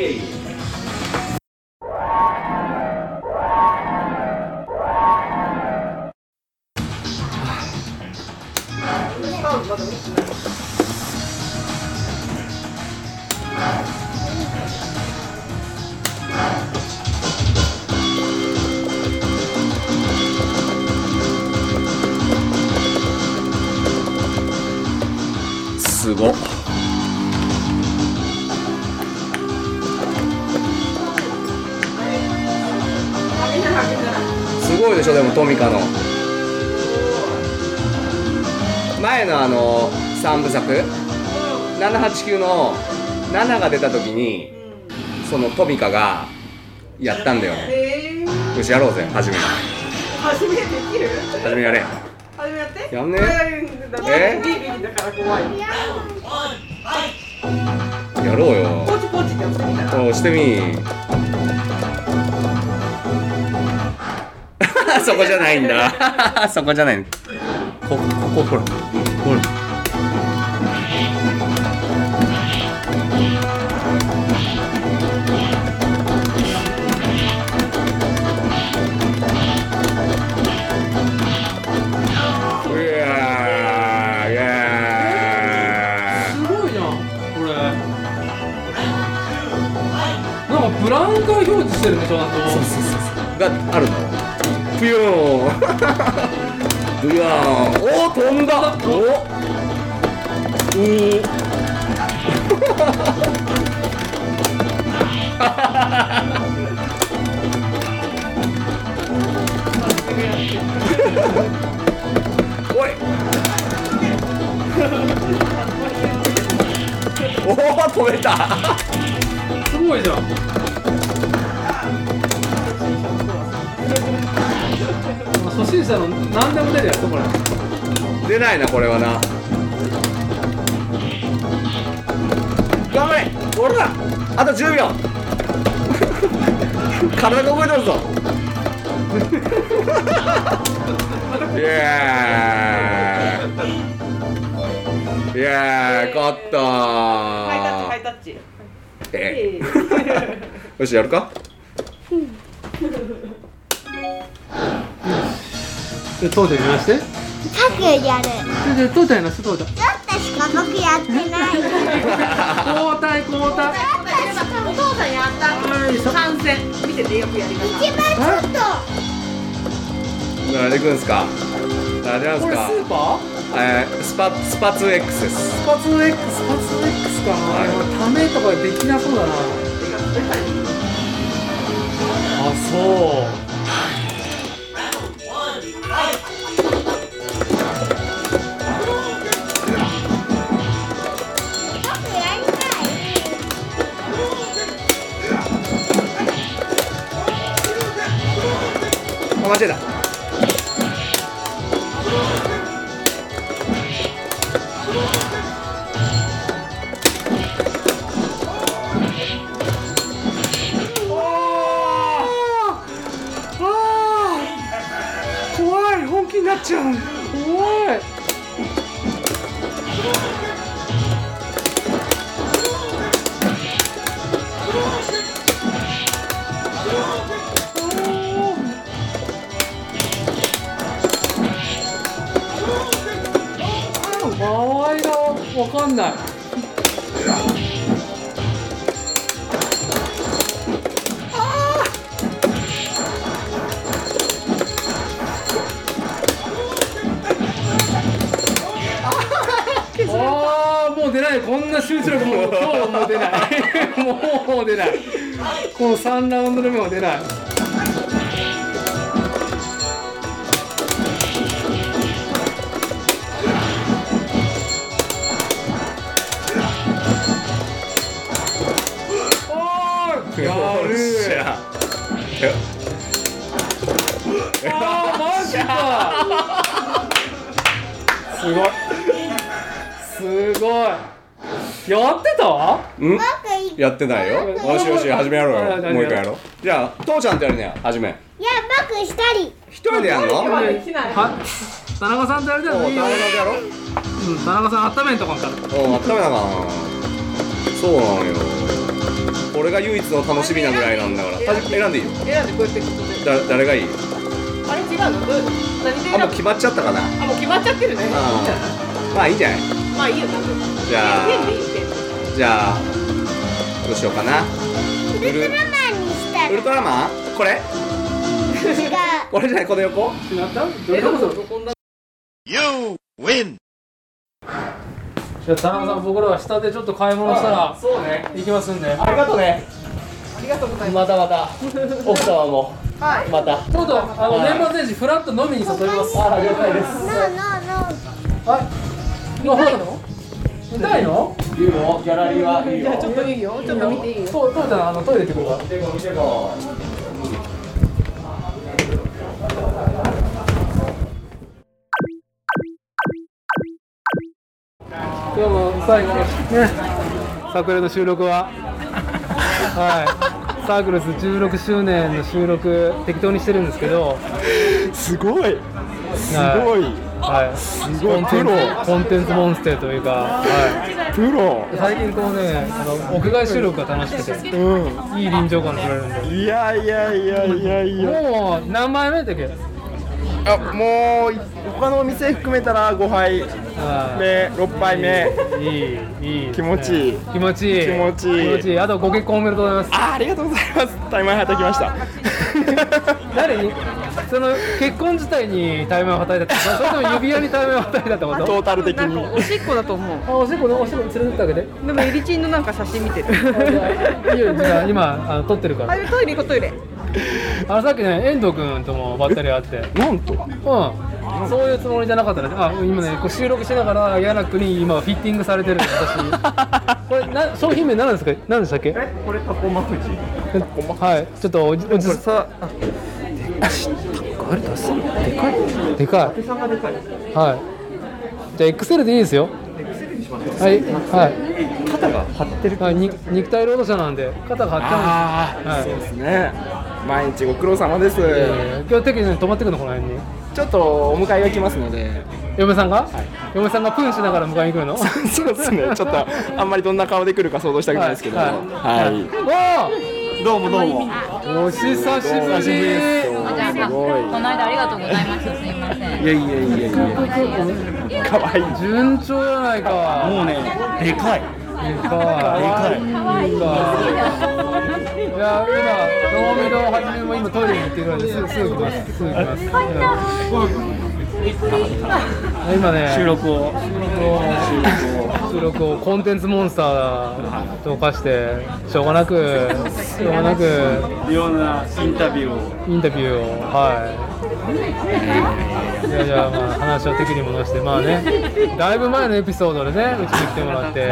S3: すごっすごいでしょでもトミカの前のあの3部作789の7が出た時にそのトミカがやったんだよね
S2: えー、
S3: よしやろうぜ初め
S2: 初めてできる
S3: 初めやれ
S2: 初めやって
S3: やんね
S2: えーだから
S3: え
S2: ビリビリだから怖い
S3: やろうよ
S11: ポチポチってやってみたら。
S3: おうしてみ そこじゃないんだ そこじゃないこここほらほらうわーいや
S2: すごいなこれなんかブラウン管表示してるねちゃんとそうそうそう
S3: ーがあるのぷよーんぷよーんおー飛んだおおーおい おお飛べた
S2: すごいじゃん初心者の何でも出るやつこれ
S3: 出ないなこれはな頑張れほらあと10秒 体が動いてるぞ いやーいやー勝ったー
S11: ハイタッチ。
S3: えー よしやるか
S29: で当店見まして
S5: 各や
S2: で
S5: る。
S2: どうだよなどうだ
S5: ちょっとしか僕やってない。
S2: 交代交代
S5: お父さんやった。
S1: 参戦見ててよくやり方
S5: 一番ちょっと。
S3: 何でいくんすか何でなんすか
S5: これスー
S2: パ
S3: ーえー、スパスパツ X です
S2: スパツ X スパツ X かなためとかできなそうだなあそう
S3: あ間違えた
S2: 怖い本気になっちゃう怖い場合がわかんないああもう出ないこんな集中力もう今日もう出ないもう出ないこの3ラウンドの目も出ないやる
S3: しゃ
S2: あーマジかすごいすごいやってた
S3: んやってない よ
S5: 僕
S3: よしよし始めやろ
S5: は
S3: う
S5: い
S3: よ
S5: はい
S3: もう一回やろうじゃあ父ちゃんとやるね始め
S5: いや、僕一人。
S3: 一人でやんの
S2: は田中さんとやりたいのいいようん田中さん温めんとこから
S3: おう温めたかなそうなのよ俺が唯一の楽しみなぐらいなんだからた選んでいいよ
S1: 選んでこうやってことで
S3: だ誰がいい
S1: あれ違うのどういうの何で選
S3: あもう
S1: ぶ
S3: 決まっちゃったかな
S1: あもう決まっちゃってるね
S3: うんまあいいんじゃない
S1: まあいいよ多分
S3: じゃあ
S1: ペンでいいペンで
S3: じゃあどうしようかな
S5: ウルトラマンにした
S3: ウルトラマンこれ
S5: 違う。
S3: これじゃないこの横
S2: 違った
S3: れこそ
S2: You win じゃあ田中さん僕らは下でちょっと買い物したらそうね行きますんでありがとうね
S30: ありがとうござい
S2: またまた奥様も
S30: はい
S2: また今度あの年末年始フラット飲みに誘いますあ了解です見たいの見たいのいいよギャラリーはいいよ
S1: じゃあちょっといいよちょっと見ていいよ
S2: そう父ちゃんあのトイレ行ってくるわ今日も最後ね
S1: 桜の収録ははいサークルス16周年の収録適当にしてるんですけど
S3: すごいすごい
S1: はい、す
S3: ごい
S1: コンテンツ
S3: プロ
S1: コンテンツモンスターというか、はい、
S3: プロ
S1: 最近こうねあの屋外収録が楽しくて、いい臨場感取れるんでいやいやいやいやいやもう何枚目だっけ
S3: あもう他のお店含めたら5杯目6杯目
S1: いいいい
S3: 気持ちいい
S1: 気持ちいい
S3: 気持ちいい
S1: 気持ちいいあとご結婚おめでとうございます
S3: あありがとうございますタイマーはたきました
S1: 誰にその結婚自体に対面をはたいたってことそれとも指輪に対面をはたいたってこと
S3: トータル的に
S1: おしっこだと思うあおしっこねおしっこ連れてったわけで
S24: でもエリチンのなんか写真見てる
S1: いいよじゃあ今あの撮ってるから
S24: あトイレ行こうトイレ
S1: あのさっきね遠藤君ともばったり会って
S3: なんと
S1: うんそういうつもりじゃなかったねあ今ねこう収録しながらヤナ君に今フィッティングされてる 私これな商品名何なんですか何でしたっけ
S3: これタコマフジ
S1: はいちょっとおじおじさ
S3: あれ出すのでかい
S1: でか
S31: さんがでかいです
S1: いはいじゃあ XL でいいですよはいはい肩が張ってるはいに肉体労働者なんで肩が張ってるんですはい
S3: そうですね毎日ご苦労様です
S1: いやいや今日テクニック泊まってくのこの辺に
S3: ちょっとお迎えが来ますので
S1: 嫁さんが、嫁さんがプンしながら迎えに来るの
S3: そうですねちょっとあんまりどんな顔で来るか想像したくないですけど
S1: は
S3: はいい、どうもどうも
S1: お久しぶり
S3: お久しぶりです
S24: この間ありがとうございましたすいません
S3: いやいやいやいや
S1: かわいい順調じゃないかもうねでかいでかいでかいいや今遠目の初めも今トイレに行ってるのですすぐ来ますすぐ来ます今ね
S3: 収録を
S1: 収録をコンテンツモンスターと化してしょうがなくしょうがなく
S3: いろんなインタビューを
S1: インタビューをはいいやいやまあ話を敵に戻してまあねだいぶ前のエピソードでねうちに来てもらって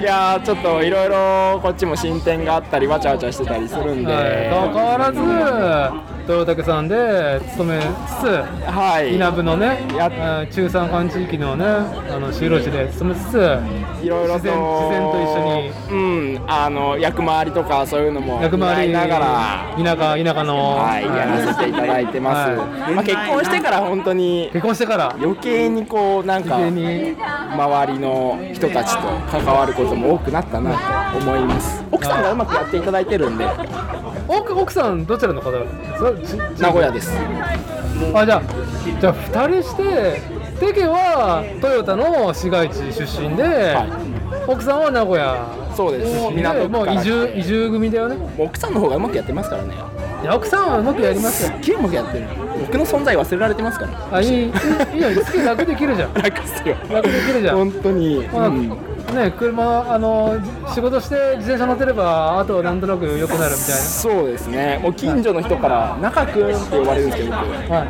S3: いやーちょっといろいろこっちも進展があったりわちゃわちゃしてたりするんで、
S1: はい、変わらず豊竹さんで勤めつつ、はい、稲部のねうん中山間地域のねあの就労地で勤めつつ
S3: いろいろと
S1: 自然自然と
S3: 一緒に、うん、あの役回りとかそういうのも
S1: 役回り
S3: 担いなが
S1: 田
S3: ら、
S1: 舎田舎の、
S3: はい、やらせていただいてます、
S1: はい
S3: まあ、結婚してから本当に
S1: 結婚してから
S3: 余計にこうなんか周りの人たちと関わることも多くなったなと思います奥さんがうまくやっていただいてるんで
S1: 奥奥さんどちらの方
S3: 名古屋です
S1: あじゃあじゃあ2人してテケはトヨタの市街地出身で、奥さんは名古屋
S3: そうです港区
S1: もう
S3: から
S1: 移住移住組だよね
S3: 奥さんの方がうまくやってますからね
S1: いや奥さんはうまくやりますよ
S3: すっげえうまくやってる僕の存在忘れられてますから
S1: あいいいいいいよすげえ楽できるじゃん
S3: 楽っすよ
S1: 楽できるじゃん
S3: 本当に、
S1: まあ
S3: うん
S1: ね車あのじ仕事して自転車乗ってればあとはなんとなく良くなるみたいな
S3: そうですねもう近所の人から「中くん」って呼ばれるんですけど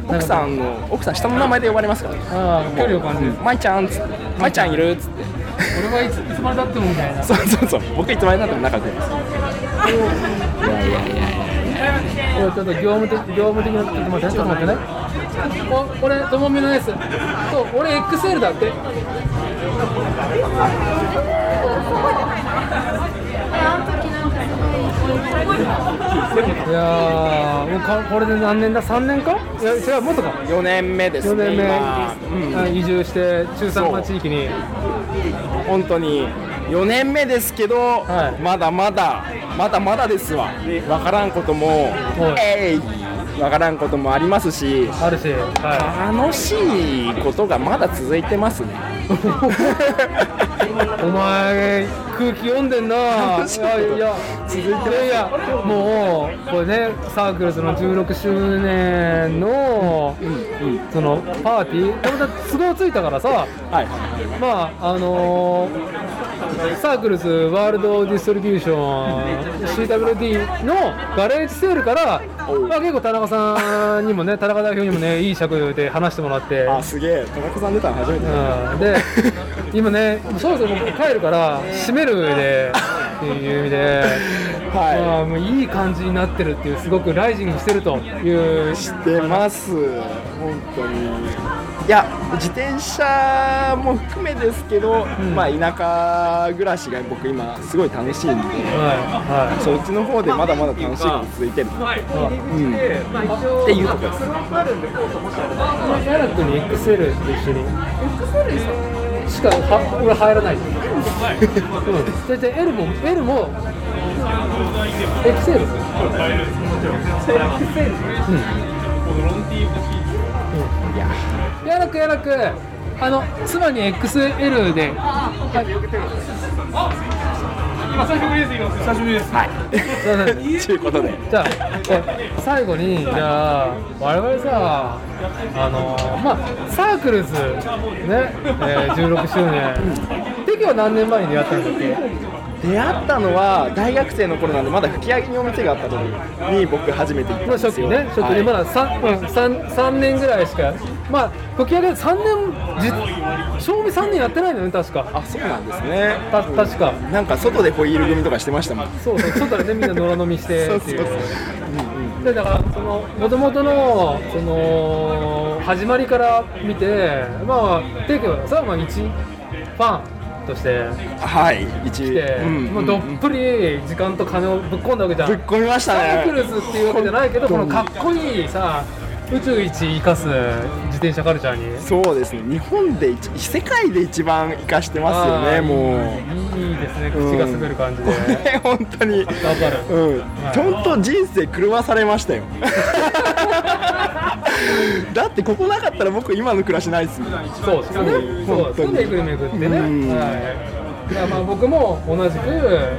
S3: 僕奥さんの奥さん下の名前で呼ばれますからね
S1: ああ距離を感じる
S3: 舞ちゃんっつって舞ちゃんいるっつって
S1: 俺はいついつまでたってもみたいな
S3: そうそうそう僕いつまでになっても仲良くないです
S1: これちょっと業務的業務的なちょっと待ってちょっと待ってねお俺ともみのやつそう俺 XL だっていやーもうかこれで何年だ3年かいや違うもっとか
S3: 4年目ですね
S1: 4年目
S3: 今うん
S1: はい移住して中山間地域に
S3: 本当に4年目ですけど、まだまだまだまだですわ分からんことも、えい分からんこともありますし
S1: あるし、
S3: 楽しいことがまだ続いてますね
S1: お前空気読んでんないやいや続いていやいやもうこれねサークルズの16周年の、そのパーティーこれだって都合ついたからさ、まああのーサークルズワールドディストリビューション CWD のガレージセールから、まあ、結構田中さんにもね田中代表にもねいい尺で話してもらってあ
S3: すげえ田中さん出たの初めて
S1: うん、で今ねそろそろ僕帰るから閉めるでっていう意味でまあ、もういい感じになってるっていうすごくライジングしてるという
S3: してます本当にいや自転車も含めですけど、まあ田舎暮らしが僕今すごい楽しいんで、
S1: はい
S3: そっちの方でまだまだ楽しいこと続いてる、うん、っていうとこです
S1: ヤラ君に XL と一緒に XL しかは俺入らないうんでで L も L も XL ヤラ君ヤラ君あの妻に XL で
S32: 今久しぶりです今久しぶりです
S3: はいということで
S1: じゃあえ最後にじゃあ我々さあのまあサークルズね、えー、16周年テキは何年前に出会ったんだっけ
S3: 出会ったのは大学生の頃なんでまだ吹き上げにお店があった時に僕初めて行ったんですよ
S1: 初期ね初期
S3: はい
S1: ねまだ 3,、うん三三年ぐらいしかまあ時計で3年じ賞味3年やってないのよね確かあ
S3: そうなんですね
S1: た確か
S3: なんか外でホイール組とかしてましたもん
S1: そうそう外でねみんな野良飲みしてっていうでだからそのもともとのその始まりから見てまあテイクはさまあ一ファンとして
S3: はい一
S1: 来て、
S3: うん
S1: もうどっぷり時間と金をぶっ込んだわけじゃん
S3: ぶっ込みましたね
S1: サークルズっていうわけじゃないけどこのかっこいいさ宇宙一生かす自転車カルチャーに
S3: そうですね日本で一世界で一番生かしてますよね
S1: あー
S3: もう
S1: いいですね口が滑る感じで、
S3: 本当に頑
S1: 張る
S3: うん本当人生狂わされましたよ だってここなかったら僕今の暮らしないっすもん
S1: そうですよねそうですねめくりめくってね、はい、だからまあ僕も同じく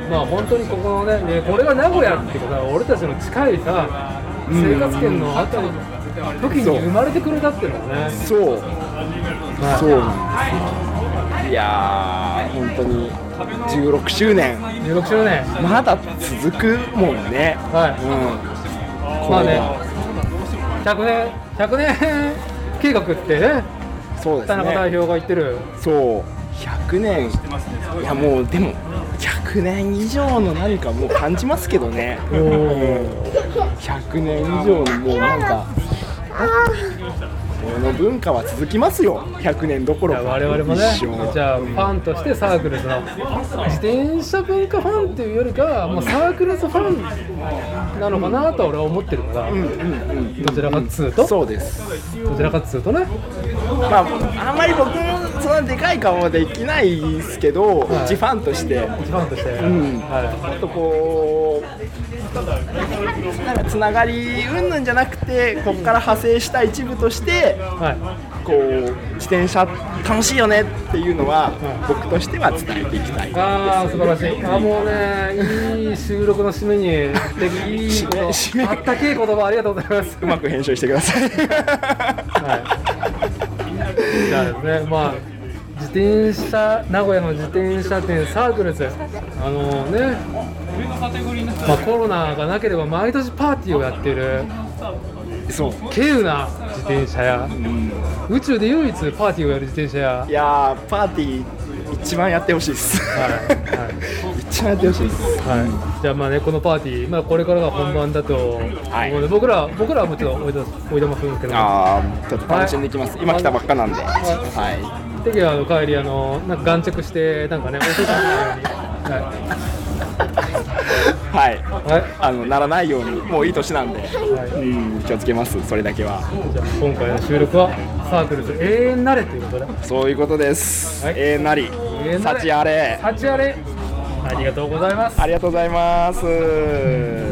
S1: まあ本当にここのねねこれが名古屋ってことは俺たちの近いさ生活圏のあたり時に生まれてくれたっていうのはね
S3: そ
S1: は
S3: う、
S1: い
S3: そうなんですいやー本当に16周年
S1: 16周年
S3: まだ続くもんね
S1: はい、
S3: うん
S1: まあね100年100年計画ってね
S3: そうですね
S1: 田中代表が言ってる
S3: そう100年いやもうでも100年以上の何かもう感じますけどねうん100年以上のもうなんかこの文化は続きますよ100年どころか
S1: 我々もね
S3: 一生
S1: じゃあファンとしてサークルズの自転車文化ファンっていうよりかはもうサークルズファンなのかなと俺は思ってるから、どちらかっつうと、
S3: そうです
S1: どちらかっつうとね
S3: まああんまり僕もそんなでかい顔はできないですけど、一ファンとして
S1: 一ファンとして、
S3: うん
S1: はい
S3: もっとこうなんかつながり云々じゃなくてここから派生した一部として、こう自転車楽しいよねっていうのは、僕としては伝えていきたい
S1: ああ素晴らしいあーもうねいい収録の締めにでいいことあったけえ言葉ありがとうございますう
S3: まく編集してください
S1: じゃあですね、まあ、自転車、名古屋の自転車店サークルズ、あのね、まあ、コロナがなければ毎年パーティーをやってる、
S3: そう、
S1: 稀有な自転車や、宇宙で唯一パーティーをやる自転車や、
S3: いやーパーティー一番やってほしいです、 一番やってほしいです、
S1: はい、じゃあまあねこのパーティー、まあ、これからが本番だと思うので、僕ら僕らはもちろんおいだおいだまするんですけど
S3: ああちょっと楽しんでいきます、今来たばっかなんではい
S1: 時はあの帰りあのなんか眼着してなんかねお父さんのように、は
S3: はい、あのならないようにもういい年なんで、うん気をつけますそれだけは
S1: 今回の収録はサークルズ永遠なれということで
S3: そういうことです、ええなり
S1: なれ
S3: 幸あれ
S1: 幸あれありがとうございます
S3: ありがとうございます、